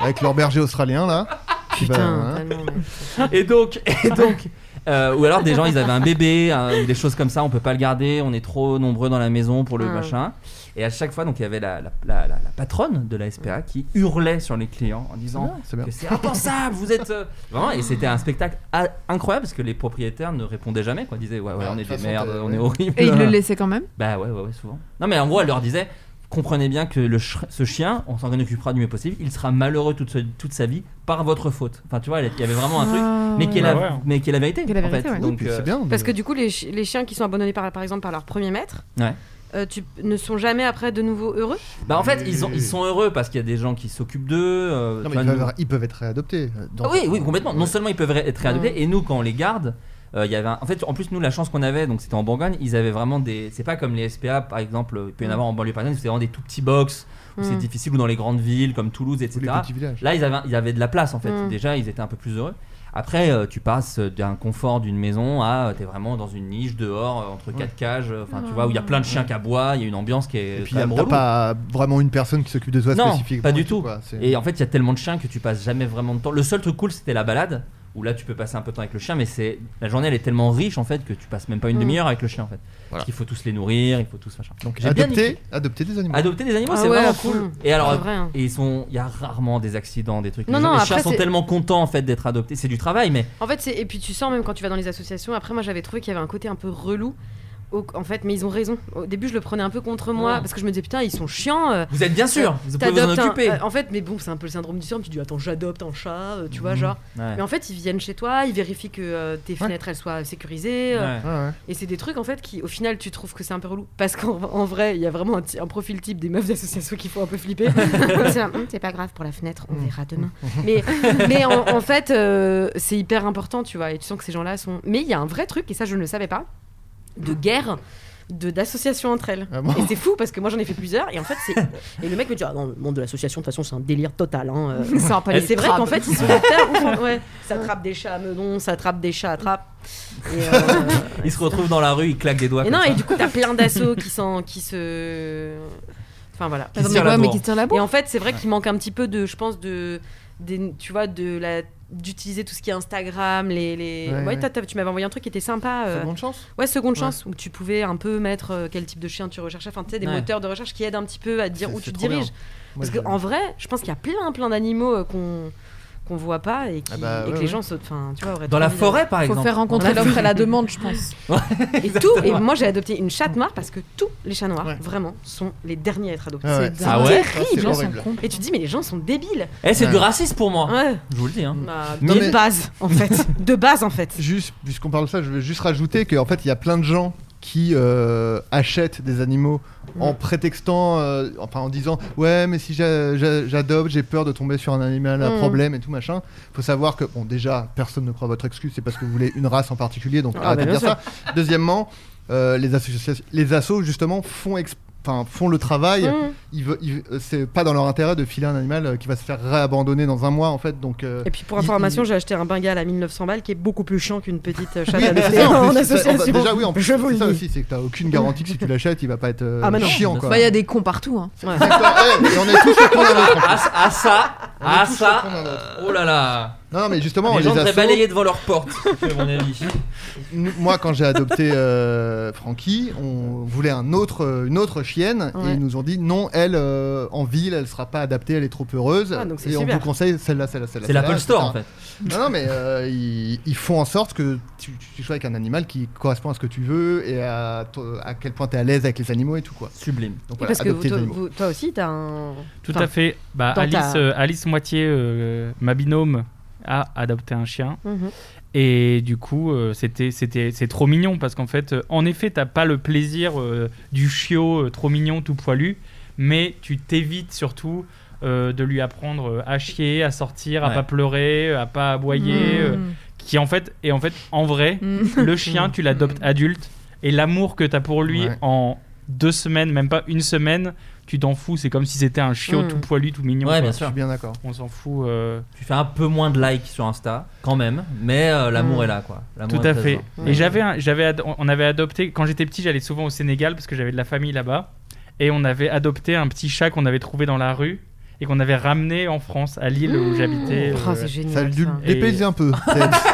Avec leur berger australien, là. Qui va-
bah,
Putain,
hein.
tellement, ouais.
Et donc, et donc. euh, ou alors des gens ils avaient un bébé hein, ou des choses comme ça on peut pas le garder on est trop nombreux dans la maison pour le
Ah.
machin et à chaque fois donc il y avait la, la- la- la- la patronne de la SPA qui hurlait sur les clients en disant
C'est bien.
que c'est impensable, vous êtes euh, vraiment et c'était un spectacle a- incroyable parce que les propriétaires ne répondaient jamais quoi, Ils disaient ouais ouais,
Ouais,
on
Bah, de
est
toute
des
façon,
merdes,
t'es-
on
ouais.
est horrible.
Et il le laissait quand même
Bah ouais ouais ouais souvent. Non mais en gros elle leur disait comprenez bien que le ch- ce chien, on s'en occupera du mieux possible, il sera malheureux toute, sa- toute sa vie par votre faute. Enfin tu vois, elle- il y avait vraiment un truc
Ah,
mais qui est la
Ouais, ouais.
mais qui est la vérité,
Qui est la
en
vérité,
fait.
ouais.
Bah hein. Oui,
Donc
puis
euh,
c'est bien.
Parce que du coup, les, chi- les chiens qui sont abandonnés par, par exemple par leur premier maître,
Ouais.
euh, tu, ne sont jamais après de nouveau heureux.
bah en fait ils ont- ils sont heureux parce qu'il y a des gens qui s'occupent d'eux euh,
Non, mais
tu
ils,
vois,
peuvent,
nous-
avoir- ils peuvent être réadoptés. euh, dans-
Ah oui, oui, complètement. Non seulement ils peuvent ré- être réadoptés, et nous, quand on les garde, euh, il y avait un- en fait, en plus, nous, la chance qu'on avait, donc c'était en Bourgogne, ils avaient vraiment des. C'est pas comme les SPA, par exemple, il peut y en avoir en banlieue parisienne, c'était vraiment des tout petits box, où c'est
Mm.
difficile, ou dans les grandes villes comme Toulouse,
Ou les
etc.
petits villages.
Là, ils avaient, ils avaient de la place, en fait.
Mm.
Déjà, ils étaient un peu plus heureux. Après, euh, tu passes d'un confort d'une maison à. euh, T'es vraiment dans une niche dehors, euh, entre quatre cages, euh, enfin, tu vois, où il y a plein de chiens qui aboient, il y a une ambiance qui est.
Et puis,
quand
y a-
même
t'as
relou.
pas vraiment une personne qui s'occupe de toi
Non,
spécifiquement.
pas du
et
tout.
quoi, c'est-
Et en fait, il y a tellement de chiens que tu passes jamais vraiment de temps. Le seul truc cool, c'était la balade, où là, tu peux passer un peu de temps avec le chien, mais c'est la journée, elle est tellement riche en fait que tu passes même pas une
Mm.
demi-heure avec le chien en fait. Parce qu'il faut tous les nourrir, il faut tous machin. Donc j'ai bien
adopter,
aimé.
adopter des animaux.
Adopter des animaux,
Ah
c'est
ouais,
vraiment
à fond.
cool. Et alors, euh,
C'est vrai, hein.
et ils sont, il y a rarement des accidents, des trucs.
Non,
les gens-
non,
les
après,
chiens sont
c'est-
tellement contents en fait d'être adoptés. C'est du travail, mais
En fait, c'est- et puis tu sens même quand tu vas dans les associations. Après, moi, j'avais trouvé qu'il y avait un côté un peu relou. au- en fait, mais ils ont raison. Au début, je le prenais un peu contre moi
Ouais.
parce que je me disais putain, ils sont chiants. euh,
vous êtes bien sûr, vous pouvez vous en
t'adoptes un-
occuper.
euh, en fait, mais bon, c'est un peu le syndrome du syndrome. Tu dis attends, j'adopte un chat, euh, tu vois,
Mhm.
genre.
Ouais.
Mais en fait, ils viennent chez toi, ils vérifient que euh, tes fenêtres elles soient sécurisées. euh,
Ouais.
Ouais, ouais.
Et c'est des trucs en fait qui, au final, tu trouves que c'est un peu relou. Parce qu'en en vrai, il y a vraiment un, ti- un profil type des meufs d'association qui font un peu flipper. [laughs] c'est un, Hum, c'est pas grave pour la fenêtre, on verra [laughs] demain. mais mais en, en fait, euh, c'est Hmm. hyper important, tu vois. Et tu sens que ces gens-là sont. Mais il y a un vrai truc, et ça, je ne le savais pas, de guerre de d'associations entre elles.
Ah bon
Et c'est fou parce que moi j'en ai fait plusieurs et en fait c'est et le mec me dit ah non le monde de l'association de toute façon c'est un délire total hein, [laughs] euh.
Ça en
Et c'est vrai qu'en fait ils sont à terre ouf, [laughs] hein, ouais. ça attrape des chats à meudon ça attrape des chats à trappe et, euh, [laughs]
Ils se retrouvent dans la rue, ils claquent des doigts.
et
comme
non
ça.
et du coup t'as plein
[laughs]
d'assauts qui sont qui se enfin voilà
Qui se tire la
mais
bourre.
qui tient la
et
bourre.
en fait, c'est vrai qu'il manque un petit peu de, je pense, de, des- tu vois, de la d'utiliser tout ce qui est Instagram, les, les...
Ouais,
Ouais,
ouais.
t'as- t'as- tu m'avais envoyé un truc qui était sympa, euh,
Seconde chance
ouais, seconde chance, où tu pouvais un peu mettre euh, quel type de chien tu recherchais, enfin tu sais des
Ouais.
moteurs de recherche qui aident un petit peu à te dire
C'est-
où
c'est
tu te
trop bien.
diriges.
Moi,
Parce
je-
qu'en vrai, je pense qu'il y a plein plein d'animaux euh, qu'on qu'on voit pas et, qui-
Ah bah,
et
ouais,
que
ouais.
les gens sautent, enfin tu vois, auraient
Dans
trop
la
envie de-
forêt, par
Faut
exemple.
faire rencontrer
Dans la
l'offre et la
forêt.
[laughs]
demande, je pense.
Et tout, et moi j'ai adopté une chatte noire parce que tous les chats noirs,
Ouais.
vraiment, sont les derniers à être adoptés.
Ah ouais.
C'est
Ah
dingue.
ouais
Ah, c'est
Les gens sont
horrible.
cons.
Et tu te dis mais les gens sont débiles.
Eh, c'est
Ouais.
du racisme pour moi.
Ouais.
Je vous le dis. Hein.
Bah,
Non,
de
Oh. mais-
base,
[laughs]
en fait. De base, en fait.
Juste, puisqu'on parle de ça, je veux juste rajouter qu'en fait, il y a plein de gens qui euh, achètent des animaux
Mm.
en prétextant, euh, enfin en disant ouais mais si j'a- j'a- j'adopte j'ai peur de tomber sur un animal à
Mm.
problème et tout machin. Faut savoir que bon déjà personne ne croit votre excuse c'est parce que vous voulez une race en particulier donc
Ah,
arrêtez
bah,
de
bien
dire ça.
[laughs]
Deuxièmement euh, les associations les assos justement font exp- enfin, font le travail
Mm.
ils ve- ils- euh, c'est pas dans leur intérêt de filer un animal euh, qui va se faire réabandonner dans un mois en fait donc euh,
Et puis pour
Il-
information,
il-
j'ai acheté un bengal à 1900 balles qui est beaucoup plus chiant qu'une petite euh, chatte
Oui, mais
adoptée
c'est ça, en
en
plus, c'est ça.
association.
Déjà, oui, en plus,
Je vous
c'est
le
ça
dis.
aussi, c'est que t'as aucune garantie que si tu l'achètes, il va pas être euh,
Ah, mais non.
chiant,
Bah, Il
quoi.
y a des cons partout. hein.
Ouais.
D'accord, eh, et on
[laughs]
est tous le con d'un autre.
Ah, ça- ah, ça,
On est
ah
tous le con
ça.
d'un autre.
Oh là là.
Non, non, mais justement,
les
les,
gens devraient
assos,
balayer devant leur porte, c'est mon avis.
nous- moi, quand j'ai adopté euh, Frankie, on voulait un autre, euh, une autre chienne,
Ouais.
et ils nous ont dit non, elle, euh, en ville, elle sera pas adaptée, elle est trop heureuse,
Ah, donc c'est
et on
super.
vous conseille celle-là, celle-là, celle-là.
C'est l'Apple
celle-là,
Store en
etc.
fait.
Non, non, mais euh, ils, ils font en sorte que tu, tu- tu sois avec un animal qui correspond à ce que tu veux et à, to- à quel point t'es à l'aise avec les animaux et tout, quoi.
Sublime.
Et
Donc voilà,
parce que vous-
adopter des
toi,
animaux.
vous- toi aussi, t'as un.
Tout
Enfin,
à fait. Bah,
dans
Alice,
ta-
euh, Alice Moitié, euh, ma binôme, a adopté un chien.
Mhm.
Et du coup, euh, c'était, c'était, c'est trop mignon parce qu'en fait, euh, en effet, t'as pas le plaisir euh, du chiot euh, trop mignon, tout poilu, mais tu t'évites surtout euh, de lui apprendre euh, à chier, à sortir, à
Ouais.
pas pleurer, à pas aboyer,
Mhm.
euh,
Mm.
qui en fait, et en fait, en vrai,
Mmh.
Mm.
[laughs]
le chien, tu l'adoptes
Mm.
adulte, et l'amour que t'as pour lui
Ouais.
en deux semaines, même pas une semaine, tu t'en fous. C'est comme si c'était un chiot
Mm.
tout poilu, tout mignon.
Ouais,
quoi.
bien
Je
sûr.
suis bien d'accord.
On s'en fout. euh,
Tu fais un peu moins de likes sur Insta, quand même, mais euh, l'amour
Mm.
est là, quoi. L'amour
Tout
est
à fait.
présent.
Et j'avais, un- j'avais, ad- on avait adopté quand j'étais petit, j'allais souvent au Sénégal parce que j'avais de la famille là-bas, et on avait adopté un petit chat qu'on avait trouvé dans la rue et qu'on avait ramené en France à Lille où j'habitais.
Oh,
euh,
c'est génial.
Ça a dû
ça.
le dépayser
Et-
un peu.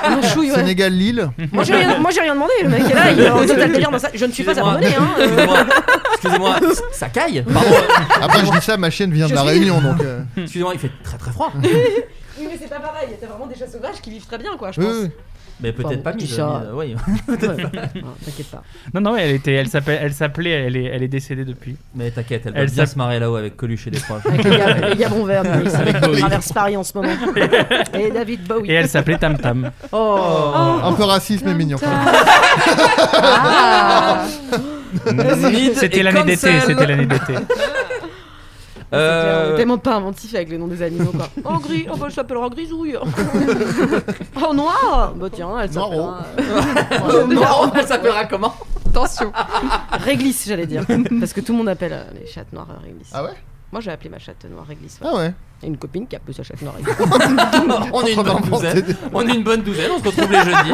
Un chouille, ouais.
Sénégal, Lille.
Moi, j'ai rien, moi, j'ai rien demandé. Le mec est là, il est en
[laughs]
total délire dans ça. Je ne suis pas
Excusez-moi.
abonné, hein. euh.
Excusez-moi, excusez-moi,
[laughs]
ça caille Pardon,
Après, je dis ça, ma chienne vient de
Je
la
suis-
Réunion, donc. euh,
excusez-moi, il fait très très froid.
Oui, mais c'est pas pareil. T'as vraiment des chats sauvages qui vivent très bien, quoi, je
oui,
pense.
oui.
Mais
Enfin,
peut-être pas
petit
mise.
chat.
mais, euh, oui.
Ouais.
[laughs]
Non, T'inquiète pas.
Non, non, elle était, elle s'appelait, elle s'appelait, elle est, elle est décédée depuis.
Mais t'inquiète, elle va
Elle
bien
s'appelle-
se marrer là-haut avec Coluche et des proches.
Avec les gars- les gars bon vert,
Bowie.
ils traversent Paris en ce moment. [laughs] Et David Bowie.
Et elle s'appelait Tam
[laughs]
Tam.
Oh.
Un peu raciste, mais mignon.
Ah.
C'était l'année d'été. C'était l'année d'été.
C'est clair, on est
Euh,
tellement pas inventif avec les noms des animaux quoi. En gris, [laughs] oh bah, je s'appellera [laughs] grisouille. en noir, bah tiens, elle
Noiro.
s'appellera [laughs]
euh, [laughs] non, elle s'appellera comment
Attention.
réglisse, j'allais [laughs] dire, parce que tout le monde appelle euh, les chattes noires euh, réglisse.
Ah ouais
Moi, j'ai appelé ma chatte noire réglisse. ouais.
Ah ouais.
Et une copine qui a appelé sa [laughs] chatte noire réglisse.
On est une bonne douzaine. On est une bonne douzaine, on se retrouve les jeudis.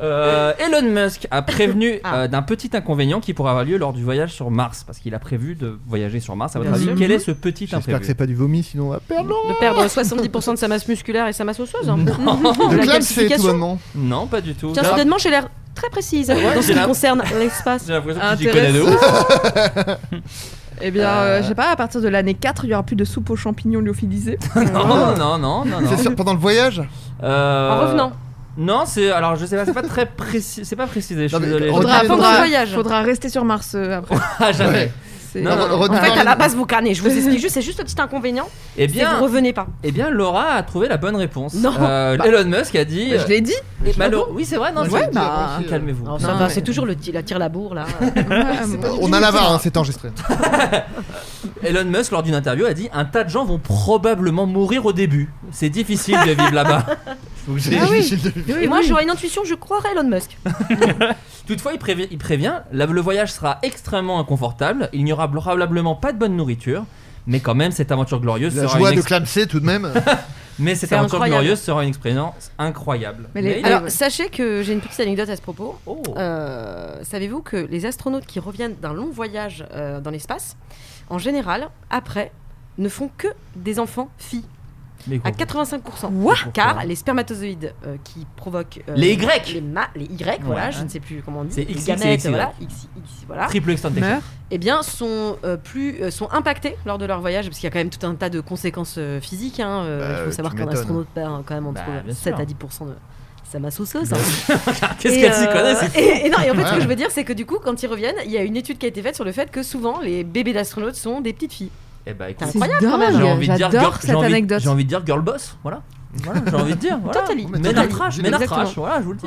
Euh, Elon Musk a prévenu
Ah.
euh, d'un petit inconvénient qui pourrait avoir lieu lors du voyage sur Mars, parce qu'il a prévu de voyager sur Mars. À votre
Bien
avis,
sûr.
quel est ce petit
J'espère que c'est
imprévu
pas du vomi, sinon on va perdre.
De perdre 70% de sa masse musculaire et sa masse osseuse. hein. [laughs]
Le
La
clap, c'est tout
calcification.
bonnement.
Non, pas du tout.
Tiens,
J'ai
soudainement, j'ai l'air très précise
Ouais,
dans ce
j'ai
qui
la-
concerne l'espace.
j'ai l'impression que tu t'y connais de
[laughs]
ouf.
Eh bien, euh, je sais pas, à partir de l'année 4, il y aura plus de soupe aux champignons lyophilisés.
Non, non, non, non. non.
C'est sûr, pendant le voyage
Euh,
En revenant,
Non, c'est. Alors, je sais pas, c'est pas très précis. C'est pas précisé, je
Non,
suis
mais
désolé.
on-
Faudra,
Ah,
Faudra-
pendant le
faudra,
voyage.
faudra rester sur Mars euh, après.
Ah, jamais.
Ouais.
C'est-
Non, non, non.
Redis
En fait,
pas
à la
les-
base, vous carnez. Je vous explique juste, c'est juste le petit inconvénient.
Eh
Et vous
bien,
revenez pas.
eh bien, Laura a trouvé la bonne réponse.
Non.
Euh,
Bah.
Elon Musk a dit.
Je l'ai dit.
Et malheureux- Bah, Oui, c'est vrai, non,
Ouais,
c'est-
je l'ai dit
bah,
après aussi, euh,
Calmez-vous.
Non,
ça
ça
va,
va,
mais-
c'est toujours le, ti- la tire la bourre là.
On a la VAR, hein, c'est enregistré.
Elon Musk, lors d'une interview, a dit Un tas de gens vont probablement mourir au début. C'est difficile de vivre là-bas.
Donc c'est
Ah oui.
difficile de-
Et moi, j'aurais une intuition, je croirais Elon Musk.
Toutefois, il, prévi- il prévient, la- le voyage sera extrêmement inconfortable, il n'y aura probablement pas de bonne nourjoie, mais quand même, cette aventure glorieuse
La
sera
joie
une
de
ex-
clamser tout de même.
mais cette
C'est
aventure
incroyable.
glorieuse sera une expérience incroyable.
Mais les-
il-
alors-
Alors, sachez que j'ai une petite anecdote à ce propos.
Oh.
Euh, Savez-vous que les astronautes qui reviennent d'un long voyage euh, dans l'espace, en général, après, ne font que des enfants filles,
Mais
à
gros.
85%.
Quoi
Car les spermatozoïdes euh, qui provoquent. euh,
Les Y.
Les, ma- les Y, voilà, je ne sais plus comment on dit.
C'est
les
XX,
gamètes,
XY.
voilà, X, X, voilà.
triple extentation.
Meurt.
eh bien, sont, euh, plus, euh, sont impactés lors de leur voyage, parce qu'il y a quand même tout un tas de conséquences euh, physiques. Il hein. euh,
Bah,
faut savoir
tu
qu'un
m'étonnes.
astronaute perd euh, quand même entre
Bah, bien
7
sûr.
à 10% de sa masse osseuse. hein.
[laughs] Qu'est-ce
Et,
qu'elle s'y
euh,
connaît c'est-
et, et non, et en fait, ce
Ouais.
que je veux dire, c'est que du coup, quand ils reviennent, il y a une étude qui a été faite sur le fait que souvent, les bébés d'astronautes sont des petites filles.
Eh bah, écoute,
C'est
C'est
incroyable, quand même.
dingue.
j'ai envie de dire
J'adore
girl- j'ai
cette
envie-
anecdote.
J'ai envie de dire girl boss, voilà. Voilà, j'ai envie de dire. Voilà.
Totally.
Mais
Ménard
totally.
trash, ménard
Exactement.
trash, voilà, je vous le dis.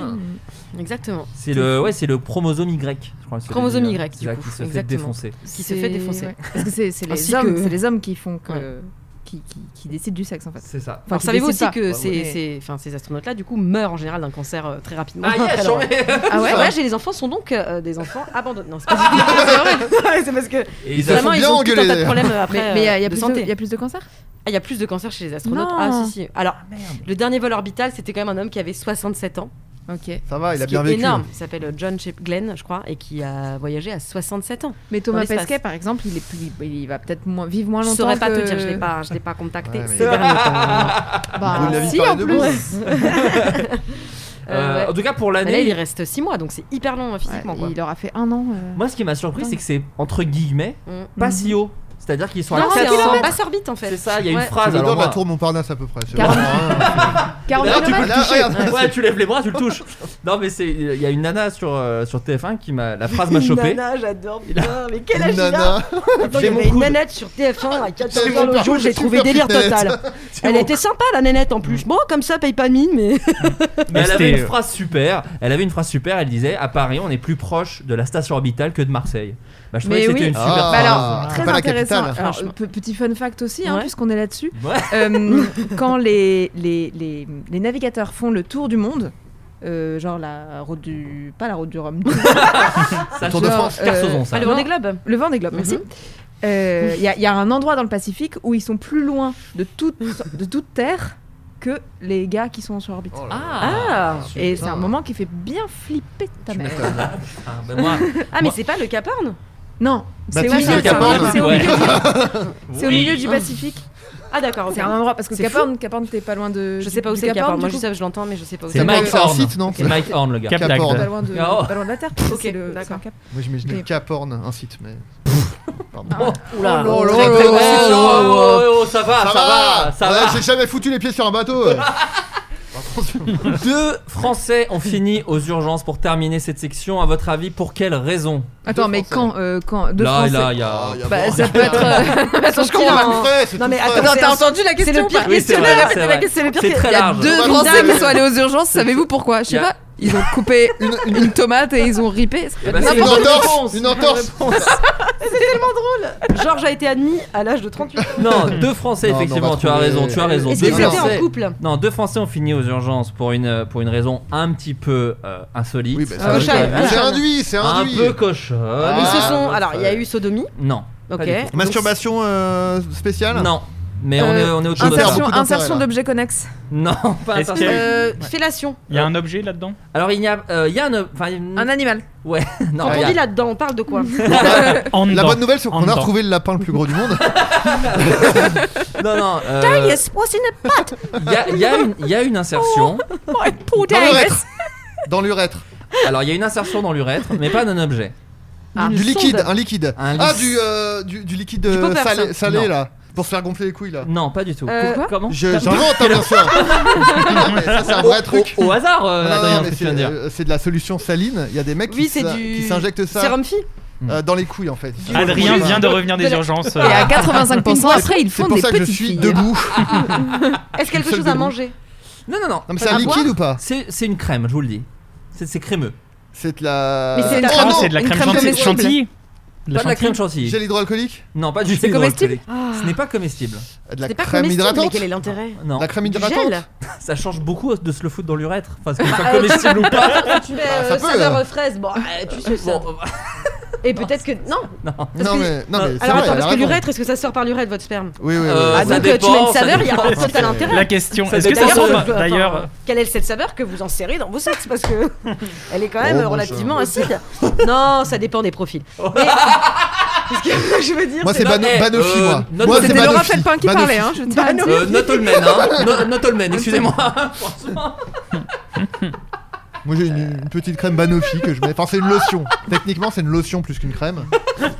Exactement.
C'est le, ouais, c'est le chromosome Y, je crois. que c'est
Chromosome
le-
Y,
c'est
du
ça
coup,
qui se fait
exactement.
défoncer.
Qui se fait défoncer.
Parce que c'est c'est
Ainsi
les, hommes-
que-
c'est les hommes qui font que. Qui, qui, qui décident du sexe en fait.
[laughs]
C'est ça.
Enfin,
Alors,
qui
savez-vous aussi
décident pas.
que ces-
ouais.
ces, enfin, ces astronautes-là, du coup, meurent en général d'un cancer euh, très rapidement.
Ah
[laughs] Après
yes,
leur-
j'en ai-
Ah ouais,
Ouais,
ouais.
et les enfants sont donc euh, des enfants abandonnés. Non, c'est [laughs] pas c'est vrai. C'est parce que
[laughs] Et ils
Ça
avaient-
vraiment
fait
ils
bien
ont tout un
engueuler,
tas de problèmes euh,
Mais
après
mais il y a- il y,
euh,
a
de
plus de-
santé.
il y a plus de cancer
Ah, il y a plus de cancers chez les astronautes.
Non.
Ah si si. Alors
Merde.
le dernier vol orbital, c'était quand même un homme qui avait 67 ans.
Ok.
Ça va, Ah, il
ce
a
qui
bien
est
vécu.
énorme. Il s'appelle euh, John Shep Glenn, je crois, et qui a voyagé à 67 ans.
Mais Thomas
l'espace.
Pesquet, par exemple, il, est plus- il va peut-être moins- vivre moins
Je
longtemps.
saurais pas
que-
te dire, je l'ai pas, je l'ai pas contacté.
Ouais, mais-
ces derniers temps.
Vous l'avez
Bah, si,
parlé
en
de
plus.
vous.
Euh,
Euh, ouais.
En tout cas, pour
Mais là, il y
l'année,
reste 6 mois, donc c'est hyper long euh, physiquement.
Ouais,
quoi.
il aura fait un an. euh.
moi, ce qui m'a surpris, c'est que c'est entre guillemets
Mm.
pas si haut. C'est-à-dire qu'ils sont
Non,
à
c'est
400.
en basse orbite en fait.
C'est ça, il y a une
Ouais.
C'est
phrase.
l'odeur
Ah, Alors
de la
moi,
tour Montparnasse à peu près. c'est Ah,
Car-
vraiment-
40
D'ailleurs, tu peux
kilomètres.
le
Là,
toucher.
regarde.
Ouais, tu lèves les bras, tu le touches. Non, mais c'est, il y a une nana sur, euh, sur TF1 qui m'a, la phrase m'a chopé.
j'adore.
Il a-
putain, Mais quel
Une nana.
Attends, il
J'ai
y
mon
avait une
coude.
nanette sur TF1 à 14
J'ai
h
mon
le jour,
parcours
j'ai
de
trouvé
super
délire
fitness.
total. Elle était sympa la nanette en plus. Bon, comme ça, paye pas de mine, mais.
Mais elle avait
C'était-
une phrase super. Elle avait une phrase super. Elle disait à Paris, on est plus proche de la station orbitale que de Marseille. Bah, je trouvais
Mais
que c'était
oui.
une super
Ah.
Bah
phrase.
alors,
C'est
très
pas la
intéressant.
capitale.
Alors,
Franchement.
pe- Euh, petit fun fact aussi, hein,
Ouais.
puisqu'on est là-dessus.
Ouais.
Euh, [laughs] quand les, les, les, les navigateurs font le tour du monde, euh, genre la route du. Pas la route du Rhum, du-
Ça,
Tour de
genre,
France.
euh, Carsozon, ça.
le Vendée Globe. Le Vendée Globe, merci.
Mm-hmm.
Euh, Il y, a- il y a un endroit dans le Pacifique où ils sont plus loin de toute, de toute terre que les gars qui sont sur orbite.
Oh là là.
Ah.
Ah,
Et c'est un moment qui fait bien flipper ta mère.
Ah, bah, moi,
ah mais
Moi-
c'est pas le Cap Horn
Non,
Bah,
c'est
tu
au,
sais,
milieu-
le Cap Horn.
c'est au
Ouais.
milieu du- c'est au
Oui.
milieu du Pacifique.
Ah d'accord, ok.
C'est un endroit parce que
C'est
Cap
fou.
Horn, Cap Horn, t'es pas loin de.
Je
du-
sais pas où
du
c'est le Cap Horn. Moi
du
je
coup.
sais, je l'entends, mais je sais pas où
c'est
c'est.
Cap
Mike
Horn,
Horn.
site, non
C'est Mike Horn, le gars.
Cap
Cap Horn.
Pas
Lagde.
loin de,
Oh.
pas loin de la Terre.
Ok,
C'est le-
d'accord.
c'est un cap.
Moi j'imaginais
Mais-
Caporn, un site, mais. Pardon.
Oula.
Oh là
Très,
là
très
là
bon.
là là.
Oh, oh, oh, ça va, ça va, ça
Ah, Ouais,
va.
J'ai jamais foutu les pieds sur un bateau. euh.
Deux Français ont fini aux urgences pour terminer cette section. À votre avis, pour quelles raisons
Attends,
Deux
mais
Français.
quand, euh, quand deux
Là,
Français.
là, il y a.
Ah, y a
Bah,
bon.
ça peut être. euh, Attends, je
C'est
comprends.
tout frais, c'est
Non,
tout
mais
frais.
attends,
Attends, t'as entendu la
C'est
question
le
ou pas
pire
Oui, c'est vrai,
questionnaire.
c'est
C'est
vrai.
la- c'est le pire
C'est très
Il y a
large. Bah,
deux
Une
Français
dame.
qui sont allés aux urgences, savez-vous pourquoi Je sais
Il y a-
pas, ils ont coupé une, une tomate et ils ont ripé.
Eh ben,
Une
c'est bonne
entorse
réponse.
Une entorse
question. Georges a été admis à l'âge de 38 ans.
Non, deux
[laughs]
Français,
Non, mais on
effectivement,
va
tu as
trouver-
raison, tu as raison.
Est-ce
Deux
qu'ils étaient en
Français-
couple
Non, deux Français ont fini aux urgences pour une, pour une raison un petit peu euh, insolite.
Oui, bah,
Ah,
ça,
cochonne,
c'est c'est
cochonne.
induit, c'est
un
induit.
peu cochonne.
Ah,
Ils se sont. Alors, il y a eu sodomie.
Non. pas
Ok.
du tout.
Masturbation euh, spéciale
Non. Mais on
Euh,
est, on est
Inter-
au cochonne.
Insertion,
beaucoup d'intérêt,
insertion
là.
d'objets connexes.
Non, pas
Est-ce
ça.
qu'il y a-
Euh, Fellation.
Il y a un objet là-dedans
Alors, il y a, euh, il y a un. Enfin, il-
Un animal.
Ouais, non,
Quand
il y
on
a-
dit là-dedans, on parle de quoi
En
La
dedans.
bonne nouvelle, c'est
En
qu'on a
dedans.
retrouvé le lapin le plus gros du monde.
non, non, euh,
what's in a
il y a- il y a une- il y a une insertion.
Dans l'urètre. Dans l'urètre.
Alors, il y a une insertion dans l'urètre, mais pas d'un objet.
Du liquide, un liquide.
Un
Ah,
lic-
du, euh, du, du liquide
Ah. Du
euh,
popper,
salé,
ça.
salé,
Non.
là. Pour se faire gonfler les couilles là.
Non, pas du tout.
Euh,
Pourquoi Comment
Je- J'invente un sûr. Non, mais ça,
[laughs]
c'est un vrai truc.
Au, au hasard, euh,
Non, non,
Adrien,
non, mais
ce que tu
c'est
viens de dire.
euh, c'est de la solution saline. Il y a des mecs
Oui,
qui
c'est
s'in-
du-
qui s'injectent ça
sérum fille
euh, dans les couilles en fait.
Adrien vient de
De-
revenir des
de la-
urgences.
Et
euh,
à 85%
C'est-
après, ils
C'est
font
pour
des
ça que je
petits
suis
filles.
debout.
Ah. Est-ce quelque
seul
chose à
debout.
manger
Non, non, non.
Non, mais c'est
À
un liquide
boire
ou pas
C'est c'est une crème, je vous le dis. C'est c'est crémeux.
C'est de la.
Mais c'est de la
Oh
crème-
non,
c'est de la
une
crème
crème
chantilly-
comestible.
chantilly. de
Pas de la crème
chantilly.
chantilly.
Gel hydroalcoolique
Non, pas du
C'est
gel
comestible
hydroalcoolique. Ce n'est pas comestible.
De
C'est
la
pas
crème
comestible, mais
hydratante
quel est l'intérêt
Non.
La
[laughs]
crème
Du
hydratante
gel
Ça change beaucoup de se le foutre dans l'urètre. Enfin, c'est
Ah,
pas
euh,
comestible ou pas.
[laughs]
Tu mets
Bah, ça
euh,
peut,
saveur
euh.
fraise, bon, euh, tu sais ça.
Bon, bah,
Et peut-être que. Non
non.
Parce
Non
que- Euh,
mais, non,
Non.
mais c'est
Alors attends,
vrai, elle a
parce que
raison.
l'urètre, est-ce que ça sort par l'urètre, votre sperme
Oui, oui, oui.
Euh,
oui.
Ah,
ça
donc euh, tu
dépend,
mets une
ça
saveur, il y a un
dépend.
total intérêt.
La question,
Ça
est-ce que ça
dépend.
sort
D'ailleurs,
pas-
on peut- enfin,
D'ailleurs,
Quelle est cette saveur que vous insérez dans vos sexes Parce que elle est quand même
Oh,
euh,
moi,
relativement acide. Non, ça dépend des profils. Mais- [laughs] parce que [laughs] je veux dire.
Moi
c'est-
c'est
Non,
Bano-
eh,
Banofi
euh,
moi.
notre-
Moi c'est
C'était Laura
Banofi.
Felpin qui
Banofi.
parlait, hein, je tiens à le dire.
Euh, not all men,
[laughs]
hein. No- Not all men, excusez-moi. [laughs]
Moi j'ai une, une petite crème Banofi que je mets. Enfin c'est une lotion. Techniquement c'est une lotion plus qu'une crème.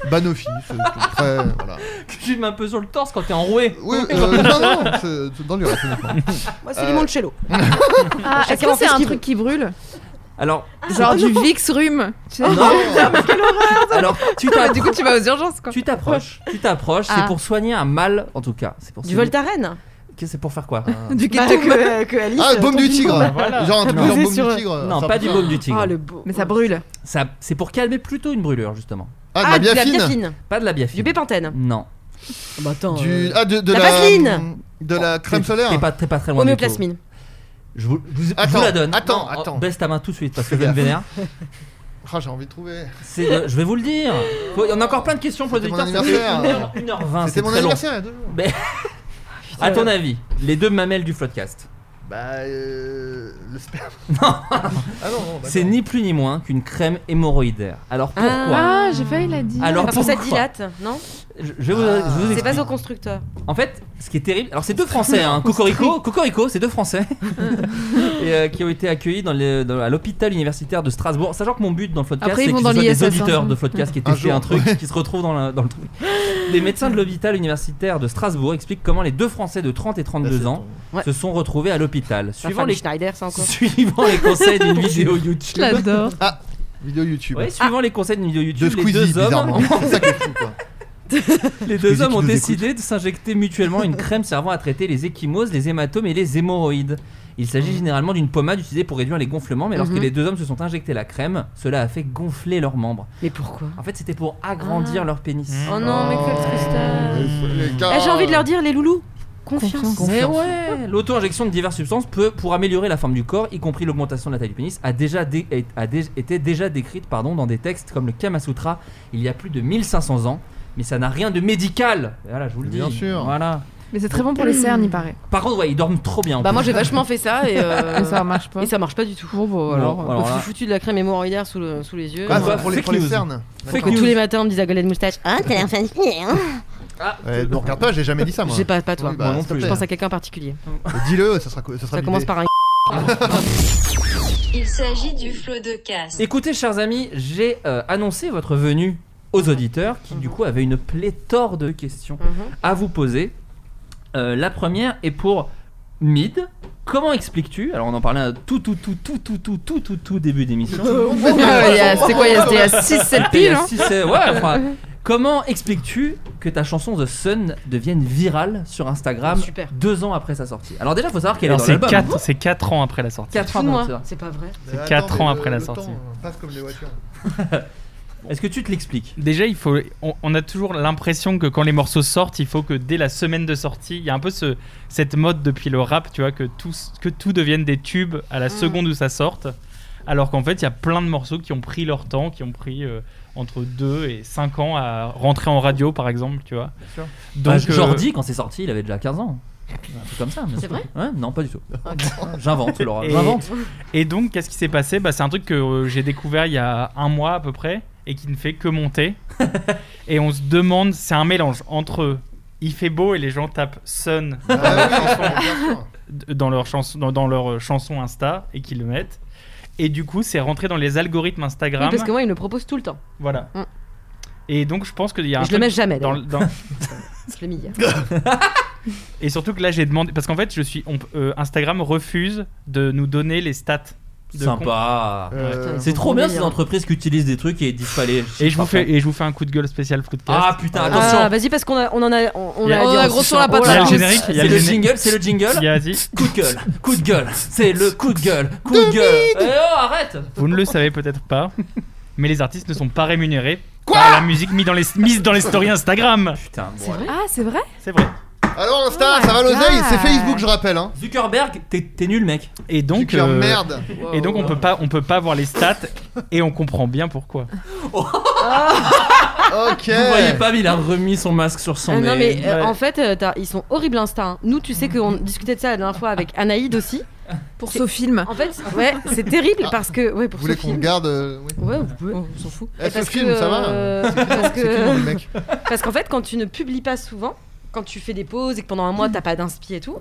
Banofi. c'est- c'est très- voilà.
Tu mets un peu sur le torse quand t'es enroué.
Oui, euh, non, non, c'est- c'est dans l'urètre uniquement.
Moi, c'est limoncello.
Ah, est-ce
Chacun en
que
fait
c'est
ce
un
qu'il
truc qui brûle
Alors,
Ah, Genre du Vix Rhume tu sais [laughs]
non. Alors, tu t'as-
Du coup, tu vas aux urgences quoi.
tu t'approches. Tu t'approches. C'est
Ah.
pour soigner un mal, en tout cas. C'est pour
Du
soigner-
Voltaren
Qu'est-ce que C'est pour faire quoi
Du
Bah,
ketum.
que, que Alice,
Ah,
euh,
baume
ton
du
piment.
tigre
voilà.
Genre un truc
Non.
genre baume
Sur-
du tigre
Non,
enfin,
pas du baume du tigre.
Ah, le beau.
Mais ça brûle.
Ça, c'est pour calmer plutôt une brûlure justement.
Ah, de
Ah,
la
de la
biafine
biafine.
Pas de la
Du
biafine.
bépantène.
Non.
Bah attends.
Du... Ah, de, de
La
la,
vaseline.
De la crème
T'es- T'es
solaire
pas, t'es pas très loin. Ah, du tout.
Homéoplasmine.
Je vous, je vous- je vous
Attends,
la donne.
attends,
Non, oh,
attends.
Baisse ta main tout de suite parce que
Fais
je me
gaffe.
vénère.
Ah, j'ai envie de trouver
C'est de- je vais vous le dire. Faut- Il y en a encore plein de questions pour les
C'était mon
auditeurs.
anniversaire. Ah,
1h20,
C'était
c'est
mon
très long.
anniversaire il y a deux jours
À ton avis, les deux mamelles du Floodcast, [laughs]
Bah, euh, le sperme
Non.
[laughs] Ah non, non d'accord.
c'est ni plus ni moins qu'une crème hémorroïdaire. Alors pourquoi
Ah, j'ai failli la dire.
Alors
Parce que ça
pourquoi
dilate, non
je, je vous, je vous
C'est
explique.
pas au constructeur.
En fait, ce qui est terrible, alors c'est deux Français, hein, Cocorico, Cocorico, c'est deux Français [laughs] et, euh, qui ont été accueillis dans les- dans- à l'hôpital universitaire de Strasbourg. Sachant que mon but dans le podcast,
Après, ils
c'est que
vont
ce
dans
soit des
l'ISS, hein.
auditeurs de
[laughs]
podcast qui
Un
étaient fait
jour.
un truc, qui se retrouvent dans, la- dans le truc. Des médecins de l'hôpital universitaire de Strasbourg expliquent comment les deux Français de 30 et
Là,
32
c'est
ans
ton- Ouais.
se sont retrouvés à l'hôpital.
La
Suivant
femme
les,
Schneider, ça encore.
[laughs] suivant les conseils d'une
[laughs]
vidéo YouTube.
J'adore.
Vidéo YouTube
Ouais, suivant les conseils d'une vidéo
De
YouTube, les
Squeezie,
deux hommes, hein.
bizarrement [laughs] C'est ça qui est fou, quoi [laughs]
les
Squeezie
deux hommes
qui
ont
nous
décidé de s'injecter mutuellement une crème servant à traiter les échymoses, les hématomes et les hémorroïdes. Il s'agit
Mmh.
généralement d'une pommade utilisée pour réduire les gonflements, mais lorsque
Mhm.
les deux hommes se sont injectés la crème, cela a fait gonfler leurs membres.
Mais pourquoi
En fait, c'était pour agrandir leur pénis.
Mmh.
Mm.
Oh non, mais quel tristesse.
Les- les gars-
Eh, J'ai envie de leur dire, les loulous, confiance.
Mais ouais Mmh. L'auto-injection de diverses substances peut, pour améliorer la forme du corps, y compris l'augmentation de la taille du pénis, a déjà dé- est- a dé- été déjà décrite pardon, dans des textes comme le Kama Sutra il y a plus de 1500 ans, mais ça n'a rien de médical Voilà, je vous le dis.
Bien sûr.
Voilà.
Mais c'est très bon pour les cernes, il paraît.
Par contre, ouais, ils dorment trop bien. en
Bah
plus.
moi j'ai vachement fait ça et,
[laughs]
euh,
Mais ça marche pas.
et ça marche pas du tout.
Bon, bon, alors.
Bon, alors
Je
là-
suis foutu de la crème hémorroïdaire sous, le- sous les yeux.
Ah,
Comme quoi,
pour les,
fake
pour les
news.
cernes
Fake
Que
news.
tous les matins on me disait à de moustache Ah t'as un fan hein
Ah,
Ouais, ne regarde pas, j'ai jamais dit ça moi
J'ai pas, pas toi.
Oui, bah,
Moi non
s'il te
plus.
Je
plaît.
pense à quelqu'un en particulier.
Dis-le, ça sera co- Ça sera
Ça commence
bidé.
par un
Il s'agit du flot de casse.
Écoutez, chers amis, j'ai euh, annoncé votre venue aux auditeurs qui, du coup, avaient une pléthore de questions
Mhm.
à vous poser. Euh, la première est pour Mid. Comment expliques-tu Alors, on en parlait à tout, tout, tout, tout, tout, tout, tout, tout, tout début d'émission.
Oh,
C'est quoi, il y a-
[laughs]
c'était il y a 6-7
C'était il y
piles
a
hein
six, euh, ouais, enfin, Comment expliques-tu que ta chanson The Sun devienne virale sur Instagram
Super.
deux ans après sa sortie Alors, déjà, faut savoir qu'elle est
Alors,
dans
c'est
l'album. hein
4, c'est quatre ans après la sortie.
Quatre
fou
ans
de moi.
donc,
C'est pas vrai.
Mais
C'est
Bah, attends,
quatre
mais
ans
le-
après la
le temps,
sortie.
euh, passe comme les voitures.
ça. Est-ce que tu te l'expliques
Déjà, il faut, on, on a toujours l'impression que quand les morceaux sortent, il faut que dès la semaine de sortie, il y a un peu ce, cette mode depuis le rap, tu vois, que tout, que tout devienne des tubes à la seconde où ça sorte. Alors qu'en fait, il y a plein de morceaux qui ont pris leur temps, qui ont pris euh, entre 2 et 5 ans à rentrer en radio, par exemple, tu vois.
sûr.
Donc,
Bah,
euh,
Jordi, quand c'est sorti, il avait déjà 15 ans. Un truc comme ça. bien
C'est
sûr.
vrai
Ouais, Non, pas
[laughs]
du tout. J'invente, Laura.
Et-
J'invente.
Et donc, qu'est-ce qui s'est passé bah, C'est un truc que euh, j'ai découvert il y a un mois à peu près et qui ne fait que monter. et on se demande, c'est un mélange entre il fait beau et les gens tapent Sun
Ah, oui, bien sûr.
d- dans leur, chanson, dans, dans leur euh, chanson Insta et qu'ils le mettent. Et du coup, c'est rentré dans les algorithmes Instagram.
Oui, parce que moi il me le propose tout le temps.
Voilà.
Mm.
Et donc, je pense qu'il y a un
Et je le
truc
mets jamais.
dans,
d'ailleurs.
dans-
[laughs] Je le mets hier.
Et surtout que là, j'ai demandé. Parce qu'en fait, je suis, on- euh, Instagram refuse de nous donner les stats. de compte.
Sympa.
Euh,
C'est trop bien ces
Délire.
entreprises qui utilisent des trucs et disent fallait.
Et je, vous fais, et je vous fais un coup de gueule spécial podcast.
Ah putain,
Ah,
attention.
Ah, vas-y, parce qu'on a, on en a, on, on
Il y a-
a,
on a
gros sur la
Il y a le
patate.
générique, il y a
C'est
le
le
géné-
jingle, c'est le jingle.
Il y a- vas-y.
Coup de gueule, coup de gueule, c'est le coup de gueule, coup de gueule. Eh oh, arrête [laughs]
Vous ne le savez peut-être pas, mais les artistes ne sont pas rémunérés
Quoi
La musique mise dans les, mise dans les stories Instagram.
Putain, bon,
C'est
alors.
Ah, c'est vrai
C'est vrai.
Alors Insta,
Oh
ça va
my
l'oseille
God.
C'est Facebook, je rappelle. Hein.
Zuckerberg, t'es t'es nul, mec.
Et donc,
Zucker,
euh,
[laughs] merde.
et donc
Oh.
on peut pas, on peut pas voir les stats et on comprend bien pourquoi.
Ok.
Vous voyez pas, mais il a remis son masque sur son
Ah
nez.
non mais euh,
ouais.
en fait euh, t'as- ils sont horribles Insta. hein. Nous tu sais qu'on discutait de ça la dernière fois avec Anaïd aussi.
Pour
C'est-
ce film.
En fait ouais c'est terrible parce que ouais pour
Ah. Vous voulez
ce
qu'on
film.
garde euh, oui.
Ouais vous pouvez, on s'en fout.
Eh,
Et
ce
parce
film,
que,
ça va,
euh, parce
C'est qui le nom du
que
mec
parce qu'en fait quand tu ne publies pas souvent, quand tu fais des pauses et que pendant un
Mm.
mois t'as pas d'inspi et tout,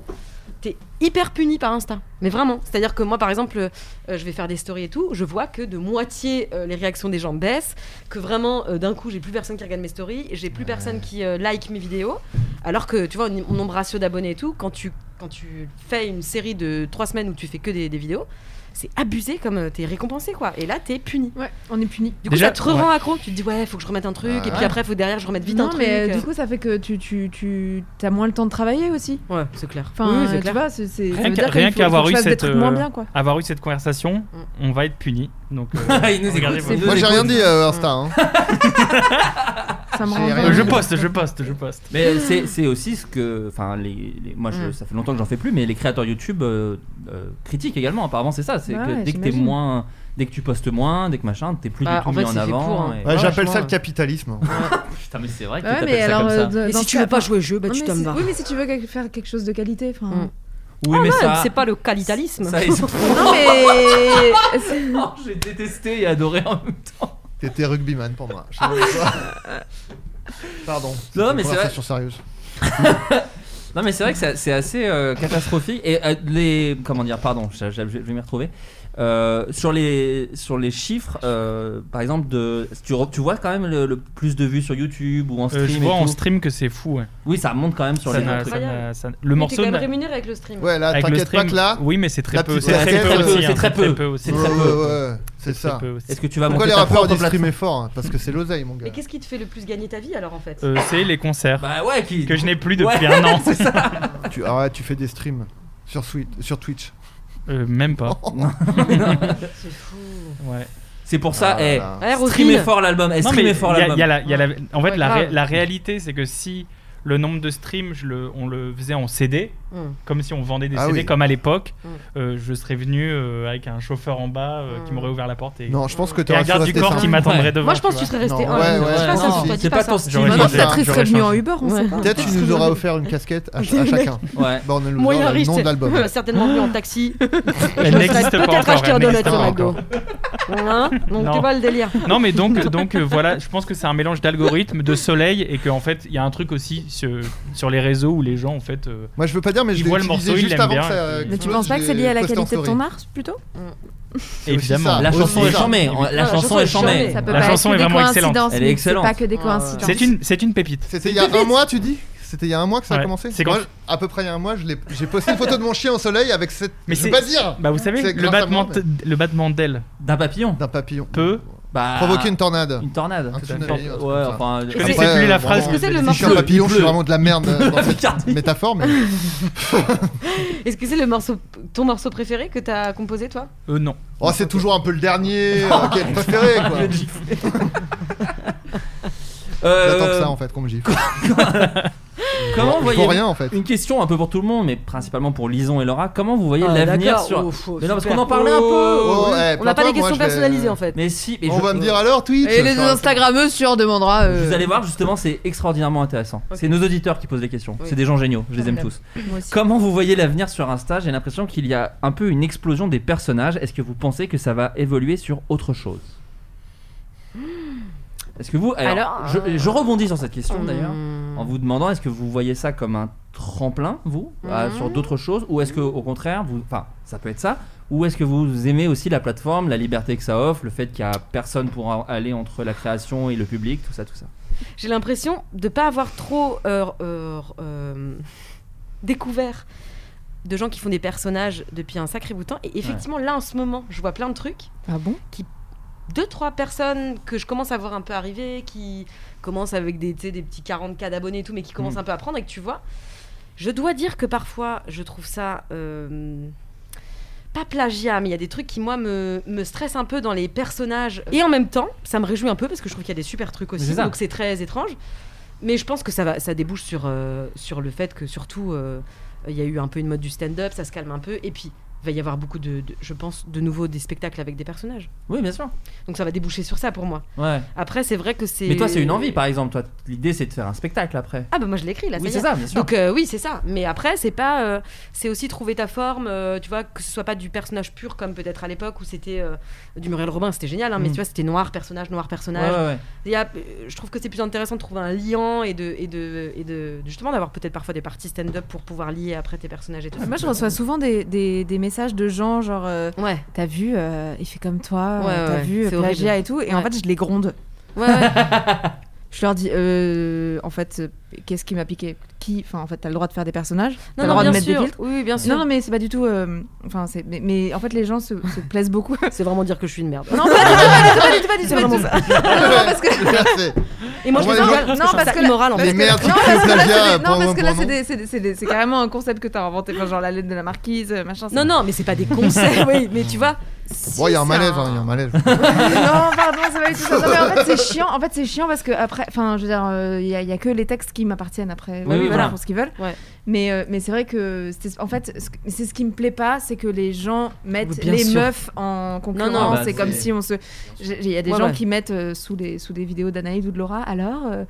t'es hyper puni par Insta. Mais vraiment c'est à dire que moi par exemple euh, je vais faire des stories et tout, je vois que de moitié euh, les réactions des gens baissent, que vraiment euh, d'un coup j'ai plus personne qui regarde mes stories, j'ai plus personne qui euh, like mes vidéos. Alors que tu vois, au ni- au nombre ratio d'abonnés et tout, quand tu, quand tu fais une série de trois semaines où tu fais que des, des vidéos, c'est abusé comme euh, t'es récompensé quoi. Et là t'es puni.
Ouais, on est puni.
Du coup,
Déjà,
ça te rend accro. Tu te dis ouais, faut que je remette un truc,
Ah
et puis
ouais.
après, faut derrière, je remette vite un
non,
truc.
mais
euh.
du coup, ça fait que tu, tu, tu as moins le temps de travailler aussi.
ouais, c'est clair.
Enfin,
oui, c'est
tu
clair.
vois, c'est. c'est- ça
Rien
veut
qu'à-
dire qu'il
rien
faut-
qu'avoir
faut que
eu
tu fasses des
cette,
trucs moins
euh,
bien, quoi.
Avoir eu cette conversation,
Mm.
on va être puni. Donc
[laughs]
euh,
[laughs] il nous
Regardez,
écoute, il nous
Moi j'ai
écoute.
rien dit euh, Insta. hein.
Ça me
j'ai
rend
rien
dingue.
euh, je poste, je poste, je poste.
Mais c'est c'est aussi ce que. Enfin, les, les- moi, je-
Ah. Mm.
ça fait longtemps que j'en fais plus, mais les créateurs YouTube euh, euh, critiquent également. Apparemment, c'est ça. C'est
Bah
que
ouais,
dès que t'es
j'imagine.
moins. Dès que tu postes moins, dès que machin, t'es plus
Bah,
du tout
en fait,
mis en
c'est fait
avant.
pour, hein.
et-
Ouais,
Ouais,
J'appelle
je
ça
vois.
le capitalisme.
Putain, mais c'est vrai que
Ouais,
t'appelles
mais
ça
alors,
comme ça.
euh, dans-
Et
dans
si
ce
tu
cas-
veux pas jouer au jeu, bah
Non,
tu
mais
t'en
si-
vas.
Oui, mais si tu veux que- faire quelque chose de qualité, enfin.
Mm.
Oui, mais
Ouais,
ça.
C'est pas le qualitalisme. [laughs]
ça [laughs] explique-
Non, mais. c'est-
Oh, J'ai détesté et adoré en même temps.
T'étais rugbyman pour moi. Je sais pas pourquoi. Pardon.
Non, mais
Une
c'est vrai.
conversation sérieuse.
Non, mais c'est vrai que c'est c'est assez euh, catastrophique. Et euh, les. Comment dire Pardon, je, je- je vais m'y retrouver. Euh, sur, les, sur les chiffres, euh, par exemple, de, tu, re- tu vois quand même le, le plus de vues sur YouTube ou en
Euh,
stream
je vois
et
en
tout.
stream que c'est fou. ouais.
Oui, ça monte quand même sur
Ça
les
n'a-
trucs.
ça n'a- ça n'a- le
Mais t'es
morceau
quand même
n'a-
rémunéré avec le stream.
Ouais, là,
avec le
t'inquiète pas
stream.
que là.
oui, mais c'est très
la
peu.
petite
C'est très
casquette,
peu
euh,
aussi.
c'est
hein,
très peu.
aussi.
C'est
Ouais,
très
ouais,
peu.
ouais, C'est
C'est
ça.
très peu aussi.
Est-ce que tu vas
Pourquoi les
monter ta
rappeurs
propre
disent
plateforme
streamer fort hein Parce que c'est l'oseille, mon gars.
Et qu'est-ce qui te fait le plus gagner ta vie alors en fait
Euh, C'est les concerts
Bah ouais, qui.
que je n'ai plus
Ouais,
depuis un
[laughs]
an.
[laughs] c'est ça.
Tu, arrête, tu fais des streams sur, Swi- sur Twitch.
Euh, même pas.
C'est fou.
Oh.
Ouais.
C'est pour ça,
Ah là
eh,
là.
Ouais,
streamer
Roselyne.
fort l'album. eh,
Non,
streamer
mais
fort
il y a- il y a
l'album.
la- il y a la- en fait,
Ouais,
la, ré-
grave.
la réalité, c'est que si le nombre de streams, je le, on le faisait en CD,
Mm.
comme si on vendait des
Ah
CD
oui.
comme à l'époque,
Mm.
euh, je serais venu euh, avec un chauffeur en bas euh, qui
Mm.
m'aurait ouvert la porte et,
Non, je pense que
et un
t'aurais su
garde du
rester
corps qui
simple.
m'attendrait devant.
Moi je pense que
tu
tu serais resté
Non,
en
ouais,
ligne.
ouais,
Je sais pas
non,
ça, on
si.
t'aurait dit
C'est
pas
pas ton
ça.
style.
J'aurais
Non,
changé.
Peut-être il serait
J'aurais
venu en
changé.
Uber, on
Ouais.
sait pas.
Peut-être tu nous auras offert une casquette
[laughs]
à, à chacun.
Ouais.
Bon, on a le
Moyen
le
riche,
nom de
c'est-
l'album.
Euh, [laughs] certainement venu en taxi.
vois. Elle n'existe pas encore.
Peut-être acheter un
elle
donut
n'existe
sur
pas
McDo.
encore.
[laughs] Hein Donc
Non.
tu vois le délire.
Non, mais donc, donc euh, voilà, je pense que c'est un mélange d'algorithmes, de soleil, et qu'en fait, il y a un truc aussi sur, sur les réseaux où les gens, en fait, euh,
Moi, je veux pas dire, mais
Il
je l'ai
voit le
utilisé
morceau, il
juste
l'aime
avant
bien,
que ça.
et puis-
Mais tu
explose,
penses pas
je
que c'est
l'ai
lié à la
posté en
qualité de
story.
ton art plutôt
aussi
évidemment.
ça.
La chanson
Aussi
est
ça.
charmée. La chanson est charmée.
Ça peut
La
pas
chanson
être
est
que des
vraiment excellente.
coïncidences,
Elle est
mais
excellente.
C'est pas que des
Ah,
coïncidences.
C'est une, c'est une pépite.
C'était il y a un mois, tu dis C'était il y a un mois que ça a
Ouais.
commencé
C'est
Moi,
quand-
je- à peu près il y a un mois, je l'ai- j'ai posté une photo de mon chien au soleil avec cette.
Mais
je
c'est-
veux pas dire
Bah, vous
C'est
savez, le
grâce à
battement,
moi,
t- le battement d'ailes
D'un papillon
d'un papillon.
peut.
Bah.
Ah.
Provoquer une tornade.
Une tornade.
Un
Tout à
tsunami,
fait.
un truc
Ouais,
comme ça.
enfin.
Je sais
Après,
plus la
euh,
phrase.
Est-ce
vraiment,
que c'est le
Si je suis un
morceau
papillon,
Il
je suis
pleut.
vraiment de la merde euh, dans cette
Picardie.
métaphore, mais
Est-ce que c'est le morceau, ton morceau préféré que t'as composé toi
Euh, non.
oh, c'est toujours un peu le dernier euh, qui est le préféré. quoi.
Mieux de gifler. [laughs] Euh,
J'attends que ça en fait, qu'on me gifle.
Comment
Je vois
voyez
rien en fait.
une question un peu pour tout le monde, mais principalement pour Lison et Laura. Comment vous voyez
Ah,
l'avenir
Oh,
sur Mais non, parce qu'on en parlait un peu.
Oh,
On
eh,
oui.
n'a pas les
plains-toi, moi,
questions
je vais-
personnalisées en fait.
Mais si, mais
On
je-
va me dire alors Twitch
Et les
sur-
Instagrammeuses, si on demandera. euh,
Vous allez voir, justement, c'est extraordinairement intéressant. C'est nos auditeurs qui posent les questions.
Oui.
C'est des gens géniaux, je les aime tous.
Moi aussi.
Comment vous voyez l'avenir sur Insta J'ai l'impression qu'il y a un peu une explosion des personnages. Est-ce que vous pensez que ça va évoluer sur autre chose Est-ce que vous. Alors,
Alors,
je,
euh,
je rebondis sur cette question d'ailleurs.
Hmm.
Mm.
En vous demandant, est-ce que vous voyez ça comme un tremplin, vous, à-
Mm.
Mhm.
sur d'autres choses Ou est-ce que, au contraire, vous. Enfin, ça peut être ça. Ou est-ce que vous aimez aussi la plateforme, la liberté que ça offre, le fait qu'il n'y a personne pour a- aller entre la création et le public, tout ça, tout ça
J'ai l'impression de pas avoir trop euh, euh, euh, découvert de gens qui font des personnages depuis un sacré bout de temps. Et effectivement, là en ce moment, je vois plein de trucs.
Ah bon
Deux, trois personnes que je commence à voir un peu arriver, qui commencent avec des, tu sais, des petits 40K d'abonnés et tout, mais qui commencent
Mm.
un peu à prendre et que tu vois. Je dois dire que parfois, je trouve ça. euh, pas plagiat, mais il y a des trucs qui, moi, me, me stressent un peu dans les personnages. Et en même temps, ça me réjouit un peu parce que je trouve qu'il y a des super trucs
C'est
aussi,
ça.
donc c'est très étrange. Mais je pense que ça, va, ça débouche sur, euh, sur le fait que, surtout, euh, il y a eu un peu une mode du stand-up, ça se calme un peu. Et puis, il va y avoir beaucoup, de, de- je pense, de nouveau des spectacles avec des personnages.
Oui, bien sûr.
Donc ça va déboucher sur ça pour moi.
Ouais.
Après, c'est vrai que c'est.
Mais toi, c'est une envie, par exemple. Toi, l'idée, c'est de faire un spectacle après.
Ah bah moi je l'écris là.
Oui,
y
c'est
est.
ça, bien sûr.
Donc euh, oui c'est ça. Mais après c'est pas, euh, c'est aussi trouver ta forme. euh, tu vois que ce soit pas du personnage pur comme peut-être à l'époque où c'était euh, du Muriel Robin, c'était génial. hein, Mais
Mm.
tu vois c'était noir personnage, noir personnage.
Ouais, ouais, ouais.
Il y a- euh, je trouve que c'est plus intéressant de trouver un liant et de et de et de justement d'avoir peut-être parfois des parties stand-up pour pouvoir lier après tes personnages et
Ah,
tout.
Moi, je reçois souvent des, des, des messages de gens genre euh,
Ouais.
T'as vu, euh, il fait comme toi,
Ouais,
euh, t'as
ouais,
vu, euh,
c'est
plagiat
horrible.
et tout. Et en
Ouais.
fait, je les gronde.
Ouais, ouais.
Je leur dis, euh, en fait, euh, qu'est-ce qui m'a piqué Qui Enfin, en fait, t'as le droit de faire des personnages, t'as le droit de
bien
mettre
sûr.
des filtres.
Oui, oui, bien sûr.
Non, non, mais c'est pas du tout. euh, Enfin, c'est. Mais, mais en fait, les gens se, se plaisent beaucoup.
[laughs] C'est vraiment dire que je suis une merde.
Non, pas du tout, pas du tout, pas du tout, pas du tout, pas du tout. Non, non, parce que.
[laughs]
[laughs] Et moi je
Pour
les
moi,
engueule,
Non,
parce que je trouve
parce
ça
que-
immoral en
Les
fait.
merdes qui
Non, parce que là,
crient
c'est
plagiat
des-
pour
non, parce que là,
pour
c'est
nous.
des- c'est des- c'est des- c'est carrément un concept que t'as inventé. Enfin, genre la lettre de la marquise, euh, machin. c'est-
Non non mais c'est pas des conseils.
[laughs]
oui mais tu vois.
Bon, il y a un
c'est
malaise,
un-
hein, il y a un malaise.
non, pardon, c'est pas du tout ça. Non, mais en fait, c'est chiant. En fait, c'est chiant parce que après, enfin, je veux dire, il y, a- y a que les textes qui m'appartiennent après.
Oui, oui,
Ils
voilà.
font ce qu'ils veulent.
Ouais.
Mais, euh, mais c'est vrai que, c'est- en fait, ce que- c'est ce qui me plaît pas, c'est que les gens
Oui,
mettent
bien
les
sûr.
meufs en concurrence.
Non,
non, bah,
hein, c'est comme
c'est-
si on se. j'ai- Il y a des
Ouais,
gens
ouais.
qui mettent euh, sous les sous des vidéos d'Anaïd ou de Laura. Alors, euh,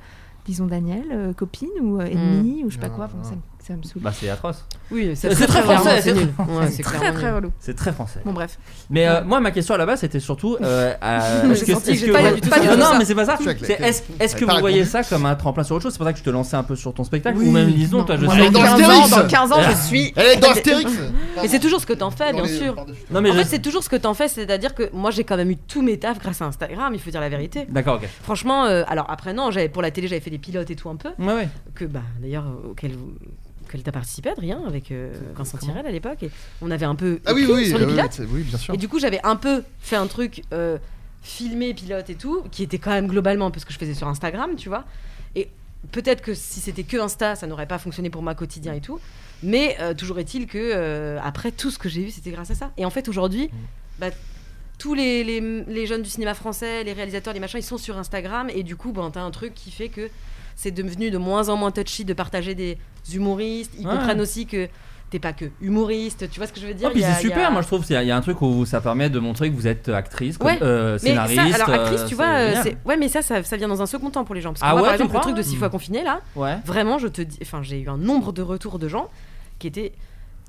disons Daniel, euh, copine ou euh, ennemie ou je sais pas
Non,
quoi. Enfin,
non.
ça, me- ça me saoule.
Bah, c'est atroce.
Oui
C'est très
clairement,
français, c'est
nul.
très
Ouais,
c'est
c'est
très
clairement
très relou.
C'est très français.
Bon bref.
Mais euh, moi, ma question à la base, c'était surtout. euh, à-
J'ai
est-ce que-
senti que
est-ce
j'ai
que
pas
vous-
du tout ça.
Non, non, mais c'est pas ça.
Tu vois que la-
C'est Est-ce est-ce que
T'as
vous
pas
voyez
répondu.
ça comme un tremplin sur autre chose C'est pour ça que je te lançais un peu sur ton spectacle.
Oui,
Ou même, disons,
non.
toi, je
Moi,
sais.
dans
nul.
Astérix.
Dans 15 ans je suis.
Elle est dans Astérix
Mais c'est toujours ce que t'en fais, bien sûr.
Non, mais
en
je-
fait, c'est toujours ce que t'en fais, c'est-à-dire que moi j'ai quand même eu tous mes tafs grâce à Instagram, il faut dire la vérité.
D'accord, ok.
Franchement, euh, alors après, non, j'avais, pour la télé j'avais fait des pilotes et tout un peu,
Ouais, ouais.
que bah d'ailleurs, euh, auquel, vous- auquel t'as participé, Adrien, avec euh, Vincent Tirel à l'époque, et on avait un peu
Ah oui,
écrit
oui,
sur les
oui,
pilotes,
c'est- oui, bien sûr.
et du coup j'avais un peu fait un truc euh, filmé, pilote et tout, qui était quand même globalement, parce que je faisais sur Instagram, tu vois, et peut-être que si c'était que Insta, ça n'aurait pas fonctionné pour moi quotidien et tout. Mais euh, toujours est-il que euh, après tout ce que j'ai vu, c'était grâce à ça. Et en fait,
Mm.
aujourd'hui, bah, tous les, les- les jeunes du cinéma français, les réalisateurs, les machins, ils sont sur Instagram. Et du coup, ben, t'as un truc qui fait que c'est devenu de moins en moins touchy de partager des humoristes. Ils
Ouais.
comprennent aussi que t'es pas que humoriste. Tu vois ce que je veux dire
Ah, puis
Il y a-
c'est
il y a-
super, moi je trouve. Il y, a un truc où ça permet de montrer que vous êtes actrice, comme-
Ouais.
euh,
Mais
scénariste.
ça, alors actrice,
euh,
tu vois, euh,
génial.
c'est- ouais, mais ça, ça, ça vient dans un second temps pour les gens. Parce que
Ah
moi,
ouais,
par
tu
exemple, le
crois
truc de six
Hmm.
fois confiné là,
Ouais.
vraiment, je te dis, enfin, j'ai eu un nombre de retours de gens qui étaient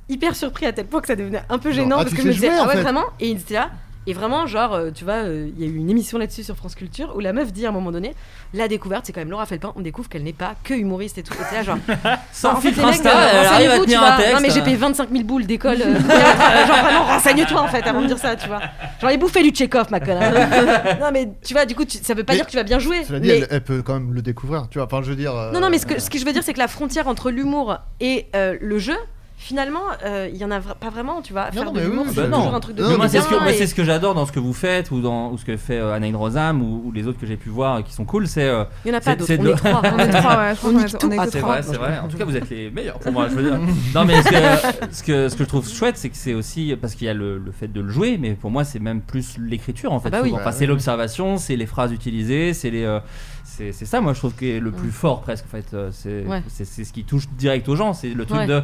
hyper surpris à tel point que ça devenait un peu
Genre,
gênant
ah,
parce
tu
que je
fais
me disais,
jouer, en
ah ouais,
fait.
vraiment Et ils étaient là. Et vraiment, genre, euh, tu vois, euh, il y a eu une émission là-dessus sur France Culture où la meuf dit à un moment donné, la découverte, c'est quand même Laura Felpin, on découvre qu'elle n'est pas que humoriste et tout. Et t'es là, genre,
Sans
en fait,
filtre
les mecs,
Insta,
euh,
elle arrive à
renseignez-vous,
tenir
tu
un
vois.
texte.
Non, mais j'ai payé 25 000 boules d'école. euh, de théâtre, euh, genre, vraiment, renseigne-toi, en fait, avant de dire ça, tu vois. J'en ai bouffé du Tchekhov, ma connasse. non, mais tu vois, du coup, tu- ça veut pas
Mais-
dire que tu vas bien jouer.
Cela dit,
mais-
elle, elle peut quand même le découvrir, tu vois. Enfin, je veux dire. euh,
Non, non, mais ce que, ce que je veux dire, c'est que la frontière entre l'humour et euh, le jeu, finalement, euh, il y en a vra- pas vraiment, tu vois.
Non,
Faire
non,
de
mais
l'humour,
oui,
c'est
Bah
je-
non.
toujours un truc de
Non,
Mais
mais
moi, c'est ce que,
comédien
moi,
et-
c'est ce que j'adore dans ce que vous faites ou dans ou ce que fait euh, Anaïd Rosam ou, ou les autres que j'ai pu voir et qui sont cool, c'est euh,
Il y en a pas
c'est-
d'autres,
c'est
on
de-
est trois.
On est trois, ouais, je crois
On
qu'on
nique
est-
tout.
on est
Ah,
que
c'est
trois.
vrai, c'est vrai. En tout cas, vous êtes les meilleurs pour moi. Je veux dire. Non, mais ce que, ce que, ce que je trouve chouette, c'est que c'est aussi parce qu'il y a le, le fait de le jouer, mais pour moi, c'est même plus l'écriture en fait.
Ah bah oui.
souvent. Enfin, c'est l'observation, c'est les phrases utilisées, c'est les, euh, c'est c'est ça. Moi, je trouve que est le plus fort presque. En fait, euh, c'est
Ouais.
c'est c'est ce qui touche direct aux gens. C'est le truc
Ouais.
de,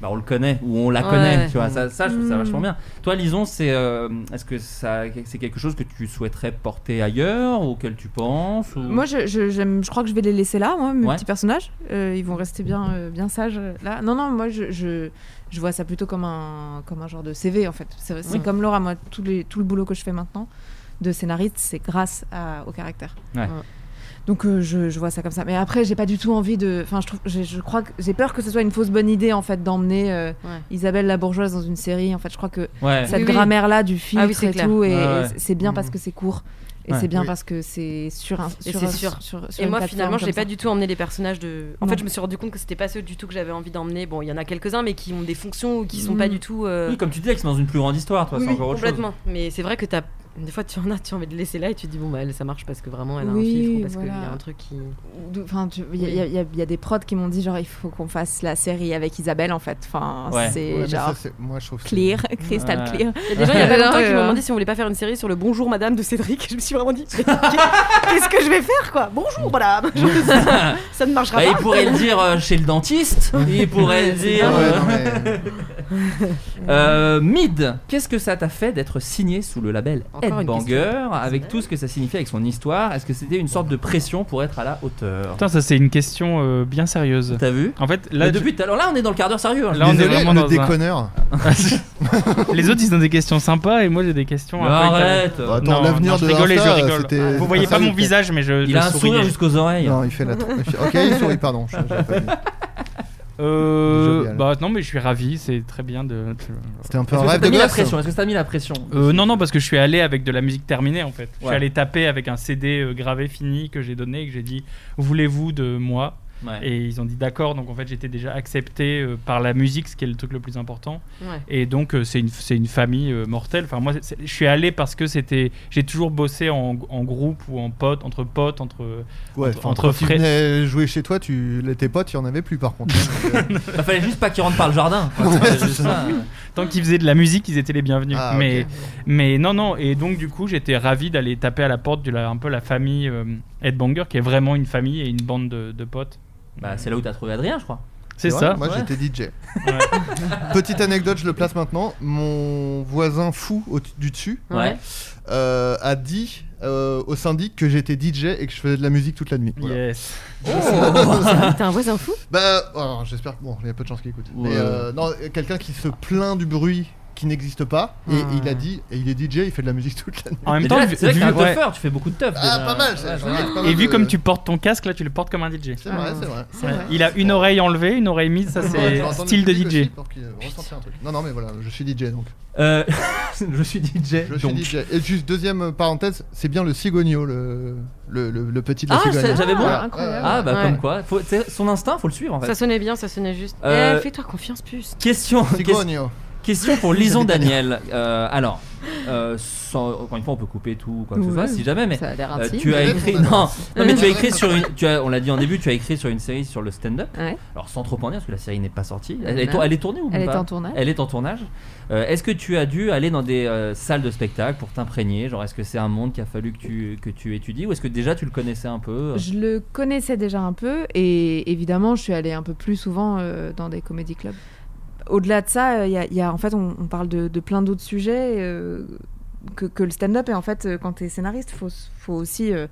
bah, on le connaît ou on la
Ouais,
connaît.
ouais.
Tu vois, ça, ça, je trouve ça
Mm.
vachement bien. Toi, Lison, c'est, euh, est-ce que ça, c'est quelque chose que tu souhaiterais porter ailleurs ou auquel tu penses ou...
Moi, je, je, j'aime- je crois que je vais les laisser là, moi, mes
Ouais.
petits personnages. Euh, ils vont rester bien, euh, bien sages euh, là. Non, non, moi, je, je, je vois ça plutôt comme un, comme un genre de CV, en fait. C'est, c'est
Oui.
comme Laura, moi, tous les, tout le boulot que je fais maintenant de scénariste, c'est grâce à- au caractère.
Ouais. Ouais.
Donc euh, je, je vois ça comme ça. Mais après, j'ai pas du tout envie de. Enfin, je trouve, je, je crois que j'ai peur que ce soit une fausse bonne idée en fait d'emmener euh,
Ouais.
Isabelle la bourgeoise dans une série. En fait, je crois que
Ouais.
cette
Oui, oui.
grammaire là du film
Ah oui, c'est
et
clair.
tout, et,
Ouais, ouais.
et c'est- c'est bien parce
Mhm.
que c'est court. Et
Ouais.
c'est bien
Oui.
parce que c'est sur un
Et
sur,
c'est
un-
sûr.
sur- sur
Et
une
moi,
plateforme
finalement, je n'ai
comme
pas
ça.
du tout emmené les personnages de. En
Non.
fait, je me suis rendu compte que c'était pas ceux du tout que j'avais envie d'emmener. Bon, il y en a quelques-uns, mais qui ont des fonctions ou qui sont pas
Mm.
du tout. euh,
Oui, comme tu disais, que c'est dans une plus grande histoire, toi,
oui,
c'est encore autre chose.
complètement. Mais c'est vrai que t'as Des fois, tu en as, tu as envie de laisser là et tu te dis, bon, bah, elle, ça marche parce que vraiment, elle a
Oui,
un filtre ou parce qu'il y
voilà.
a un truc qui.
D'où- Enfin, tu- il y, a- il y a- il y a- il y a des prods qui m'ont dit genre il faut qu'on fasse la série avec Isabelle en fait. Enfin,
Ouais.
c'est
Ouais, mais
genre
ça, c'est- moi, je trouve que c'est- [laughs]
clear, crystal
Ouais.
clear.
Il y a des gens, il y [laughs] a pas longtemps, qui
Euh,
m'ont demandé si on voulait pas faire une série sur le Bonjour Madame de Cédric. [laughs] Je me suis vraiment dit, qu'est-ce que je vais faire, quoi Bonjour Madame [laughs] Ça ne marchera
[laughs] Bah, il
pas.
pourrait le dire euh, chez le dentiste. Il pourrait le dire.
Ah ouais,
euh,
non, mais-
Euh, Mid, qu'est-ce que ça t'a fait d'être signé sous le label
Encore une
Headbanger avec
vrai.
tout ce que ça signifiait avec son histoire Est-ce que c'était une sorte de pression pour être à la hauteur
Putain, ça c'est une question euh, bien sérieuse.
T'as vu
En fait,
Là,
là,
depuis tout à l'heure, là on est dans le quart d'heure sérieux. hein.
Là, on est
Désolé,
vraiment
le
dans un-
déconneur.
[laughs] les autres ils ont des questions sympas et moi j'ai des questions. un
Mais
peu
arrête
Bah,
Non,
Attends, l'avenir
non, je
de
rigolais, je
Insta,
rigole.
c'était-
Vous voyez pas
ça,
mon
il-
visage, mais je,
Il
je
a un
souriais.
sourire jusqu'aux oreilles.
Non, il fait la. ok, il sourit, pardon. je- j'avais pas vu.
Euh,
Jovial.
bah non, mais je suis ravi, c'est très bien de.
C'était un peu
Est-ce
un
que ça
rêve
t'a
de
mis la
gosse.
pression Est-ce que ça t'a mis la pression
Euh, non, non, parce que je suis allé avec de la musique terminée en fait. Je
Ouais.
suis allé taper avec un CD euh, gravé fini que j'ai donné et que j'ai dit Voulez-vous de moi
Ouais.
Et ils ont dit d'accord, donc en fait j'étais déjà accepté euh, par la musique, ce qui est le truc le plus important.
Ouais.
Et donc euh, c'est une, c'est une famille euh, mortelle. Enfin, moi c'est- c'est- je suis allé parce que c'était. J'ai toujours bossé en, en groupe ou en pote, entre potes, entre.
Ouais,
Entre-
enfin,
entre
quand tu
frais-
venais jouer chez toi, tu... les- tes potes, il y en avait plus par contre.
Bah, fallait juste pas qu'il rentre par
[laughs]
le jardin. C'était juste ça.
Tant qu'ils faisaient de la musique, ils étaient les bienvenus.
Ah,
mais,
ok.
mais non, non. Et donc, du coup, j'étais ravi d'aller taper à la porte de la, un peu la famille euh, Headbanger, qui est vraiment une famille et une bande de, de potes.
Bah, c'est là où t'as trouvé Adrien, je crois.
C'est
Ouais,
ça.
Moi
ouais.
j'étais DJ.
Ouais.
[laughs] Petite anecdote, je le place maintenant. Mon voisin fou au- du dessus
Ouais.
euh, a dit euh, au syndic que j'étais DJ et que je faisais de la musique toute la nuit. Voilà.
Yes.
T'as un voisin fou
Bah, alors, j'espère. Bon, il y a peu de chances qu'il écoute.
Ouais.
Mais euh, non, quelqu'un qui se plaint du bruit qui n'existe pas et
Ouais.
il a dit, et il est DJ, il fait de la musique toute la nuit.
En même
Mais
temps,
déjà,
vu-
c'est vrai que t'es un
vu- ouais.
teufeur, tu fais beaucoup de teuf.
Ah,
déjà.
pas mal.
Ouais,
c'est-
ouais.
je regarde pas mal
Et vu
hein, de-
comme tu portes ton casque, là, tu le portes comme un DJ.
C'est vrai, c'est vrai.
Ouais. Il a une oreille enlevée, une oreille mise, ça
Ouais, je
c'est
vais entendre
style de
le public aussi
DJ.
pour qu'il ressente un truc. Non, non, mais voilà, je suis DJ donc.
Euh, [laughs] je suis DJ.
Je
donc.
suis DJ. Et juste deuxième parenthèse, c'est bien le cigogno, le, le, le, le petit de la
Ah,
cigogne.
ça- j'avais bon.
Voilà.
incroyable.
Ah, bah,
Ouais.
comme quoi. Faut- c'est- son instinct, faut le suivre en fait.
Ça sonnait bien, ça sonnait juste.
Euh,
Eh, fais-toi confiance plus.
Question, question,
Cigogno. [laughs]
question pour Lison Daniel. Euh, alors, euh, sans- encore une fois, on peut couper tout, quoi que ce
Ouais.
soit, si jamais, mais
Ça a l'air
Euh,
intime.
tu as
[laughs]
Peut-être
écrit
on a-
non, non, mais tu as écrit sur une tu as- on l'a dit en début tu as écrit sur une série sur le stand-up
Ouais.
alors sans trop en dire parce que la série n'est pas sortie elle, est,
Non.
elle est tournée ou
Elle est
pas
en tournage.
elle est en tournage Euh, est-ce que tu as dû aller dans des euh, salles de spectacle pour t'imprégner genre est-ce que c'est un monde qu'il a fallu que tu que tu étudies ou est-ce que déjà tu le connaissais un peu euh,
Je le connaissais déjà un peu et évidemment, je suis allée un peu plus souvent euh, dans des comédie clubs. Au-delà de ça, euh, il y a- il y a, en fait, on, on parle de, de plein d'autres sujets euh, que, que le stand-up. Et en fait, euh, quand tu es scénariste, faut, s- faut aussi euh,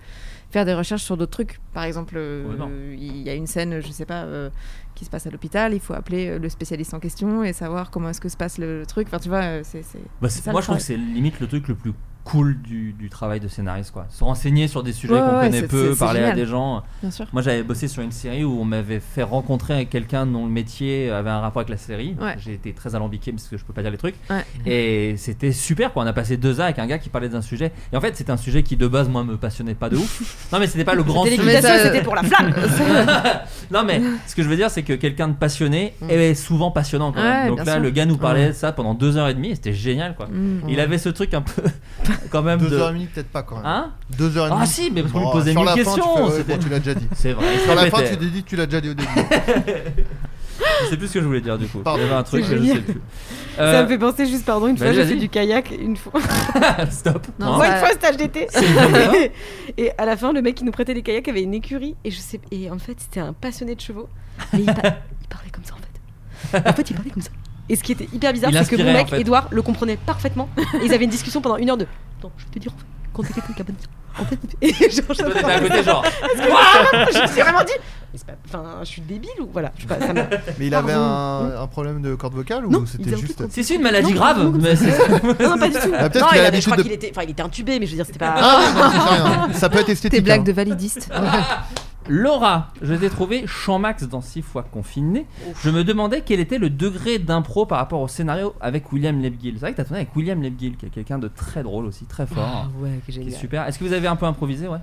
faire des recherches sur d'autres trucs. Par exemple, euh,
Ouais, non.
il y a une scène, je sais pas, euh, qui se passe à l'hôpital. Il faut appeler euh, le spécialiste en question et savoir comment est-ce que se passe le, le truc. Enfin, tu vois, euh, c'est. c'est-
Bah,
c'est ça,
moi
le
je trouve
travail.
que c'est limite le truc le plus cool du, du travail de scénariste quoi se renseigner sur des sujets
Ouais,
qu'on
ouais,
connaît
c'est-
peu
c'est- c'est
parler à
génial.
des gens
Bien sûr.
Moi j'avais bossé sur une série où on m'avait fait rencontrer quelqu'un dont le métier avait un rapport avec la série.
Ouais.
J'ai été très alambiqué parce que je peux pas dire les trucs.
Ouais.
Et c'était super quoi. On a passé deux heures avec un gars qui parlait d'un sujet. Et en fait c'était un sujet qui de base moi me passionnait pas de ouf.
[laughs]
non mais c'était pas le grand
C'était
sujet.
l'équitation,
ça-
c'était pour la flamme
[laughs] non mais ce que je veux dire c'est que quelqu'un de passionné est souvent passionnant quand même.
Mm. Ouais, bien
Donc là
sûr.
le gars nous parlait de ça pendant deux heures et demie et c'était génial quoi.
Mm.
Il avait ce truc un peu [laughs] quand même
Deux
de...
heures et demie, peut-être pas quand même.
Hein
Deux heures et
Ah
demie.
si, mais parce qu'on lui
Bon,
posait
sur
mille
la fin, tu
questions,
fais, ouais,
c'était-
bon, tu l'as déjà dit.
[laughs] C'est vrai. il se
Sur la fin,
répétait.
tu t'es dit, tu l'as déjà dit au début.
[laughs] Je sais plus ce que je voulais dire du coup.
Pardon.
Il y avait un truc
C'est
que je
génial.
sais plus.
[laughs]
Euh,
Euh,
Ça me fait penser juste, pardon, une
bah,
fois j'ai
vas-y.
fait du kayak, une fois,
Euh, [laughs] Stop.
Non,
Hein
ça-
une fois stage d'été.
C'est une bonne idée.
[laughs] Et à la fin, le mec qui nous prêtait les kayaks avait une écurie et je sais et en fait c'était un passionné de chevaux. Mais il,
[laughs]
par- il parlait comme ça en fait. En fait, il parlait comme ça. Et ce qui était hyper bizarre,
Il
c'est que mon
inspirait,
mec
en fait.
Edouard le comprenait parfaitement. Et ils avaient une discussion pendant une heure de. Attends, je vais te dire en fait, quand t'es quelqu'un qui a pas de en fait, et genre,
Toi, t'étais à côté, genre.
je me suis vraiment dit, mais c'est pas, enfin, je suis débile ou voilà, je sais pas, ça m'a-
Mais il avait
Pardon.
un, un problème de corde vocale
Non,
ou
il
c'était
disait un truc
juste.
comme
C'est c'est une
Non,
maladie
non,
grave.
comme
mais c'est-
non, non, pas du tout.
Ah, peut-être
non,
qu'il
il
a
avait, je crois
l'habitude de-
qu'il était, enfin, il était intubé, mais je veux dire, c'était pas.
Ah, oui, non, c'est rien. Ça peut être esthétique.
Tes blagues
hein.
de validiste.
Laura, je t'ai trouvé Champ-Max dans 6 fois confiné. Je me demandais quel était le degré d'impro par rapport au scénario avec William Lebgill. C'est vrai que t'as tourné avec William Lebgill, qui est quelqu'un de très drôle aussi, très fort.
Ah ouais, que
qui est super. Est-ce que vous avez un peu improvisé, ouais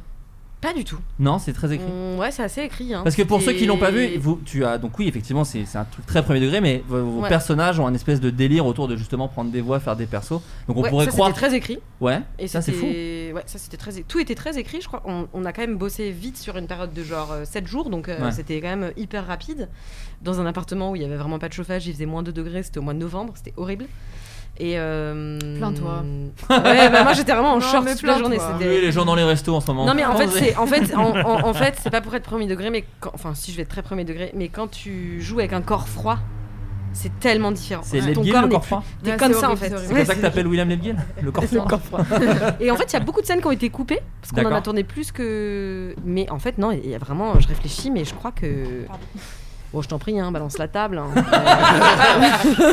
Pas du tout.
Non, c'est très écrit.
Mm, ouais, c'est assez écrit. hein.
Parce que pour ceux qui l'ont pas
Et-
vu, vous, tu as donc oui effectivement c'est c'est un truc très premier degré, mais vos, vos
Ouais.
personnages ont un espèce de délire autour de justement prendre des voix, faire des persos. Donc on
Ouais,
pourrait
ça,
croire.
C'était très écrit.
Ouais.
Et
ça c'est fou.
c'était- Ouais, ça c'était très. Tout était très écrit, je crois. On, on a quand même bossé vite sur une période de genre 7 jours, donc euh,
Ouais.
c'était quand même hyper rapide. Dans un appartement où il y avait vraiment pas de chauffage, il faisait moins 2 degrés, c'était au mois de novembre, c'était horrible. Et. Euh...
Plains-toi.
Ouais, bah moi j'étais vraiment
[laughs]
en
Non,
short
mais
toute la journée.
plains-toi.
c'était-
Oui, les gens dans les restos en ce moment.
Non mais en fait
Pensez.
c'est en fait
[laughs]
en, en- en fait c'est pas pour être premier degré mais quand- enfin si je vais être très premier degré mais quand tu joues avec un corps froid c'est tellement différent.
C'est
Ton
Lebguil,
corps
le
n'est
corps
plus-
froid
T'es
Ouais,
comme
c'est
ça en
horrible,
fait.
c'est
C'est
Ouais,
comme ça que t'appelles William Lebguil
[laughs]
Le corps froid.
et en fait, il y a beaucoup de scènes qui ont été coupées parce qu'on en
D'accord.
a tourné plus que. Mais en fait, non, il y a vraiment. Je réfléchis, mais je crois que. Bon, je t'en prie, hein, balance la table.
[laughs]
hein.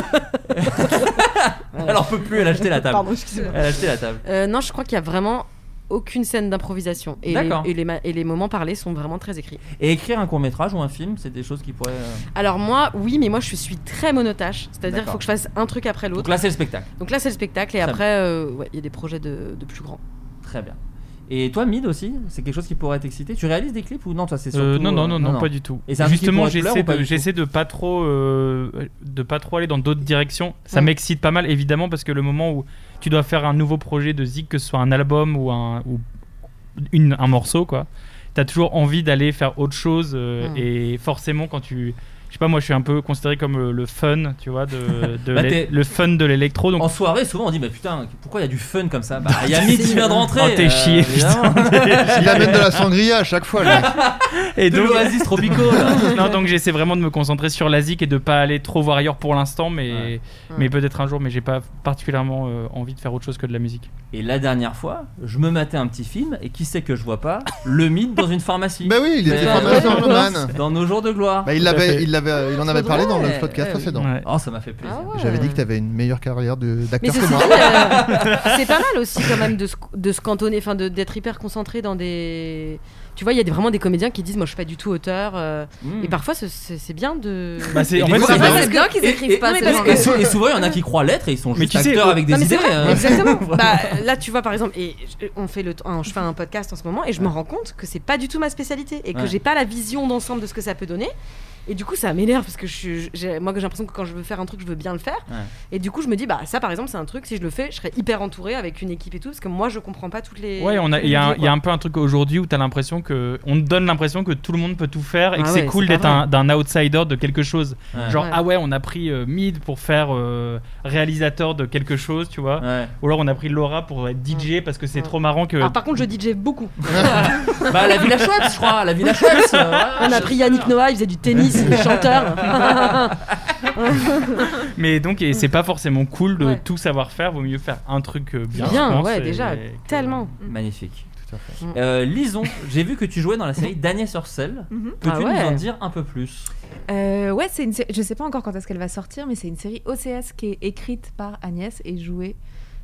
Elle en peut plus, elle a acheté la table.
Pardon, excusez-moi.
Elle a acheté la table.
Euh, non, je crois qu'il y a vraiment aucune scène d'improvisation. Et, les,
D'accord.
et, les, ma- et les moments parlés sont vraiment très écrits.
Et écrire un court métrage ou un film, c'est des choses qui pourraient. euh,
Alors, moi, oui, mais moi, je suis très monotache. C'est-à-dire qu'il
D'accord.
faut que je fasse un truc après
Donc
l'autre.
là c'est le spectacle.
Donc là, c'est le spectacle, et
Très
après, euh, ouais, il y a des projets de, de plus grands.
Très bien. Et toi, Mid aussi, c'est quelque chose qui pourrait t'exciter. Tu réalises des clips ou non Toi, c'est surtout.
Euh, non,
euh,
non, non, non, pas du tout.
Et c'est un truc qui
Justement,
pourrait te plaire
j'essaie
ou pas
de,
du tout
j'essaie de pas trop, euh, de pas trop aller dans d'autres directions. Ça
Mm.
m'excite pas mal, évidemment, parce que le moment où tu dois faire un nouveau projet de zig, que ce soit un album ou un ou une, un morceau, quoi, t'as toujours envie d'aller faire autre chose. euh,
Mm.
Et forcément, quand tu, je sais pas, moi, je suis un peu considéré comme euh, le fun, tu vois,
[laughs]
de, de
Bah,
l'é-
t'es-
le fun de l'électro. Donc
En soirée, souvent on dit bah putain, pourquoi il y a du fun comme ça Bah il
[laughs]
y a Mid qui vient de rentrer.
Oh, t'es
euh,
chié,
évidemment.
[laughs]
Il amène de la sangria à chaque fois. le mec.
et
De
donc,
l'oasis tropicaux. là.
[laughs] non, donc j'essaie vraiment de me concentrer sur la zik et de pas aller trop voir ailleurs pour l'instant, mais,
Ouais.
mais
Ouais.
peut-être un jour. Mais j'ai pas particulièrement euh, envie de faire autre chose que de la musique.
Et la dernière fois, je me matais un petit film et qui c'est que je vois pas Le mythe dans une pharmacie.
Bah oui, il était
Mais, euh,
pharmacien, le man.
Dans nos jours de gloire.
Bah, il,
Tout à
l'avait,
fait.
il, l'avait, euh, il en avait
Faudrait,
parlé dans
ouais,
le podcast
ouais,
précédent.
Ouais.
Oh, ça m'a fait plaisir.
Ah ouais.
J'avais dit que t'avais une meilleure carrière de,
Mais
d'acteur que
ceci
moi.
dit,
[laughs]
euh, c'est pas mal aussi quand même de se, de se cantonner, enfin de- d'être hyper concentré dans des. Tu vois, il y a des- vraiment des comédiens qui disent moi je suis pas du tout auteur. euh,
Mm.
Et parfois ce- c'est c'est bien de.
Bah, c'est-
Et
en
les
fait,
fois,
c'est-
ça
parce
passe
que-
bien qu'ils
Et-
écrivent
et-
pas,
non, mais
c'est
parce
normal.
que- et
euh,
sou- et souvent, il y en a qui croient l'être et ils sont
Mais
juste
tu sais,
acteurs
au-
avec des
Non, mais c'est
idées.
vrai,
euh. [laughs]
exactement.
Voilà.
Bah, là, tu vois, par exemple, et je, on fait le, t- un- je fais un podcast en ce moment et je me rends compte que c'est pas du tout ma spécialité et que
Ouais.
j'ai pas la vision d'ensemble de ce que ça peut donner. Et du coup, ça m'énerve parce que je suis, j'ai- moi, j'ai l'impression que quand je veux faire un truc, je veux bien le faire.
Ouais.
Et du coup, je me dis, bah, ça, par exemple, c'est un truc, si je le fais, je serais hyper entouré avec une équipe et tout parce que moi, je comprends pas toutes les.
Ouais, on a, il y, a un- il y
quoi.
a un peu un truc aujourd'hui où t'as l'impression que on te donne l'impression que tout le monde peut tout faire et que
Ah
c'est
ouais,
cool
c'est pas
d'être un, d'un outsider de quelque chose.
Ouais.
Genre
Ouais.
ah ouais, on a pris euh, Mid pour faire euh, réalisateur de quelque chose, tu vois.
Ouais.
Ou alors on a pris Laura pour être DJ parce que c'est
Ouais.
trop marrant que.
Alors, Ah, par contre, je DJ beaucoup.
Bah, la Villa Schweppes, je crois.
[laughs]
La Villa Schweppes. euh,
On
ouais.
a pris Yannick Noah, il faisait du tennis, il est chanteur.
Mais donc et
[laughs]
c'est pas forcément cool de
Ouais.
tout savoir faire. Vaut mieux faire un truc euh, bien. je
[laughs] Bien,
pense,
ouais,
et
déjà,
que-
tellement.
Magnifique.
Tout à
Mm.
fait.
Euh, Lison, j'ai vu que tu jouais dans la série Daniel Sorcel.
Mhm.
Peux-tu
Ah ouais.
nous en dire un peu plus
Euh, ouais, c'est une sé- je sais pas encore quand est-ce qu'elle va sortir, mais c'est une série OCS qui est écrite par Agnès et jouée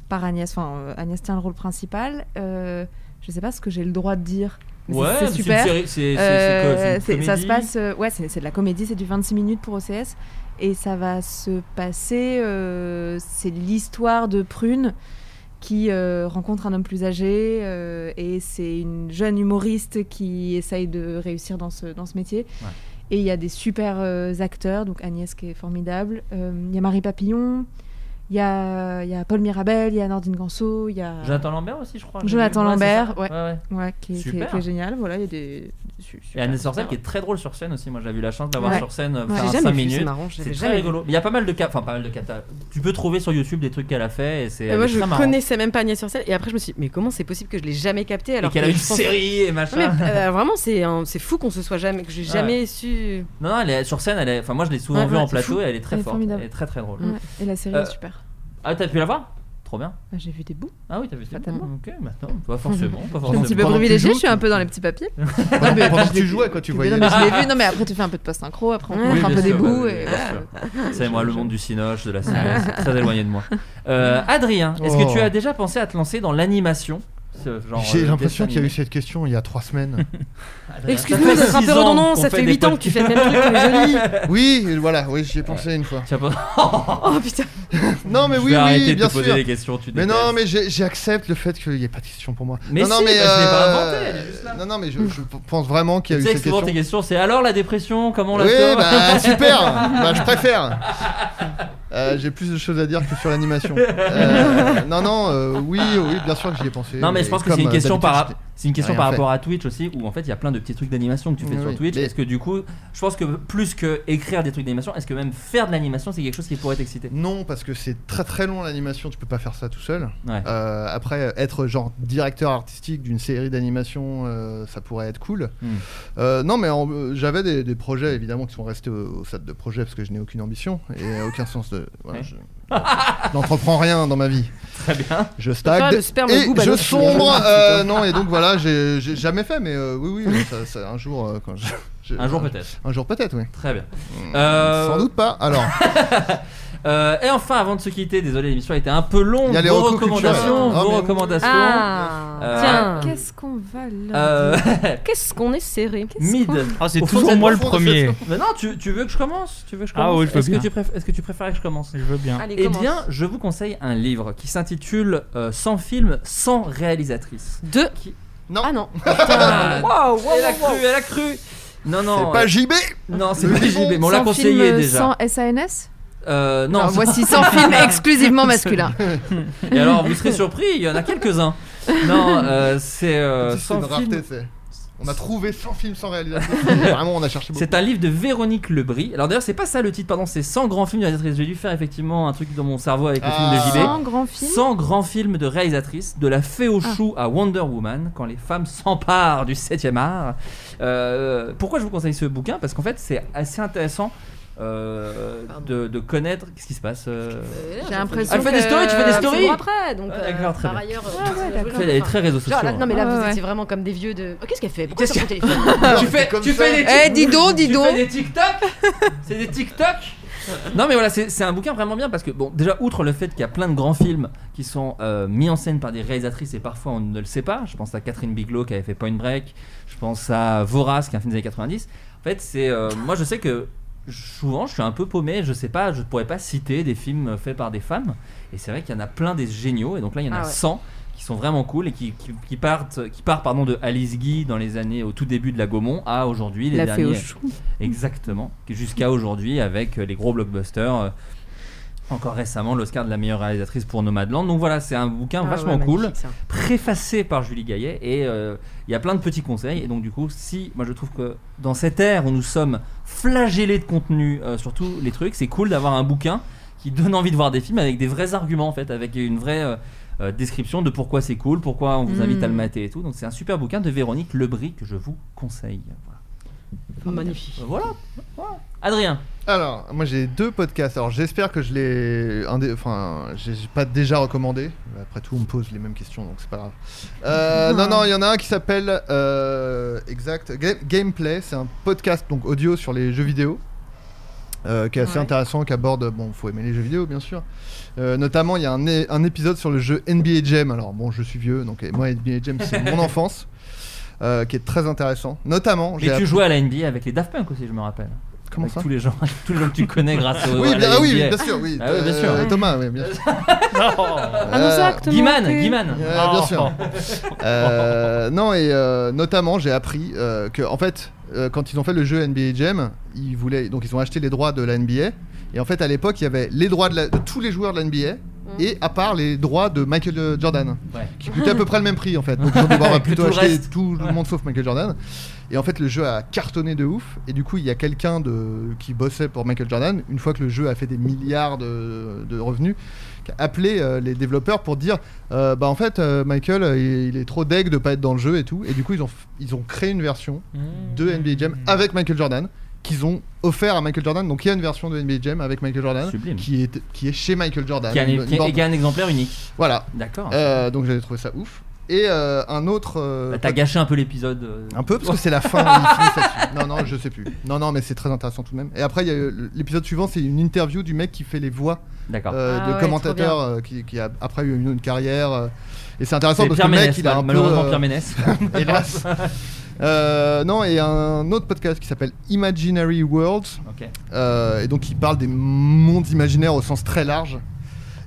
par Agnès. Enfin, euh, Agnès tient le rôle principal. Euh, je sais pas ce que j'ai le droit de dire. mais c'est-
Ouais,
c'est
c'est une
super.
série- C'est c'est- c'est quoi, c'est
Euh,
une
c'est- ça se
comédie
passe. euh, ouais, c'est c'est de la comédie, c'est du 26 minutes pour OCS. Et ça va se passer. euh, c'est l'histoire de Prune qui euh, rencontre un homme plus âgé. euh, et c'est une jeune humoriste qui essaye de réussir dans ce, dans ce métier.
Ouais.
Et il y a des super euh, acteurs, donc Agnès qui est formidable. euh, Il y a Marie Papillon. Il y a, il y a Paul Mirabel, il y a Nordine Ganso, il y
euh,
a
Jonathan Lambert aussi, je crois.
Jonathan
Ouais, c'est
Lambert,
ça.
ouais.
ouais.
ouais, qui, est- qui est-
Super.
qui est génial. Voilà, il y a des. su-
Et
super,
Anne Sorcel
super.
qui est très drôle sur scène aussi. Moi, j'ai eu la chance d'avoir
Ouais.
sur scène euh,
Ouais.
faire
J'ai
un
jamais
5
vu, c'est
minutes.
marrant.
C'est
j'avais
très
jamais vu.
rigolo. Il y a pas mal de cas, enfin pas mal de cata. Tu peux trouver sur YouTube des trucs qu'elle a fait et c'est.
Et Euh, moi,
elle est
je
très marrante.
connaissais même pas Agnès sur scène. Et après, je me suis dit, mais comment c'est possible que je l'ai jamais capté
Et
alors
qu'elle
que
a une
je pense-
série et
Non, mais,
machin. [laughs]
euh, vraiment, c'est un- c'est fou qu'on se soit jamais, que j'ai
Ouais.
jamais su.
Non, non, elle est sur scène. Elle est... Enfin, moi, je l'ai souvent
Ouais,
vue
ouais,
en
c'est
plateau
fou.
et elle est très
Elle est
forte.
formidable.
Elle est très très
Mm.
drôle.
Ouais, et la série
Euh,
est super.
Ah, t'as pu la voir Trop bien.
Ah, J'ai vu des bouts.
Ah oui, t'as vu.
Fatalement.
Ok, maintenant, pas
Je
forcément, pas
suis un petit peu
pendant
forcément.
que tu
privilégiée,
joues,
je suis un
tu-
peu dans les petits papiers.
Pendant,
mais
pendant
je
que tu
l'ai-
jouais, quoi, tu
Mais
voyais.
non, mais je l'ai vu, non, mais après tu fais un peu de post-synchro, après on
Oui,
rentre un
bien
peu des
sûr,
bouts.
bah,
et...
bien sûr. C'est moi, le monde du cinoche, de la série, c'est très éloigné de moi. Euh, Adrien, est-ce que
Oh.
tu as déjà pensé à te lancer dans l'animation ce genre,
J'ai
euh,
l'impression
dessin
qu'il y a eu
animé.
cette question il y a trois semaines.
Excuse-moi
Ça fait
d'être un
six
peu
ans
redondant,
qu'on
ça
fait
fait
des
8 ans que tu fais le même truc que les jolis.
oui, voilà, oui, j'y ai pensé une fois.
[laughs] Tu
[laughs]
as pas-
Oh putain.
Non, mais
Je
oui,
vais arrêter
oui,
de
bien
te poser
sûr.
des questions, tu
Mais non,
détestes.
mais j'ai- j'accepte le fait qu'il n'y ait pas de question pour moi.
Mais
non, non,
si,
mais
bah, je l'ai pas
euh,
inventée, elle est juste là.
Non, non, mais je, je pense vraiment qu'il y a
Tu
eu
sais
cette
que souvent tes
question.
questions, c'est alors la dépression, comment on la
Oui,
sort [laughs]
bah super, bah, je préfère. Euh, j'ai plus de choses à dire que sur l'animation. Euh, non, non, euh, oui, oui, bien sûr que j'y ai pensé.
Non, mais je
mais
pense que
comme,
c'est une
euh,
question par,
d'habitude,
c'est une question
rien
par
fait.
rapport à Twitch aussi, où en fait il y a plein de petits trucs d'animation que tu fais
Oui,
sur
oui,
Twitch.
mais-
Est-ce que du coup, je pense que plus que écrire des trucs d'animation, est-ce que même faire de l'animation, c'est quelque chose qui pourrait t'exciter
Non, parce que c'est très très long l'animation, tu peux pas faire ça tout seul.
Ouais.
Euh, après, euh, être genre directeur artistique d'une série d'animation, euh, ça pourrait être cool.
Hmm.
Euh, non, mais en- euh, j'avais des, des projets évidemment qui sont restés au, au stade de projet parce que je n'ai aucune ambition et aucun sens de. voilà,
Ouais.
je- je n'entreprends rien dans ma vie.
Très bien.
Je stagne.
Enfin, le sperme
et
goût, bah
je
non,
sombre.
tu-
euh, non, et donc voilà, j'ai j'ai jamais fait, mais euh, oui, oui, ça- ça- un jour, euh, quand je- je-
Un jour peut-être.
Un jour peut-être, oui.
Très bien. Euh,
Hmm, Sans doute pas. Alors,
euh, et enfin, avant de se quitter, désolé, l'émission a été un peu longue.
Il y a les
vos
recos
recommandations,
culturels. Ah,
vos
mais-
recommandations.
Ah,
Euh,
tiens,
Qu'est-ce qu'on va là
[laughs] Euh,
qu'est-ce qu'on est serré Qu'est-ce
mid.
qu'on-
Ah, c'est
Au fond,
toujours
c'est
moi
au
le
fond de
premier.
Mais non, tu, tu veux que je commence Tu veux que je
Ah
commence
oui, je veux
Est-ce que
bien.
tu préfères- Est-ce que tu préfères que je commence
Je veux bien.
Allez,
Eh
commence.
bien, je vous conseille un livre qui s'intitule euh, Sans film, sans réalisatrice.
Deux.
Qui-
Non.
Ah
[laughs]
non.
Putain,
Waouh, waouh,
elle a
waouh.
cru, elle a cru. Non, non.
c'est pas
euh,
JB
non, c'est
le
pas
livre.
JB. mais on l'a
Sans
conseillé
film, euh,
déjà.
Sans SANS
Euh, non.
Alors,
sans- [laughs]
Voici 100 films exclusivement masculins.
Et alors, vous serez surpris, il y en a quelques-uns. Non, euh, c'est euh,
C'est
sans
une rareté,
film.
c'est- On a trouvé 100 films sans
[laughs]
réalisation. Vraiment, on a cherché beaucoup.
C'est un livre de Véronique Lebris. Alors d'ailleurs, c'est pas ça le titre, pardon, c'est 100 grands films de réalisatrice. J'ai dû faire effectivement un truc dans mon cerveau avec le
Ah.
film de JB.
100 grands films
100 grands films de réalisatrices, de la fée au
Ah.
chou à Wonder Woman, quand les femmes s'emparent du 7 art. Euh, pourquoi je vous conseille ce bouquin Parce qu'en fait, c'est assez intéressant euh, de, de connaître. Qu'est-ce qui se passe euh,
J'ai l'impression
Elle fait des
que-
stories, tu fais des stories
C'est bon après, donc
Ouais,
euh,
d'accord, très
par
bien.
ailleurs. euh,
Ouais, ouais,
je
d'accord.
Elle est très hein. réseaux sociaux.
Genre, là, non mais là
Ouais,
vous
ouais.
étiez vraiment comme des vieux de. Oh, Qu'est-ce qu'elle fait Pourquoi
Qu'est-ce
sur son téléphone
[laughs] hein. tu
Non, mais
fais,
comme
tu
ça.
fais des
Eh, dis donc, dis
Tu
donc
fais des TikTok C'est des TikTok Non mais voilà, c'est c'est un bouquin vraiment bien parce que bon, déjà outre le fait qu'il y a plein de grands films qui sont euh, mis en scène par des réalisatrices et parfois on ne le sait pas. Je pense à Catherine Bigelow qui avait fait Point Break. Je pense à Vorace qui est un film des années 90. En fait, c'est euh, moi je sais que souvent je suis un peu paumé. Je sais pas, je pourrais pas citer des films faits par des femmes. Et c'est vrai qu'il y en a plein des géniaux. Et donc là, il y en a
Ah ouais.
100 qui sont vraiment cool et qui, qui, qui partent qui part pardon de Alice Guy dans les années au tout début de la Gaumont à aujourd'hui les
La fée
derniers
au chou.
Exactement. Jusqu'à aujourd'hui avec euh, les gros blockbusters. euh, Encore récemment, l'Oscar de la meilleure réalisatrice pour Nomadland. Donc voilà, c'est un bouquin Ah,
Ah
vachement cool, préfacé par Julie Gaillet. Et euh, il y a plein de petits conseils. Et donc, du coup, si, moi je trouve que dans cette ère où nous sommes flagellés de contenu euh, sur tous les trucs, c'est cool d'avoir un bouquin qui donne envie de voir des films avec des vrais arguments, en fait, avec une vraie euh, euh, description de pourquoi c'est cool, pourquoi on vous invite à le
Mm.
mater et tout. Donc, c'est un super bouquin de Véronique Lebris que je vous conseille. Voilà.
Magnifique.
Euh, Voilà. Voilà. Adrien.
Alors, moi j'ai deux podcasts. Alors, j'espère que je l'ai. un des- Enfin, j'ai j'ai pas déjà recommandé. Après tout, on me pose les mêmes questions, donc c'est pas grave. Euh, non, non, il y en a un qui s'appelle. euh, exact. Ga- Gameplay. C'est un podcast donc audio sur les jeux vidéo. euh, qui est assez
Ouais.
intéressant, qui aborde. Bon, faut aimer les jeux vidéo, bien sûr. Euh, notamment, il y a un, é- un épisode sur le jeu NBA Jam. Alors, bon, je suis vieux, donc et moi, NBA Jam, c'est
[laughs]
mon enfance. euh, qui est très intéressant. Notamment, j'ai
Mais tu
appris-
jouais à la NBA avec les Daft Punk aussi, je me rappelle.
Comment
avec
ça
tous les gens, [laughs] avec tous les gens que tu connais grâce au.
oui,
à
bien,
la
ah oui,
NBA.
bien sûr, oui.
Ah oui, bien sûr.
Euh, Thomas, oui, bien sûr.
[laughs] Non.
Ah, nos
Euh,
actes
Guiman,
manqués.
Guiman.
euh, bien sûr. Euh, non, et euh, notamment, j'ai appris euh, que, en fait, euh, quand ils ont fait le jeu NBA Jam, ils voulaient, donc ils ont acheté les droits de la NBA. Et en fait, à l'époque, il y avait les droits de, la- de tous les joueurs de la NBA. Et à part les droits de Michael euh, Jordan,
Ouais.
qui coûtaient à peu près le même prix en fait. Donc ils ont dit, bon, on va
[laughs] Que
plutôt
tout le
acheter
reste.
tout le monde sauf Michael Jordan. Et en fait, le jeu a cartonné de ouf. Et du coup, il y a quelqu'un de... qui bossait pour Michael Jordan, une fois que le jeu a fait des milliards de, de revenus, qui a appelé euh, les développeurs pour dire euh, Bah, en fait, euh, Michael, euh, il, il est trop deg de pas être dans le jeu et tout. Et du coup, ils ont, f- ils ont créé une version de NBA Jam avec Michael Jordan qu'ils ont offert à Michael Jordan. Donc, il y a une version de NBA Jam avec Michael Jordan
Sublime.
qui est, qui est chez Michael Jordan.
Qui a, un,
Une-
qui a-
une
qui a un exemplaire unique.
Voilà.
D'accord.
Euh, donc, j'avais trouvé ça ouf. Et euh, un autre. euh,
Bah, T'as gâché un peu l'épisode. euh,
Un peu, parce que c'est la
[laughs]
fin. il finit là-dessus. non, non, je sais plus. Non, non, mais c'est très intéressant tout de même. Et après, il y a eu l'épisode suivant, c'est une interview du mec qui fait les voix
Oh, D'accord.
euh,
Ah
de
ouais,
commentateurs
trop
euh, qui, qui a après eu une, une carrière. euh, et c'est intéressant
C'est
parce
Pierre
que le mec,
Ménès,
il a un
malheureusement
peu. euh, [laughs]
Pierre Ménès.
hélas. Euh, non, et un autre podcast qui s'appelle Imaginary Worlds.
Ok.
Euh, et donc il parle des mondes imaginaires au sens très large.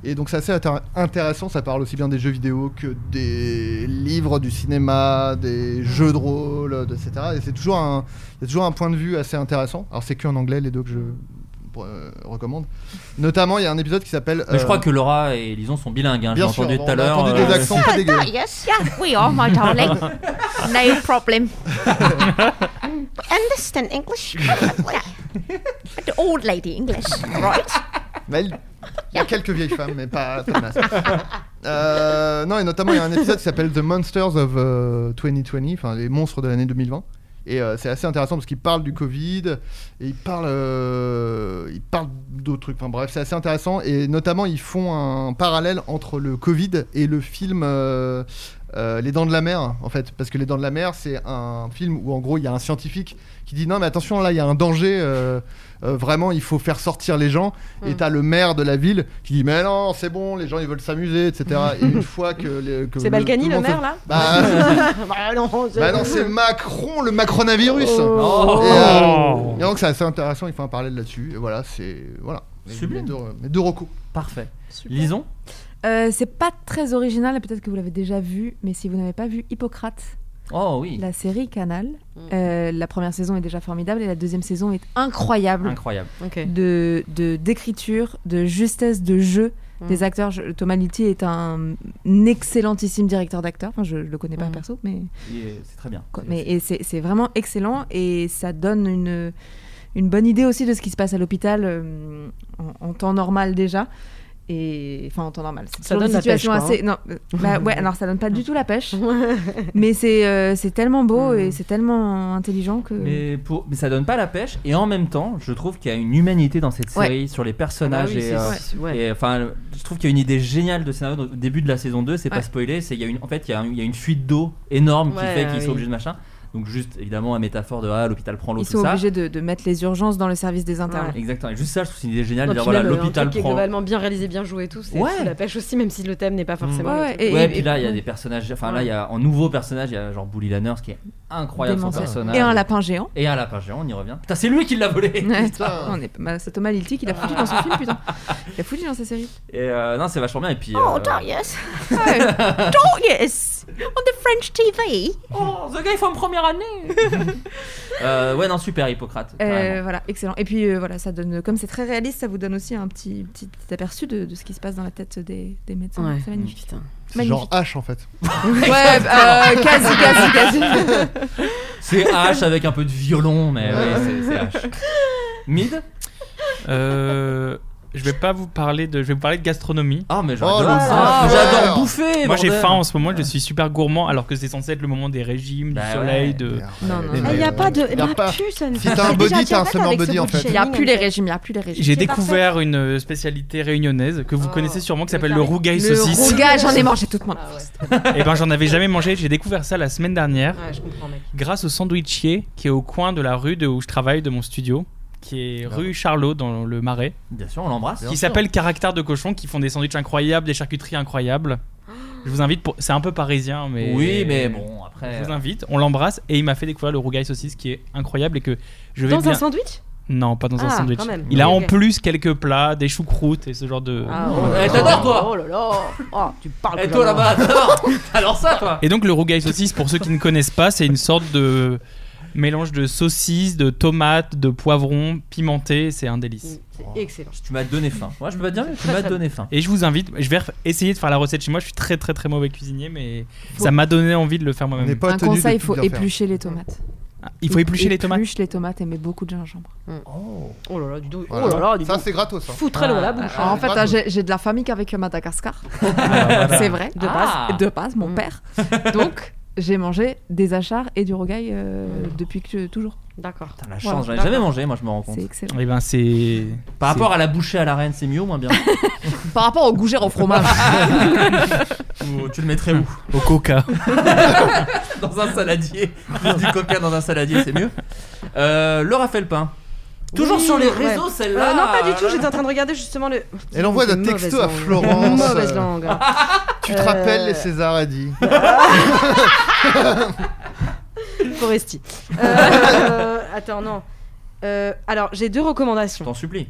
Et donc c'est assez intér- intéressant, ça parle aussi bien des jeux vidéo que des livres, du cinéma, des jeux de rôle, de- etc. Et c'est toujours un, il y a toujours un point de vue assez intéressant. Alors c'est que en anglais les deux que je euh, recommande. Notamment il y a un épisode qui s'appelle.
Mais je crois
euh,
que Laura et Lison sont bilingues. Hein. J'ai
bien sûr,
entendu
on
tout à
a
l'heure.
entendu des
euh, [laughs]
accents pas dégueux.
yes, yeah, we are, my darling. No
[laughs]
problem. Um, understand English? Yeah. The old lady English, right?
Mais il il y a quelques vieilles femmes, mais pas, pas de masse. Euh, non, et notamment, il y a un épisode qui s'appelle The Monsters of euh, 2020, enfin les monstres de l'année 2020. Et euh, c'est assez intéressant parce qu'il parle du Covid et il parle, euh, il parle d'autres trucs. Enfin bref, c'est assez intéressant. Et notamment, ils font un parallèle entre le Covid et le film euh, euh, Les Dents de la Mer, en fait. Parce que Les Dents de la Mer, c'est un film où en gros, il y a un scientifique qui dit non, mais attention, là, il y a un danger. euh, euh, vraiment, il faut faire sortir les gens. Et
Mm.
t'as le maire de la ville qui dit mais non, c'est bon, les gens ils veulent s'amuser, etc. Et une fois que, les- que
Mm. C'est Balkani
tout
le
monde se-
maire là [laughs]
Bah,
Bah non,
bah non, c'est Macron, le macronavirus.
Oh.
Et, euh,
Oh.
et donc c'est assez intéressant, il faut en parler là-dessus. Et voilà, c'est voilà. Mes-
Sublime.
Mes deux, mes deux recos.
Parfait. Lison
Euh, c'est pas très original, peut-être que vous l'avez déjà vu, mais si vous n'avez pas vu Hippocrate,
Oh oui.
la série Canal, euh, la première saison est déjà formidable et la deuxième saison est incroyable.
Incroyable.
Ok.
de de- d'écriture, de, justesse de jeu
Mm.
des acteurs. Je- Thomas Litti est un, un excellentissime directeur d'acteurs. Enfin, je, le connais pas
Mm.
perso, mais,
Et, euh, C'est très bien.
mais et c'est c'est vraiment excellent et ça donne une une bonne idée aussi de ce qui se passe à l'hôpital euh, en, en temps normal déjà. Et enfin en temps normal, c'est
Ça
toujours
donne
une
la
situation
pêche, quoi, hein.
assez. Non, euh, bah
[laughs]
ouais, alors ça donne pas du tout la pêche, mais c'est euh, c'est tellement beau
Mm.
et c'est tellement intelligent que. Ah bah
Mais, pour... mais ça donne pas la pêche. Et en même temps, je trouve qu'il y a une humanité dans cette
Ouais. Bah
série sur les
Ah
personnages
oui,
et.
c'est-
euh,
c'est- ouais.
Et enfin, le- je trouve qu'il y a une idée géniale de scénario au début de la saison 2, c'est pas
Ouais.
spoilé, c'est il y a une en fait il y a, un- il y a une fuite d'eau énorme qui
Ouais,
fait qu'ils
oui.
sont obligés de machin. Donc juste évidemment la métaphore de ah l'hôpital prend l'eau
Ils
tout
sont
ça.
obligés de, de mettre les urgences dans le service des internes.
Exactement. Et juste ça, je trouve que c'est une idée géniale
Non,
de
puis
dire Ah, voilà
même, euh, un
l'hôpital
euh,
truc qui est
prend
globalement bien réalisé, bien joué et tout, c'est
Ouais.
c'est la pêche aussi, même si le thème n'est pas
Ouais,
forcément. le
ouais,
truc.
et-
Ouais, puis là il y a des personnages enfin là il y a un nouveau personnage, il y a genre Bully Lanners qui est incroyable son
Démentiel.
personnage.
Et un lapin géant.
Et un lapin géant, on y revient. Putain, c'est lui qui l'a volé.
Ouais.
Putain.
On est pas mal. C'est
Ah.
Thomas Lilti qui l'a foutu [laughs] dans son film, putain. Il l'a foutu dans sa série.
Et euh, non, c'est vachement bien et puis
Oh,
euh,
Darius. Oh, Darius! On
euh,
the French TV!
Oh, the guy from première année. Euh, ouais, non, super Hippocrate.
Euh,
carrément.
voilà, excellent. Et puis euh, voilà, ça donne, comme c'est très réaliste, ça vous donne aussi un petit, petit, petit aperçu de, de ce qui se passe dans la tête des, des médecins.
Ouais.
C'est magnifique.
Putain.
C'est genre H en fait.
Ouais,
[laughs]
euh, quasi, quasi, quasi.
C'est H avec un peu de violon, mais oui, c'est- c'est H. Mid
Euh, je vais pas vous parler de, je vais vous parler de gastronomie.
Ah, mais
Oh,
j'adore
le
ça.
horreur.
J'adore bouffer
Moi j'ai
bordel.
faim en ce moment, je suis super gourmand alors que c'est censé être le moment des régimes,
Bah
du soleil,
ouais.
de.
Non, non,
Mais
non.
Il n'y a
euh,
pas de.
y a
Ma
pas-
puce, ça me
Si
fait-
t'as un
Déjà,
body,
j'ai
t'as un
pas
summer
avec ce
body, en
bullshit.
fait.
Il n'y a plus les régimes, il n'y a plus les régimes.
J'ai
C'est
découvert une spécialité réunionnaise que vous
Oh.
connaissez sûrement qui s'appelle
Le
le rougail
Le
saucisse.
rouga, j'en ai mangé toute mon
Ah ouais,
Et ben j'en avais jamais mangé, j'ai découvert ça la semaine dernière
ouais, je comprends, mec.
grâce au sandwichier qui est au coin de la rue de où je travaille de mon studio qui
Bah
est rue Charlot dans le Marais,
Bien sûr, on l'embrasse.
Bien
qui
sûr.
s'appelle Caractère de cochon, qui font des sandwichs incroyables, des charcuteries
[gasps]
incroyables. Je vous invite, pour... c'est un peu parisien, mais
Oui, mais bon, après.
Je vous invite, on l'embrasse et il m'a fait découvrir le rougail saucisse qui est incroyable et que je vais
Dans
bien.
un sandwich
Non, pas dans un
Ah,
sandwich.
quand même.
Il a
Ok,
en
ok.
plus quelques plats, des choucroutes et ce genre de.
Ah,
Oh,
ouais.
eh, t'adores, toi.
Oh là là Oh, tu parles
Et
que
toi
j'adore.
là-bas, t'adores.
[laughs]
Alors ça, toi
Et donc le rougail saucisse, pour ceux qui ne connaissent pas, c'est une sorte de mélange de saucisses, de tomates, de poivrons pimentés. C'est un délice.
C'est excellent.
Tu m'as donné faim. Moi, je peux pas dire, mais tu m'as donné faim.
Et je vous invite, je vais ref- essayer de faire la recette chez moi. Je suis très très très mauvais cuisinier, mais ça m'a donné envie de le faire
On n'est
moi-même.
pas
Un
tenu de
conseil, il
tout
faut
bien faire.
éplucher les tomates.
Ah, Il faut éplucher les tomates.
Épluche les tomates et mets beaucoup de gingembre.
Oh.
Oh là là, du dos.
Voilà.
Oh là là, du
ça
dos.
c'est gratos. hein.
Foutre-le dans
Ah,
la bouche.
Alors, en
c'est
fait,
pas
hein,
tout.
j'ai j'ai de la famille qu'avec Madagascar. C'est vrai, de
Ah.
base, de base, mon
Mm.
père. Donc, j'ai mangé des achars et du rogail euh, depuis que je- toujours.
D'accord.
Putain, la
Voilà.
chance, j'en ai jamais mangé, moi je me rends compte.
C'est excellent.
Eh ben, c'est.
Par rapport à la bouchée à la reine, c'est mieux ou moins bien
[laughs] Par rapport au gougère au
[laughs]
fromage.
[laughs] Ou tu le mettrais où
au coca.
[laughs] Dans un saladier Plus du coca dans un saladier, c'est mieux. Euh, le Raphaël Pain. Toujours
Oui,
sur les
ouais.
réseaux,
Euh,
celle-là
non, pas du
ah,
tout, j'étais en train de regarder justement le.
Elle envoie
C'est
des
mauvaise
textos à
langue.
Florence. Ah.
Mauvaise langue.
Tu te
Euh,
rappelles les César a dit
Foresti. Euh, attends, non. Euh, alors, j'ai deux
Je
recommandations.
t'en supplie.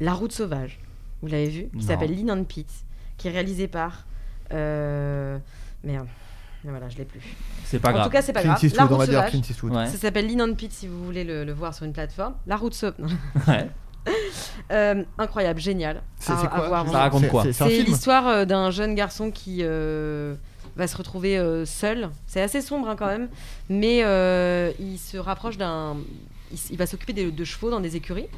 La route sauvage, vous l'avez vu, qui
Non.
s'appelle Lean and Pete, qui est réalisée par. euh, Merde. Mais Voilà, je l'ai plus.
C'est pas
en
grave.
tout cas, c'est pas
Clint
grave. La
Eastwood, on
route
va dire
sauvage.
Clint Eastwood.
Ouais.
Ça s'appelle Lean and Pete si vous voulez le, le voir sur une plateforme. La route sauvage.
[laughs]
[laughs] Ouais.
Euh, incroyable, génial.
C'est
À-
c'est
à voir
quoi
Ça raconte
C'est-
quoi
c'est- C'est un
C'est
film.
l'histoire euh, d'un jeune garçon qui euh, va se retrouver euh, seul. C'est assez sombre hein, quand même, mais euh, il se rapproche d'un. Il, s- il va s'occuper des- de, chevaux dans des écuries.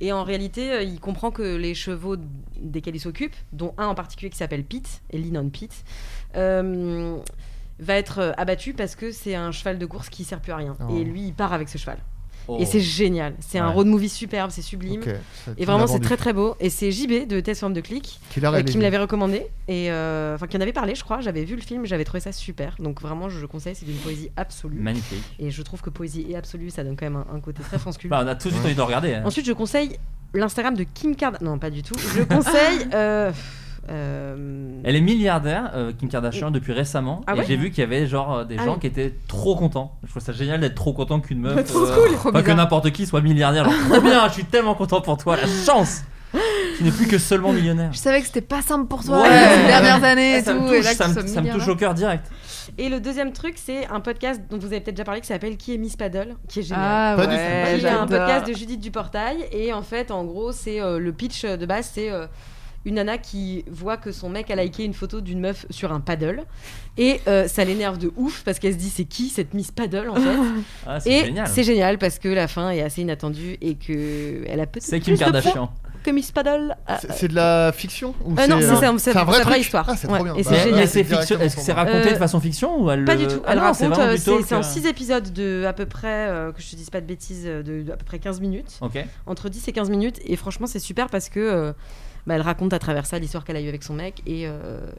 Et en réalité, euh, il comprend que les chevaux d- desquels il s'occupe, dont un en particulier qui s'appelle Pete, et Linon Pete, euh, va être euh, abattu parce que c'est un cheval de course qui sert plus à rien.
Oh.
Et lui, il part avec ce cheval.
Oh.
Et c'est génial. C'est un
Ouais.
road movie superbe, c'est sublime.
Ok, ça- tu
Et
me
vraiment,
l'as
c'est
vendu.
très très beau. Et c'est JB de Test Forme de Click
Tu
euh,
l'as
qui
réalisé.
me l'avait recommandé et euh, enfin qui en avait parlé je crois j'avais vu le film j'avais trouvé ça super donc vraiment je le conseille c'est d'une poésie absolue
Magnifique.
et je trouve que poésie et absolue ça donne quand même un, un côté très France
Bah,
Culture
on a tout de suite envie de le regarder. hein.
ensuite je conseille l'Instagram de Kim Kardashian non pas du tout je conseille euh, euh,
Elle est milliardaire, euh, Kim Kardashian, depuis récemment.
Ah
et
ouais
j'ai vu qu'il y avait genre euh, des
Ah
gens
oui.
qui étaient trop contents. Je trouve ça génial d'être trop content qu'une meuf.
Trop
euh,
cool. Trop
Pas que
bizarre.
n'importe qui soit milliardaire. Genre, trop bien, je suis tellement content pour toi, la chance Tu n'es plus que seulement millionnaire.
Je savais que c'était pas simple pour toi
Ouais.
les dernières années et
ça,
tout.
me
et
touche,
là, que
ça,
tu
me,
sois
ça me
milliardaire.
touche au cœur direct.
et le deuxième truc c'est un podcast dont vous avez peut-être déjà parlé qui s'appelle qui est Miss Paddle qui est génial
Ah
Pas du tout.
Bah,
ouais,
qui est Euh, un
j'adore.
podcast de Judith Duportail. Et en fait, en gros, c'est euh, le pitch de base, c'est euh, une nana qui voit que son mec a liké une photo d'une meuf sur un paddle. Et euh, ça l'énerve de ouf parce qu'elle se dit c'est qui cette Miss Paddle en fait.
Ah, [laughs] c'est
et
génial.
c'est génial parce que la fin est assez inattendue et que elle a peut-être
C'est Kim
plus de points
Kardashian.
que Miss Paddle. Ah,
C'est- C'est de la fiction ou
euh, non, c'est-
euh,
c'est- c'est
un vrai
la vraie
truc
histoire.
Ah, c'est
Ouais,
trop bien.
et c'est
Bah,
Mais-
génial.
mais
ouais,
c'est
directement
fiction- Est-ce que
pour
c'est
moi.
raconté
Euh,
de façon fiction ou elle
Pas du
le-
tout.
Ah
Elle
non, c'est
raconte,
vraiment
euh,
plutôt
c'est c'est en
que-
6 épisodes de à peu près, euh, que je te dise pas de bêtises, de, de à peu près 15 minutes.
Ok.
entre 10 et 15 minutes et franchement c'est super parce que euh, bah, elle raconte à travers ça l'histoire qu'elle a eue avec son mec et, euh,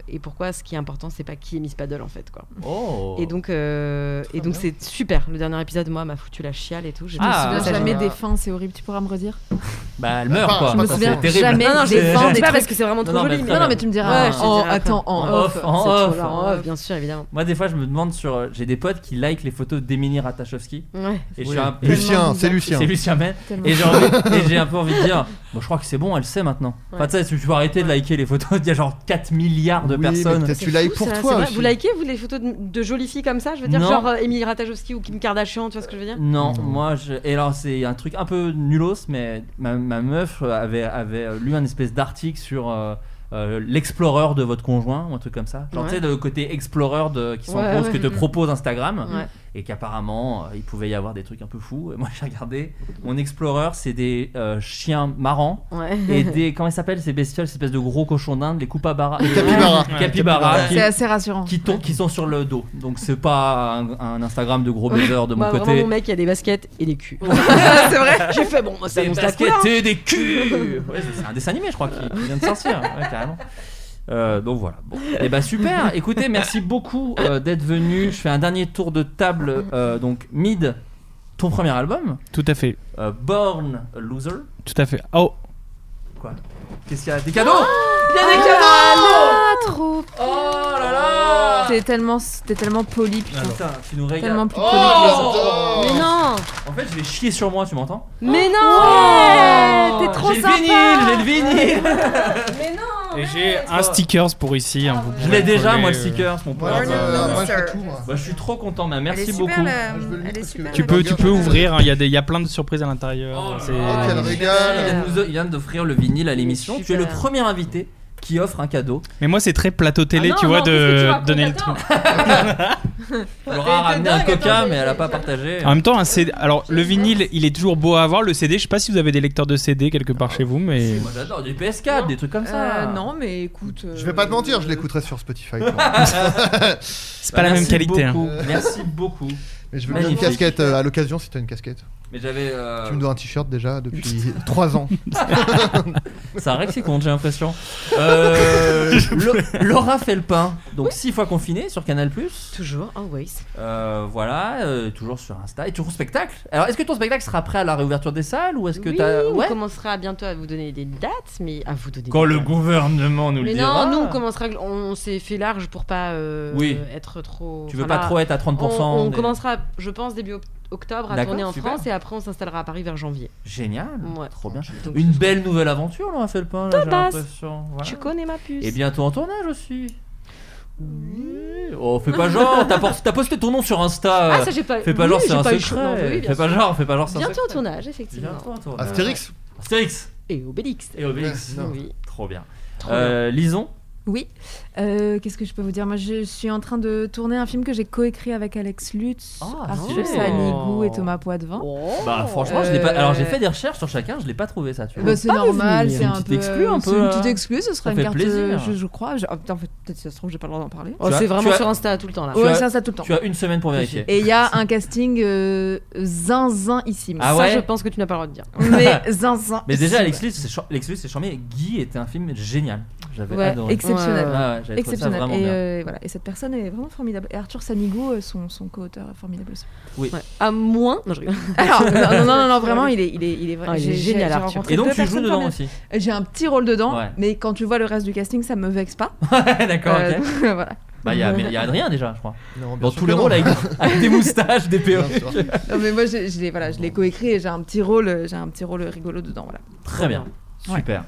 et pourquoi ce qui est important c'est pas qui est Miss Paddle en fait quoi
Oh.
et donc euh, et donc
bien.
c'est super le dernier épisode moi m'a foutu la chiale et tout j'étais
Ah,
super
Je me
ça,
souviens jamais
gênée.
des fins, c'est horrible. Tu pourras me redire
Bah, elle meurt
Enfin,
quoi.
je me
Ça,
souviens
c'est terrible.
jamais
ah non
des
j'ai
C'est-
fins,
pas
des
parce
trucs.
que c'est vraiment trop
Non, non,
joli
mais
mais
très
Non, non, mais
bien.
tu me diras.
Ouais, je te
en,
dirai
attends,
après.
en
En
off.
off, en
c'est trop
off.
là, en off, bien sûr évidemment
Moi, des fois, je me demande sur. euh, J'ai des potes qui like les photos d'Emily Ratajkowski.
ouais.
Et
Oui.
je suis un et-
Lucien, c'est Lucien.
C'est Lucien May.
Tellement.
Et j'ai envie- et j'ai un peu envie de dire, bon, je crois que c'est bon, elle sait maintenant. Enfin,
Ouais.
tu sais, tu peux arrêter de liker les photos. [laughs] Il y a genre 4 milliards de
Oui, mais
personnes.
peut-être tu l'as
Fou,
pour
ça, c'est
toi
vrai.
aussi.
vous likez vous les photos de, de jolies filles comme ça je veux dire
Non.
genre euh, Emily Ratajkowski ou Kim Kardashian tu vois ce que je veux dire
Non, moi, je... et alors c'est un truc un peu nulos, mais ma, ma meuf avait, avait euh, lu un espèce d'article sur euh, euh, l'explorer de votre conjoint ou un truc comme ça. Genre,
Ouais.
tu sais, le côté explorer de, qui s'en
Ouais,
pose,
ouais,
que te
mm.
propose Instagram,
Ouais.
et qu'apparemment euh, il pouvait y avoir des trucs un peu fous. Et moi, j'ai regardé, mon explorer, c'est des euh, chiens marrants.
ouais [laughs]
Et des, comment ils s'appellent ces bestioles, ces espèces de gros cochons d'Inde, les capybaras,
Les capybaras.
capybaras,
Ouais,
capybaras, qui-
C'est assez rassurant.
qui, tombent- qui sont sur le dos. Donc c'est pas un, un Instagram de gros baiseurs de mon
Moi,
côté.
Bah, vraiment mon mec il y a des baskets et des culs [laughs]
c'est vrai.
j'ai fait bon moi ça
Des
annonce la couleur hein.
baskets
hein.
et des culs [laughs] Ouais, C'est un dessin animé, je crois, qui, qui vient de sortir, ouais, carrément. Euh, donc voilà. Bon. Et bah super. Écoutez, merci beaucoup euh, d'être venu. Je fais un dernier tour de table. euh, donc Mid, ton premier album,
Tout à fait.
euh, Born a Loser.
Tout à fait. Oh,
Quoi Qu'est-ce qu'il y a Des cadeaux
Ah, trop.
Oh là là
T'es tellement, t'es tellement poli, putain.
Putain, tu nous régales.
Tellement plus poli.
Oh
mais non Oh.
En fait, je vais chier sur moi, tu m'entends
mais non
t'es trop
J'ai le
sympa.
vinyle, j'ai le vinyle
et j'ai un stickers pour ici. hein, vous
Ah, Je
pouvez
l'ai déjà,
coller,
moi, le
euh,
sticker, mon
Moi,
pote.
je-
Bah,
Ah moi, je fais tout, moi.
je suis trop content, mais
Elle est
merci
super,
beaucoup.
la-
Je
Euh, elle
veux le mettre
est
parce que-
super.
Tu peux, tu peux ouvrir. hein, Il y a des- il y, a plein de surprises à l'intérieur.
Oh là
c'est-
là,
quel
il
régal.
vient de nous- Il vient d'offrir le vinyle à l'émission. Tu es le
Super.
premier invité qui offre un cadeau.
Mais moi, c'est très plateau télé,
Ah non,
tu vois,
non, qu'est-ce que tu
de
racontes
donner le
Attends.
truc.
Elle aura ramené un coca, Ah, mais elle a pas partagé.
En même temps, un CD... alors le vinyle, il est toujours beau à avoir. Le CD, je sais pas si vous avez des lecteurs de CD quelque part
Ah.
chez vous, mais
Moi j'adore du PS4, des trucs comme ça.
Euh, non, mais écoute.
Je vais pas
euh,
te mentir, je l'écouterai sur Spotify. moi.
c'est pas la même qualité. hein.
beaucoup, Merci beaucoup.
Mais je veux bien une
Magnifique.
casquette euh, à l'occasion si t'as une casquette.
Mais j'avais. euh,
Tu me dois un t-shirt
[laughs]
déjà depuis 3 ans.
Ça règle ses comptes,
[laughs]
j'ai l'impression. Euh, Lo- Laura fait le pain, donc 6 fois confinée sur Canal.
Toujours, always.
Euh, voilà, euh, toujours sur Insta et toujours spectacle. Alors, est-ce que ton spectacle sera prêt à la réouverture des salles ou est-ce que
oui,
t'as.
on commencera bientôt à vous donner des dates, mais à vous donner.
Quand
des
le
dates.
gouvernement nous
Mais
le dira.
non, nous on commencera, on s'est fait large pour pas euh,
Oui.
être trop.
Tu veux
enfin,
pas
là,
trop être à 30%.
On, on
des-
commencera, je pense, début oct- octobre à
D'accord,
tourner en
super.
France et après on s'installera à Paris vers janvier.
Génial.
Ouais.
Trop bien.
Donc,
Une belle nouvelle aventure, Laura fait le pain, là, j'ai
Thomas,
l'impression. Voilà.
Tu connais ma puce.
Et bientôt en tournage aussi. Oui. Oh, fais pas genre, t'as por- t'as posté ton nom sur Insta.
Ah, ça j'ai pas.
fais pas
oui,
genre,
j'ai
c'est un
pas eu
secret.
chaud. Non, mais oui, bien
fais pas
sûr.
genre, fais pas genre, c'est un
Bientôt en
secret.
tournage, effectivement.
Bientôt en tournage.
Astérix
Astérix
Et Obélix.
et Obélix.
Ah,
Non.
Oui.
Trop bien.
Trop bien.
Euh, Lison,
Oui. Euh, Qu'est-ce que je peux vous dire Moi, je suis en train de tourner un film que j'ai coécrit avec Alex Lutz,
Ah, Oh.
Arthur
stylé.
Sanigou et Thomas Poitvin.
Oh,
bah franchement, je l'ai pas. Alors j'ai fait des recherches sur chacun, je l'ai pas trouvé ça, tu vois. Ah,
Bah, Euh, c'est normal, c'est
une
un
petite
peu.
exclue, un
c'est
peu,
une
hein.
petite exclue, ce sera
Ça
une
fait
carte.
plaisir.
Je, je crois. Je- ah, putain, en fait, peut-être si ça se trouve, j'ai pas le droit d'en parler.
Oh,
Tu as-
c'est vraiment
tu as-
sur Insta tout le temps là.
Ah, Tu as-
Ouais, Oh, ça, ça tout le temps.
Tu as une semaine pour vérifier.
Et il y a un casting euh,
[laughs]
zinzinissime.
Ah
ça,
ouais
je pense que tu n'as pas le droit [laughs] de dire.
Mais zinzin.
Mais déjà, Alex Lutz, c'est char- Alex Lutz, c'est charmé. Guy était un film génial. J'avais
Ouais,
adoré.
exceptionnel.
Ouais, ouais,
Ah ouais, j'avais trouvé ça
Exceptionnel.
vraiment
Et,
bien.
euh, voilà. et cette personne est vraiment formidable. Et Arthur Sanigo, euh, son, son co-auteur, est formidable aussi.
Ouais. À moins. Non, je rigole.
[laughs] Alors, non, non, non, non, vraiment, il est, il est, il est, vrai-
Ah, il
j'ai-
est
j'ai-
génial,
j'ai
Arthur.
rencontré
Et donc
deux
tu joues
personnes
dedans
formidables.
aussi. [laughs]
J'ai un petit rôle dedans,
Ouais.
mais quand tu vois le reste du casting, ça me vexe pas.
D'accord.
Euh,
ok.
voilà.
Bah il y a, mais il y a Adrien déjà, je crois.
Non, bien
Dans
sûr
tous
que
les
non.
rôles avec, avec des moustaches, des PO.
Bien sûr.
Non, mais moi, je, je l'ai, voilà, je l'ai coécrit et j'ai un petit rôle, euh, j'ai un petit rôle rigolo dedans, voilà.
Très bien. Super.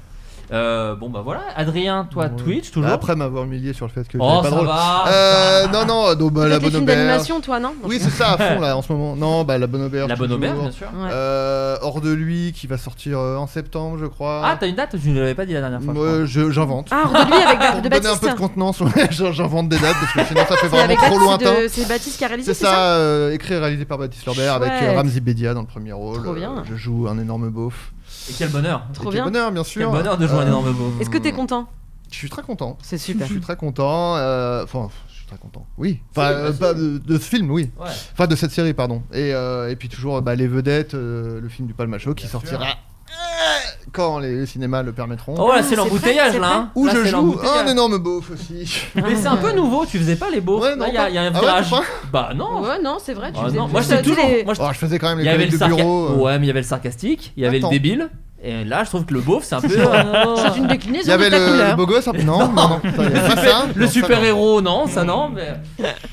Euh, bon bah voilà, Adrien, toi
Ouais.
Twitch
Bah,
toujours.
Après m'avoir humilié sur le fait que j'avais
oh
pas
ça
de rôle.
va.
Euh, non, non, donc,
Oh,
bah, la
Peut-être les
bonne
films
auberge.
d'animation, toi, non
Oui, c'est ça à
[laughs]
fond là en ce moment. Non, bah la bonne auberge.
La bonne
toujours.
auberge, bien sûr.
Ouais.
Euh, hors de lui qui va sortir euh, en septembre, je crois.
Ah t'as une date, tu ne l'avais pas dit la dernière fois. je
Moi, je- j'invente.
Ah, hors de lui avec
Pour
Ba- de
me donner un peu
Baptiste.
de contenance, ouais, [laughs] j'en- j'invente des dates parce que sinon ça fait
C'est
vraiment
avec
trop
Baptiste
lointain.
de- C'est Baptiste qui a réalisé
C'est ça, euh, écrit et réalisé par Baptiste Lorbert avec
Chouette.
euh, Ramzi Bedia dans le premier rôle.
Trop bien.
Euh, je joue un énorme beauf.
crois. Et quel bonheur.
Trop
Et quel
bien.
bonheur, bien
Quel
sûr.
bonheur de jouer un
Euh,
énorme beau.
Est-ce que t'es content
Je suis très content.
C'est super.
Je suis très content. euh, Enfin, je suis très content. Oui.
bah,
Enfin, euh, pas de, de ce film, oui.
Ouais.
Enfin, de cette série, pardon. Et, euh, et puis toujours bah, Les Vedettes, euh, le film du Palmacho qui sortira euh, quand les, les cinémas le permettront.
Oh là c'est l'embouteillage là. hein.
Où
Là,
je
c'est
joue Oh,
l'embouteillage.
un énorme beauf aussi. [laughs]
Mais c'est un peu nouveau, tu faisais pas les beaux.
Ouais, non,
Là, il y, a-
pas-
il y a un
Ah ouais,
virage.
tu crois
bah non.
Ouais, non, c'est vrai. Tu
Ah
faisais
non.
plus
Moi je
ça,
sais
tu
toujours.
sais,
Moi, je-
Oh, je faisais quand même
Il
les
y avait
collègues
le
de
sarca-
bureau. euh.
Ouais, mais il y avait le sarcastique, il y avait
Attends.
le débile. Et là, je trouve que le beauf, c'est un peu. euh,
C'est une
Il
déclinaison
y avait
de ta
le,
couleur.
le beau gosse. hein. Non, non, non. putain, il y avait pas ça. Non,
Le
ça,
super
non.
héros, non, ça non, mais.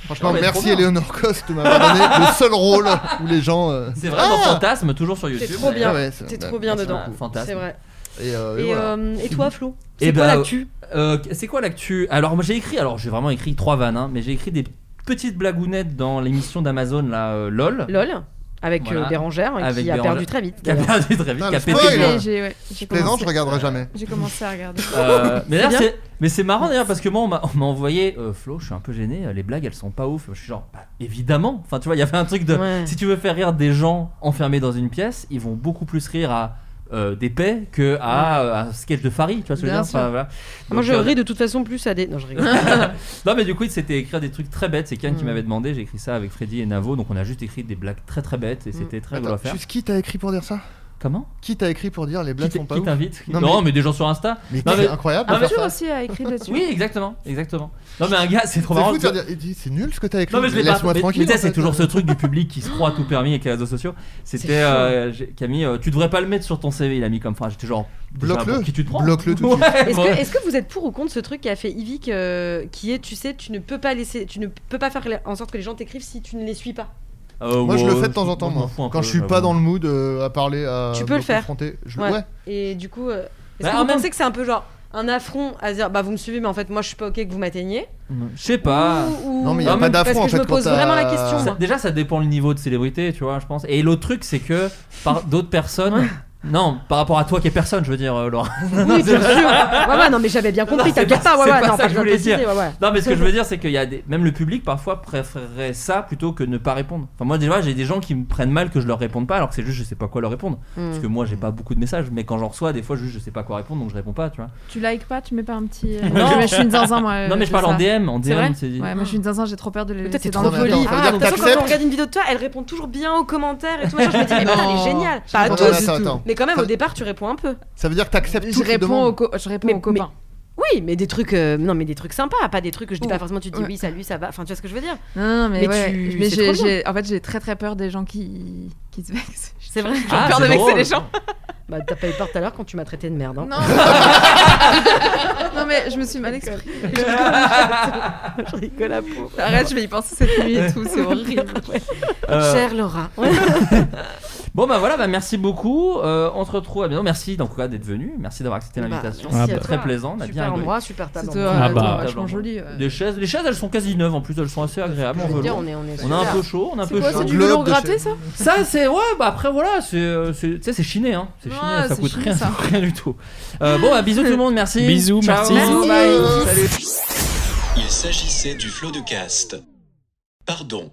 Franchement,
Ah, mais trop
merci
bien.
Eleonore Coste de m'avoir donné le seul rôle où les gens. euh,
C'est vraiment
Ah
fantasme, toujours sur YouTube.
C'est trop bien.
Ah ouais, c'est-
T'es
bah,
trop bien
merci
dedans.
beaucoup.
Fantasme.
C'est vrai.
Et, euh, et
Et,
voilà.
euh, et toi, Flo
Eh
C'est quoi
ben,
l'actu
Euh, c'est quoi l'actu Alors, moi j'ai écrit, alors j'ai vraiment écrit trois vannes, hein, mais j'ai écrit des petites blagounettes dans l'émission d'Amazon, là, euh, LOL,
LOL avec
Voilà.
euh, Bérangère hein,
Avec
qui a
Bérangère.
perdu très vite.
qui a perdu
Putain,
très vite, qui a
Ah, le
pété
spoil.
le-
Et j'ai, ouais, j'ai
Plaisant,
commencé-
je regarderai jamais.
J'ai commencé à regarder.
Euh, mais là,
bien.
c'est- mais c'est marrant d'ailleurs parce que moi on m'a on m'a envoyé euh, Flo, je suis un peu gêné, euh, les blagues elles sont pas ouf. Je suis genre bah, évidemment. Enfin tu vois, il y avait un truc de
Ouais.
si tu veux faire rire des gens enfermés dans une pièce, ils vont beaucoup plus rire à euh, des paix que à euh, un sketch de Farid, tu vois ce que je veux
Bien
dire Enfin, voilà.
Moi,
Donc,
je
euh,
ris de toute façon plus à des. Non, je rigole.
[laughs] non mais du coup c'était écrire des trucs très bêtes. C'est Ken qui
Mm.
m'avait demandé, j'ai écrit ça avec Freddy et Navo, donc on a juste écrit des blagues très très
Mm.
bêtes et c'était très rigolo à
Attends,
faire.
juste qui t'a écrit pour dire ça
Comment
Qui t'a écrit pour dire les
Qui
blagues
t-
sont pas
qui
ouf
t'invite
Non,
non,
mais-
mais... des gens sur Insta.
Mais
Non, mais-
c'est incroyable de
Ah, mais
faire
Arthur
ça.
aussi a écrit dessus.
Oui exactement, exactement. Non mais un gars c'est trop
C'est
marrant.
fou de faire dire- il dit, c'est nul ce que t'as écrit.
Non mais je l'ai pas.
Laisse-moi
Mais,
tranquille.
mais tu sais,
en
c'est
fait.
toujours ce truc du public qui se croit tout permis avec les réseaux sociaux. C'était euh, j'ai- Camille, euh, tu devrais pas le mettre sur ton CV. Il a mis comme phrase. J'étais genre déjà,
Bloque-le.
bon, Qui tu te prends
Bloque-le tout de
Ouais,
suite.
Est-ce
bon.
que, est-ce que vous êtes pour ou contre ce truc qui a fait Yvick euh, qui est, tu sais, tu ne peux pas laisser, tu ne peux pas faire en sorte que les gens t'écrivent si tu ne les suis pas.
Euh,
Moi, je le
ouais,
fais de temps en temps,
m'en
moi.
fous un
Quand
peu,
je suis pas
j'avoue.
dans le mood euh, à parler, à
Tu
me
peux le faire.
confronter, je-
Ouais.
Ouais.
Et du coup, euh, est-ce
Bah,
que
en
vous
même-
pensez que c'est un peu genre un affront à se dire, bah vous me suivez, mais en fait moi je suis pas ok que vous m'atteigniez
Je sais pas.
Ou- ou-
Non, mais y
Ah,
a pas
mais-
d'affront
parce
en
que je
fait.
me
quand
pose vraiment la
t'as-
question,
Ça-
moi.
déjà, ça dépend le niveau de célébrité, tu vois, je pense. Et l'autre truc, c'est que par d'autres personnes Non, par rapport à toi qui est personne, je veux dire, euh, Laura. non,
oui,
c'est-
bien sûr. Ouais, ouais, non, mais j'avais bien compris,
Non, c'est
t'inquiète
pas-
pas. Ouais,
c'est
ouais,
pas
non,
ça que je
besoin de
voulais dire.
préciser, ouais, ouais.
Non, mais ce que je veux dire, c'est qu'il y a des... même le public parfois préférerait ça plutôt que ne pas répondre. Enfin, moi déjà, j'ai des gens qui me prennent mal que je leur réponde pas, alors que c'est juste je sais pas quoi leur répondre.
Hmm.
Parce que moi, j'ai pas beaucoup de messages, mais quand j'en reçois, des fois, juste je sais pas quoi répondre, donc je réponds pas, tu vois.
Tu likes pas, tu mets pas un petit. euh,
Non.
mais je suis une zinzin, moi.
non, mais je parle en
ça.
DM, en
C'est vrai
DM, c'est dit.
Ouais, moi je suis une zinzin, j'ai trop peur de les
Peut-être
laisser
euh, t'es
dans
trop
le
poli.
poli.
Ça veut dire que
Ah, de toute façon, quand
t'acceptes
on regarde une vidéo de toi, elle répond toujours bien aux commentaires et tout. machin. Je me dis, mais putain, elle est géniale. Pas à
Attends,
tous.
attends, attends.
Mais quand même,
Ça-
au départ, tu réponds un peu.
Ça veut dire que t'acceptes
Je
toutes les
réponds,
demandes.
aux co- je réponds
Mais-
aux copains.
Oui, mais des trucs, euh, non, mais des trucs sympas, pas des trucs que je dis pas forcément. Tu te dis
Ouais.
oui, salut, ça va. Enfin, tu vois ce que je veux dire
Non, non, mais,
Mais
ouais.
tu-
mais
c'est
j'ai-
trop bien.
j'ai- en fait, j'ai très très peur des gens qui, qui se vexent.
C'est vrai.
J'ai
Ah,
peur de
c'est
vexer
drôle.
les gens.
Bah, t'as pas eu peur tout à l'heure quand tu m'as traité de merde. hein. [laughs]
Non. non, mais je me suis mal exprimée.
je rigole [laughs] à peau.
Arrête, je vais y penser cette nuit et tout, c'est horrible.
Euh,
Cher Laura.
Bon, bah voilà, bah merci beaucoup. Euh, on se retrouve à bientôt. Merci donc cas d'être venu. Merci d'avoir accepté
Bah,
l'invitation.
merci
C'était
à
très plaisant, on a bien
Super
rigolé.
endroit, super table.
C'est euh,
en bois.
Ah bah.
vachement joli. ouais.
Des chaises, les chaises elles sont quasi neuves en plus, elles sont assez agréables en
Je veux dire,
velours.
on est, on est.
On a un
super.
peu chaud, on a un peu
C'est quoi,
chaud.
c'est du
Globe
velours
de
gratté
chez-
ça
Ça, c'est. Ouais, bah après, voilà, c'est. euh, c'est- Tu sais, c'est chiné, hein. C'est chiné,
Ouais,
ça
c'est
coûte
chiné,
rien,
ça.
ça coûte [laughs] rien du tout. Euh, bon, bah, bisous tout le monde, merci.
Bisous, merci.
Ciao. Bye. Salut.
Il s'agissait du flot de cast. Pardon.